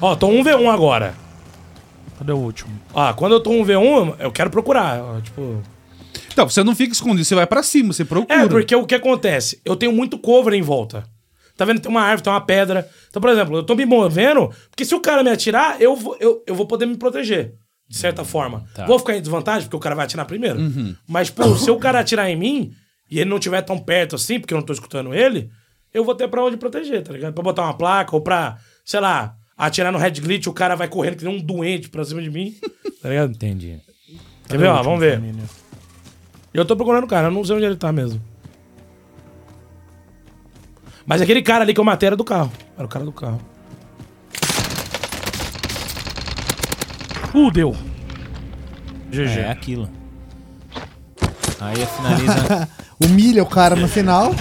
Speaker 3: Ó, tô 1v1 agora.
Speaker 5: Cadê o último?
Speaker 3: Ah, quando eu tô 1v1, eu quero procurar. ó, Tipo.
Speaker 2: Então, você não fica escondido, você vai pra cima, você procura.
Speaker 3: É, porque o que acontece? Eu tenho muito cover em volta. Tá vendo? Tem uma árvore, tem uma pedra. Então, por exemplo, eu tô me movendo, porque se o cara me atirar, eu vou, eu, eu vou poder me proteger. De certa forma. Vou ficar em desvantagem, porque o cara vai atirar primeiro. Mas, pô, se o cara atirar em mim e ele não tiver tão perto assim, porque eu não tô escutando ele, eu vou ter pra onde proteger, tá ligado? Pra botar uma placa ou pra, sei lá, atirar no head glitch, o cara vai correndo que nem um doente pra cima de mim. tá ligado?
Speaker 1: Entendi.
Speaker 3: Quer ver? Ó, vamos ver. Eu tô procurando o cara, eu não sei onde ele tá mesmo. Mas aquele cara ali que eu matei era do carro. Era o cara do carro.
Speaker 5: Uh, deu.
Speaker 1: É, é
Speaker 5: GG.
Speaker 1: aquilo. Aí finaliza.
Speaker 4: humilha o cara no final.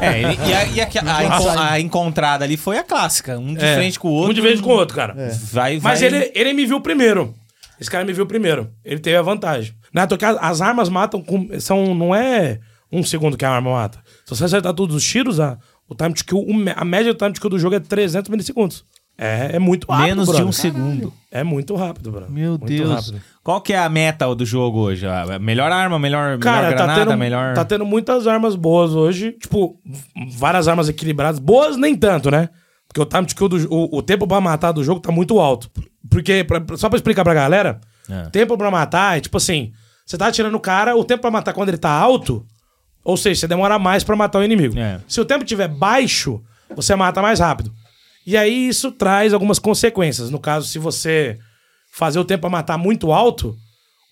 Speaker 1: é, ele- e, a, e a- a enco- a encontrada ali foi a clássica. Um de frente com o outro.
Speaker 3: Um de vez com o outro, cara.
Speaker 1: Vai, vai.
Speaker 3: Mas ele, ele me viu primeiro. Esse cara me viu primeiro. Ele teve a vantagem. é Na toque, as armas matam com- são Não é um segundo que a arma mata. Se você acertar todos os tiros, a, o time to kill, o me- a média do time to kill do jogo é 300 milissegundos. É, é muito rápido.
Speaker 1: Menos de
Speaker 3: brother.
Speaker 1: um segundo.
Speaker 3: É muito rápido, bro.
Speaker 1: Meu
Speaker 3: Muito
Speaker 1: Deus.
Speaker 3: rápido.
Speaker 1: Qual que é a meta do jogo hoje? A melhor arma, melhor,
Speaker 3: Cara,
Speaker 1: melhor granada,
Speaker 3: tá, tendo,
Speaker 1: melhor.
Speaker 3: tá tendo muitas armas boas hoje. Tipo, v- várias armas equilibradas. Boas nem tanto, né? Porque o time to kill do, o, o tempo pra matar do jogo tá muito alto. Porque, pra- pra- só pra explicar pra galera,
Speaker 1: É.
Speaker 3: tempo pra matar é tipo assim: você tá atirando o cara, o tempo pra matar quando ele tá alto, ou seja, você demora mais pra matar o inimigo.
Speaker 1: É.
Speaker 3: Se o tempo tiver baixo, você mata mais rápido. E aí isso traz algumas consequências. No caso, se você fazer o tempo pra matar muito alto,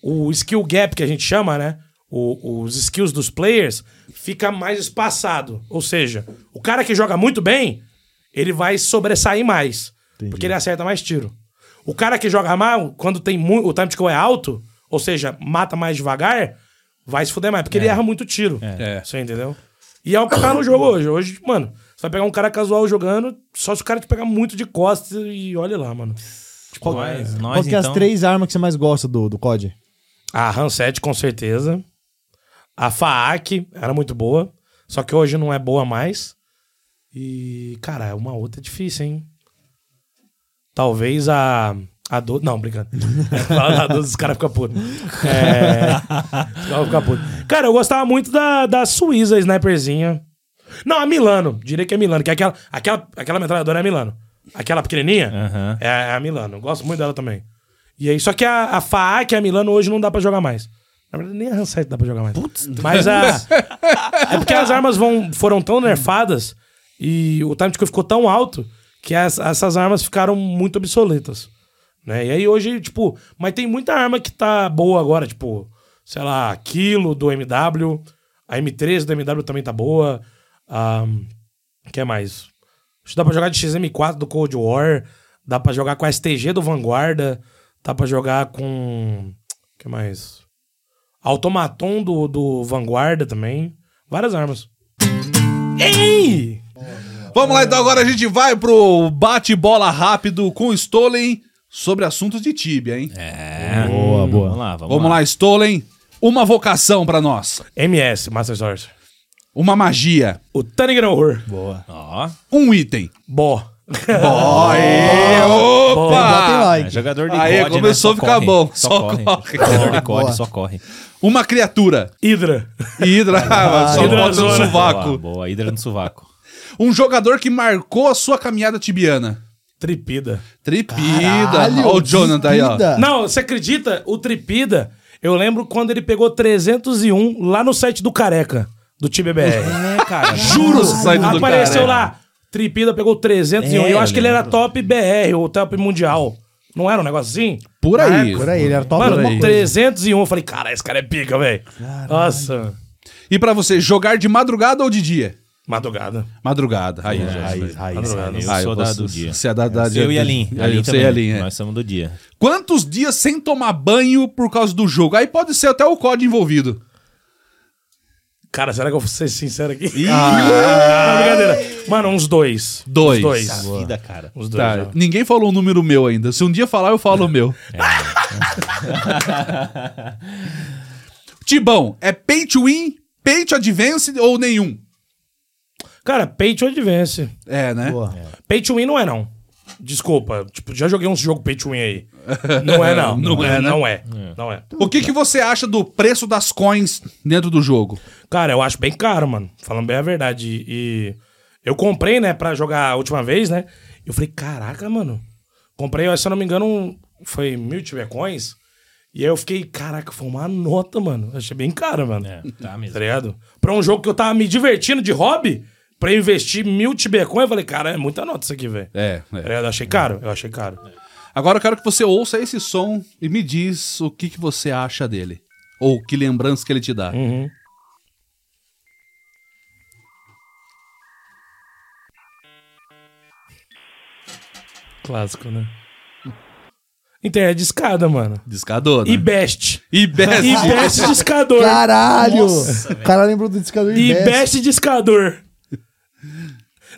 Speaker 3: o skill gap que a gente chama, né? O- os skills dos players fica mais espaçado. Ou seja, o cara que joga muito bem, ele vai sobressair mais. Porque ele acerta mais tiro. O cara que joga mal, quando tem mu- o time to kill é alto, ou seja, mata mais devagar, vai se fuder mais, porque ele erra muito tiro.
Speaker 2: É.
Speaker 3: Você entendeu? E é o que tá no jogo hoje. Hoje, mano, você vai pegar um cara casual jogando, só se o cara te pegar muito de costas e olha lá, mano. Tipo, é-
Speaker 1: Nós, nós
Speaker 4: Qual que é as
Speaker 1: então.
Speaker 4: três armas que você mais gosta do, do COD?
Speaker 3: A Hanset, com certeza. A FAAC era muito boa, só que hoje não é boa mais. E, cara, uma outra é difícil, hein? Talvez a. A do... Não, brincando. É, falar da 12, os caras ficam putos. É... Os caras ficam putos. Cara, eu gostava muito da, da Suíça, a sniperzinha. Não, a Milano. Diria que é Milano, que é aquela, aquela, aquela metralhadora é a Milano. Aquela pequenininha
Speaker 1: Aham.
Speaker 3: é, a- é a Milano. Eu Gosto muito dela também. E aí, só que a, a FAA, que é a Milano, hoje não dá pra jogar mais. Na verdade, nem a Hanset dá pra jogar mais. Putz, Mas a. É porque as armas vão, foram tão nerfadas e o time de cor ficou tão alto que as- essas armas ficaram muito obsoletas. Né? E aí hoje, tipo, mas tem muita arma que tá boa agora, tipo, sei lá, a Kilo do MW, a M13 do MW também tá boa. O que mais? Acho que dá pra jogar de XM4 do Cold War, dá pra jogar com a STG do Vanguarda, dá pra jogar com. que mais? Automaton do, do Vanguarda também. Várias armas. Ei!
Speaker 2: Vamos lá, então agora a gente vai pro bate-bola rápido com o Stolen sobre assuntos de Tibia, hein?
Speaker 1: É, Boa, boa. Ah, Vamos lá, vamos,
Speaker 2: Vamos lá, Stolen. Uma vocação pra nós.
Speaker 3: MS, Master Source.
Speaker 2: Uma magia.
Speaker 3: O Tannigan Horror.
Speaker 1: Boa. Ó,
Speaker 2: Um item.
Speaker 3: Bó.
Speaker 2: Aê,
Speaker 3: Ah,
Speaker 4: Botem
Speaker 2: opa!
Speaker 1: é
Speaker 4: like.
Speaker 1: jogador de
Speaker 2: Aê,
Speaker 1: COD,
Speaker 2: começou
Speaker 1: né?
Speaker 2: a ficar
Speaker 1: corre,
Speaker 2: bom. Só
Speaker 1: corre.
Speaker 2: corre.
Speaker 1: Jogador de
Speaker 4: Boa.
Speaker 1: COD, só corre.
Speaker 2: Uma criatura.
Speaker 3: Hidra.
Speaker 2: Hidra. só
Speaker 3: Hidra
Speaker 2: bota no
Speaker 3: zona.
Speaker 1: Boa,
Speaker 2: sovaco.
Speaker 1: boa. Hidra no sovaco.
Speaker 2: Um jogador que marcou a sua caminhada tibiana.
Speaker 3: Tripida.
Speaker 2: Tripida. Ó o Jonathan aí, ó.
Speaker 4: Vida.
Speaker 3: Não, você acredita? O Tripida, eu lembro quando ele pegou 301 lá no site do Careca, do TBBR.
Speaker 1: É, cara.
Speaker 2: Juro, sai do
Speaker 3: Apareceu
Speaker 2: cara.
Speaker 3: lá. Tripida pegou 301.
Speaker 1: É,
Speaker 3: eu acho
Speaker 1: eu
Speaker 3: que ele era
Speaker 1: lembro.
Speaker 3: top BR ou top mundial. Não era um negocinho?
Speaker 2: Por aí.
Speaker 1: né?
Speaker 4: Por aí, ele era top.
Speaker 3: Mano,
Speaker 4: alguma coisa.
Speaker 3: 301. Eu falei, cara, esse cara é pica, velho. Nossa.
Speaker 2: E pra você, jogar de madrugada ou de dia?
Speaker 3: Madrugada.
Speaker 2: Madrugada. Aí, já.
Speaker 4: Raiz, raiz.
Speaker 1: É, Eu
Speaker 2: Ah,
Speaker 1: sou
Speaker 2: eu
Speaker 1: da
Speaker 2: posso-
Speaker 1: do dia.
Speaker 2: Você é da, da,
Speaker 1: Eu e a Lin.
Speaker 2: Eu,
Speaker 1: A Lin
Speaker 2: você e
Speaker 1: também.
Speaker 2: a Lin, é.
Speaker 1: Nós somos do dia.
Speaker 2: Quantos dias sem tomar banho por causa do jogo? Aí pode ser até o código envolvido.
Speaker 3: Cara, será que eu vou ser sincero aqui?
Speaker 1: Ah,
Speaker 3: Não, brincadeira. Mano, uns dois.
Speaker 2: Dois.
Speaker 3: Uns dois.
Speaker 1: Vida, cara.
Speaker 3: Uns dois.
Speaker 2: Tá,
Speaker 3: ó.
Speaker 2: ninguém falou um número meu ainda. Se um dia falar, eu falo o meu. Tibão, é pay to win, pay to advance ou nenhum?
Speaker 3: Cara, pay to advance.
Speaker 2: É, né?
Speaker 4: Boa.
Speaker 3: Pay to win não é, não. Desculpa. Tipo, já joguei uns jogos pay to win aí. Não é, não.
Speaker 2: Não é, né?
Speaker 3: Não é. Não é.
Speaker 2: O que, que você acha do preço das coins dentro do jogo?
Speaker 3: Cara, eu acho bem caro, mano. Falando bem a verdade. E- E eu comprei, né, pra jogar a última vez, né? Eu falei, caraca, mano. Comprei, se eu não me engano, um- foi mil tibecoins. E aí eu fiquei, caraca, foi uma nota, mano. Eu Achei bem caro, mano.
Speaker 1: É, tá mesmo.
Speaker 3: Tá ligado? Pra um jogo que eu tava me divertindo de hobby, pra eu investir mil tibecoins, eu falei, cara, é muita nota isso aqui, velho.
Speaker 2: É,
Speaker 3: Tá
Speaker 2: é.
Speaker 3: ligado? Eu achei caro, eu achei caro.
Speaker 2: Agora eu quero que você ouça esse som e me diz o que, que você acha dele. Ou que lembrança que ele te dá.
Speaker 3: Uhum. Clássico, né? Internet de escada, mano.
Speaker 2: Discador, né?
Speaker 3: E best.
Speaker 2: E best.
Speaker 3: E best de escador.
Speaker 4: Caralho! o cara lembrou do discador
Speaker 3: E
Speaker 4: Ibest.
Speaker 3: best de escador.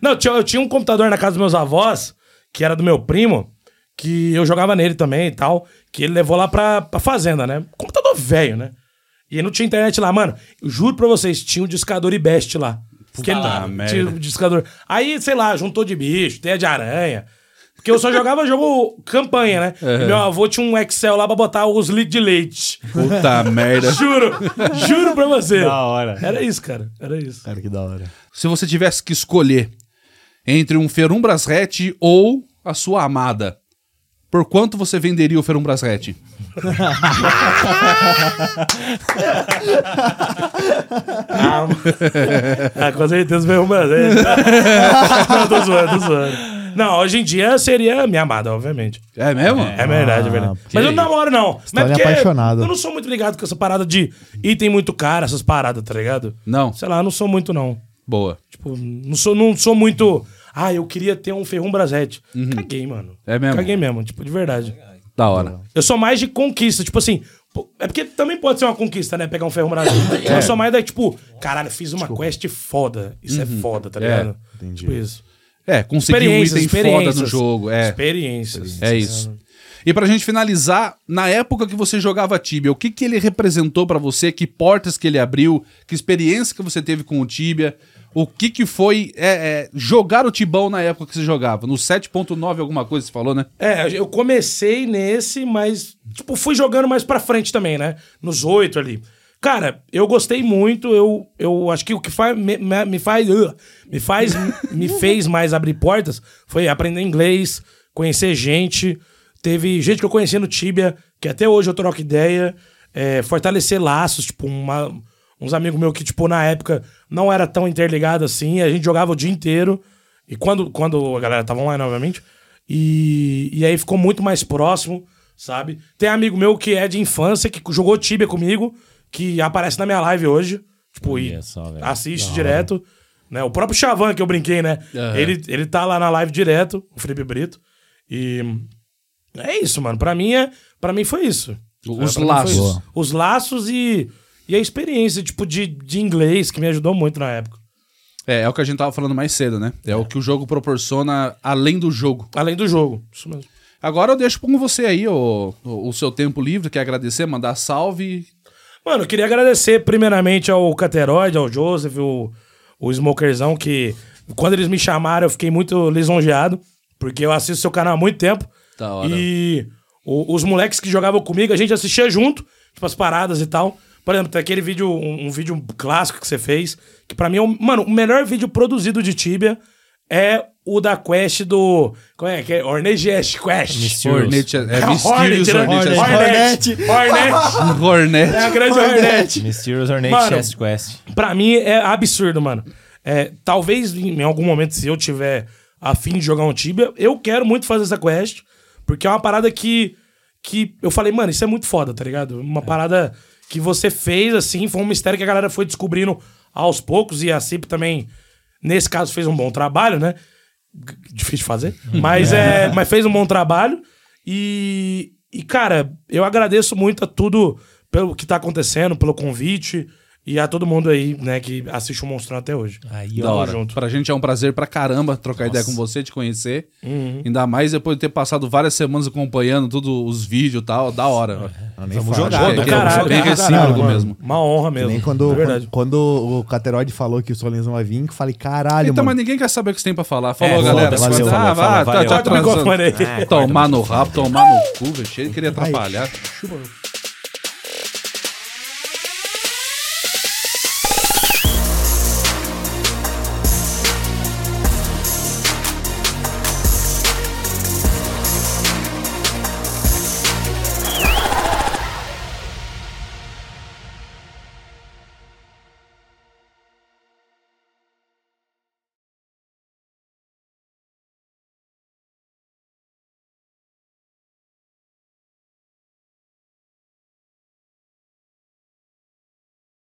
Speaker 3: Não, tinha- eu tinha um computador na casa dos meus avós, que era do meu primo, que eu jogava nele também e tal, que ele levou lá pra, pra fazenda, né? Computador velho, né? E não tinha internet lá, mano. Eu juro pra vocês, tinha um discador e best lá. Porque ele
Speaker 2: lá,
Speaker 3: tinha
Speaker 2: merda.
Speaker 3: um discador. Aí, sei lá, juntou de bicho, teia de aranha. Porque eu só jogava jogo campanha, né? E Meu avô tinha um Excel lá pra botar os litros de leite.
Speaker 2: Puta merda.
Speaker 3: Juro, juro pra você.
Speaker 1: Da hora.
Speaker 3: Era isso, cara. Era isso.
Speaker 4: Cara, que da hora.
Speaker 2: Se você tivesse que escolher entre um Ferumbras Hatch ou a sua amada, por quanto você venderia o Ferumbras Hatch?
Speaker 3: Ah, ah, com certeza veio uma. vez. né? Não, tô zoando, tô zoando. Não, hoje em dia seria minha amada, obviamente.
Speaker 2: É mesmo?
Speaker 3: É verdade, é verdade. Mas eu não namoro, não. Mas
Speaker 4: História apaixonada.
Speaker 3: eu não sou muito ligado com essa parada de item muito caro, essas paradas, tá ligado?
Speaker 2: Não.
Speaker 3: Sei lá, eu não sou muito, não.
Speaker 2: Boa.
Speaker 3: Tipo, não sou, não sou muito. Ah, eu queria ter um Ferrum Brasete. Caguei, mano.
Speaker 2: É mesmo?
Speaker 3: Caguei mesmo, tipo, de verdade.
Speaker 2: Da hora.
Speaker 3: Eu sou mais de conquista, tipo assim. pô, É porque também pode ser uma conquista, né? Pegar um ferro brasileiro. Eu sou mais da, tipo, caralho, fiz uma quest foda. Isso é foda, tá
Speaker 2: É,
Speaker 3: ligado? Tipo isso.
Speaker 2: É, conseguir um item foda no jogo. É,
Speaker 3: Experiências.
Speaker 2: é isso. E pra gente finalizar, na época que você jogava Tibia, o que, que ele representou pra você? Que portas que ele abriu? Que experiência que você teve com o Tibia? O que que foi é, é, jogar o Tibão na época que você jogava? No 7.9 alguma coisa você falou, né?
Speaker 3: É, eu comecei nesse, mas, tipo, fui jogando mais pra frente também, né? Nos oito ali. Cara, eu gostei muito, eu, eu acho que o que faz, me, me- me faz, ugh, me faz, me fez mais abrir portas foi aprender inglês, conhecer gente. Teve gente que eu conheci no Tibia, que até hoje eu troco ideia, é, fortalecer laços, tipo, uma- uns amigos meus que, tipo, na época não era tão interligado assim, a gente jogava o dia inteiro. E quando, quando a galera tava online, obviamente. E, e aí ficou muito mais próximo, sabe? Tem amigo meu que é de infância, que jogou Tibia comigo, que aparece na minha live hoje. Tipo, e
Speaker 1: Olha só, velho.
Speaker 3: assiste direto. Né? O próprio Chavan que eu brinquei, né? Ele, ele tá lá na live direto, o Felipe Brito. E é isso, mano. Pra mim, é, pra mim foi isso.
Speaker 2: Os
Speaker 3: Pra mim foi
Speaker 2: laços.
Speaker 3: isso. Os laços e, e a experiência, tipo, de, de inglês, que me ajudou muito na época.
Speaker 2: É, é o que a gente tava falando mais cedo, né? É, o que o jogo proporciona além do jogo.
Speaker 3: Além do jogo. Isso mesmo.
Speaker 2: Agora eu deixo com você aí o, o, o seu tempo livre, quer agradecer, mandar salve.
Speaker 3: Mano, eu queria agradecer primeiramente ao Cateroide, ao Joseph, o, o Smokerzão, que quando eles me chamaram eu fiquei muito lisonjeado, porque eu assisto seu canal há muito tempo.
Speaker 2: Da hora.
Speaker 3: E o- os moleques que jogavam comigo, a gente assistia junto, tipo as paradas e tal. Por exemplo, tem aquele vídeo, um, um vídeo clássico que você fez, que pra mim é o, mano, o melhor vídeo produzido de Tibia é o da quest do. Como é que é? Ornegest Quest.
Speaker 2: Hornet, é, é
Speaker 3: Hornet,
Speaker 2: Mysterious
Speaker 3: né?
Speaker 2: Hornet.
Speaker 3: Hornet. Hornet. Hornet. É a
Speaker 2: Hornet.
Speaker 3: grande Hornet.
Speaker 1: Mysterious Ornate
Speaker 3: Mano,
Speaker 1: Chest Quest.
Speaker 3: Pra mim é absurdo, mano. É, talvez em em algum momento, se eu tiver a fim de jogar um Tibia, eu quero muito fazer essa quest, porque é uma parada que, que eu falei, mano, isso é muito foda, tá ligado? Uma parada que você fez, assim, foi um mistério que a galera foi descobrindo aos poucos, e a CIP também, nesse caso, fez um bom trabalho, né? G- Difícil de fazer, mas, é, mas fez um bom trabalho. E, e, cara, eu agradeço muito a tudo pelo que tá acontecendo, pelo convite e a todo mundo aí, né, que assiste o Monstrão até hoje.
Speaker 1: Aí,
Speaker 2: Da
Speaker 1: ó.
Speaker 2: hora.
Speaker 3: junto.
Speaker 2: Pra gente é um prazer pra caramba trocar ideia com você, te conhecer. Ainda mais depois de ter passado várias semanas acompanhando todos os vídeos e tal. Da hora.
Speaker 4: Vamos
Speaker 2: Acho que é-
Speaker 3: do
Speaker 2: que é
Speaker 3: caralho,
Speaker 2: bem
Speaker 3: do
Speaker 2: recíproco
Speaker 4: caralho,
Speaker 2: mesmo.
Speaker 3: Uma honra mesmo.
Speaker 4: Nem quando,
Speaker 3: de verdade.
Speaker 4: quando o Cateroide falou que o Solenzão vai vir, que eu falei, caralho,
Speaker 2: Então, mas
Speaker 4: mano.
Speaker 2: ninguém quer saber o que você tem pra falar. Falou,
Speaker 1: É,
Speaker 2: galera.
Speaker 1: foda-se,
Speaker 2: Você-
Speaker 1: valeu,
Speaker 2: ah,
Speaker 1: falou,
Speaker 2: vá,
Speaker 1: falou,
Speaker 2: tá,
Speaker 1: valeu.
Speaker 2: tá
Speaker 3: Corta o
Speaker 2: atrasando.
Speaker 3: microfone aí.
Speaker 2: tomar no rabo, tomar no cu, velho. Cheio de querer atrapalhar.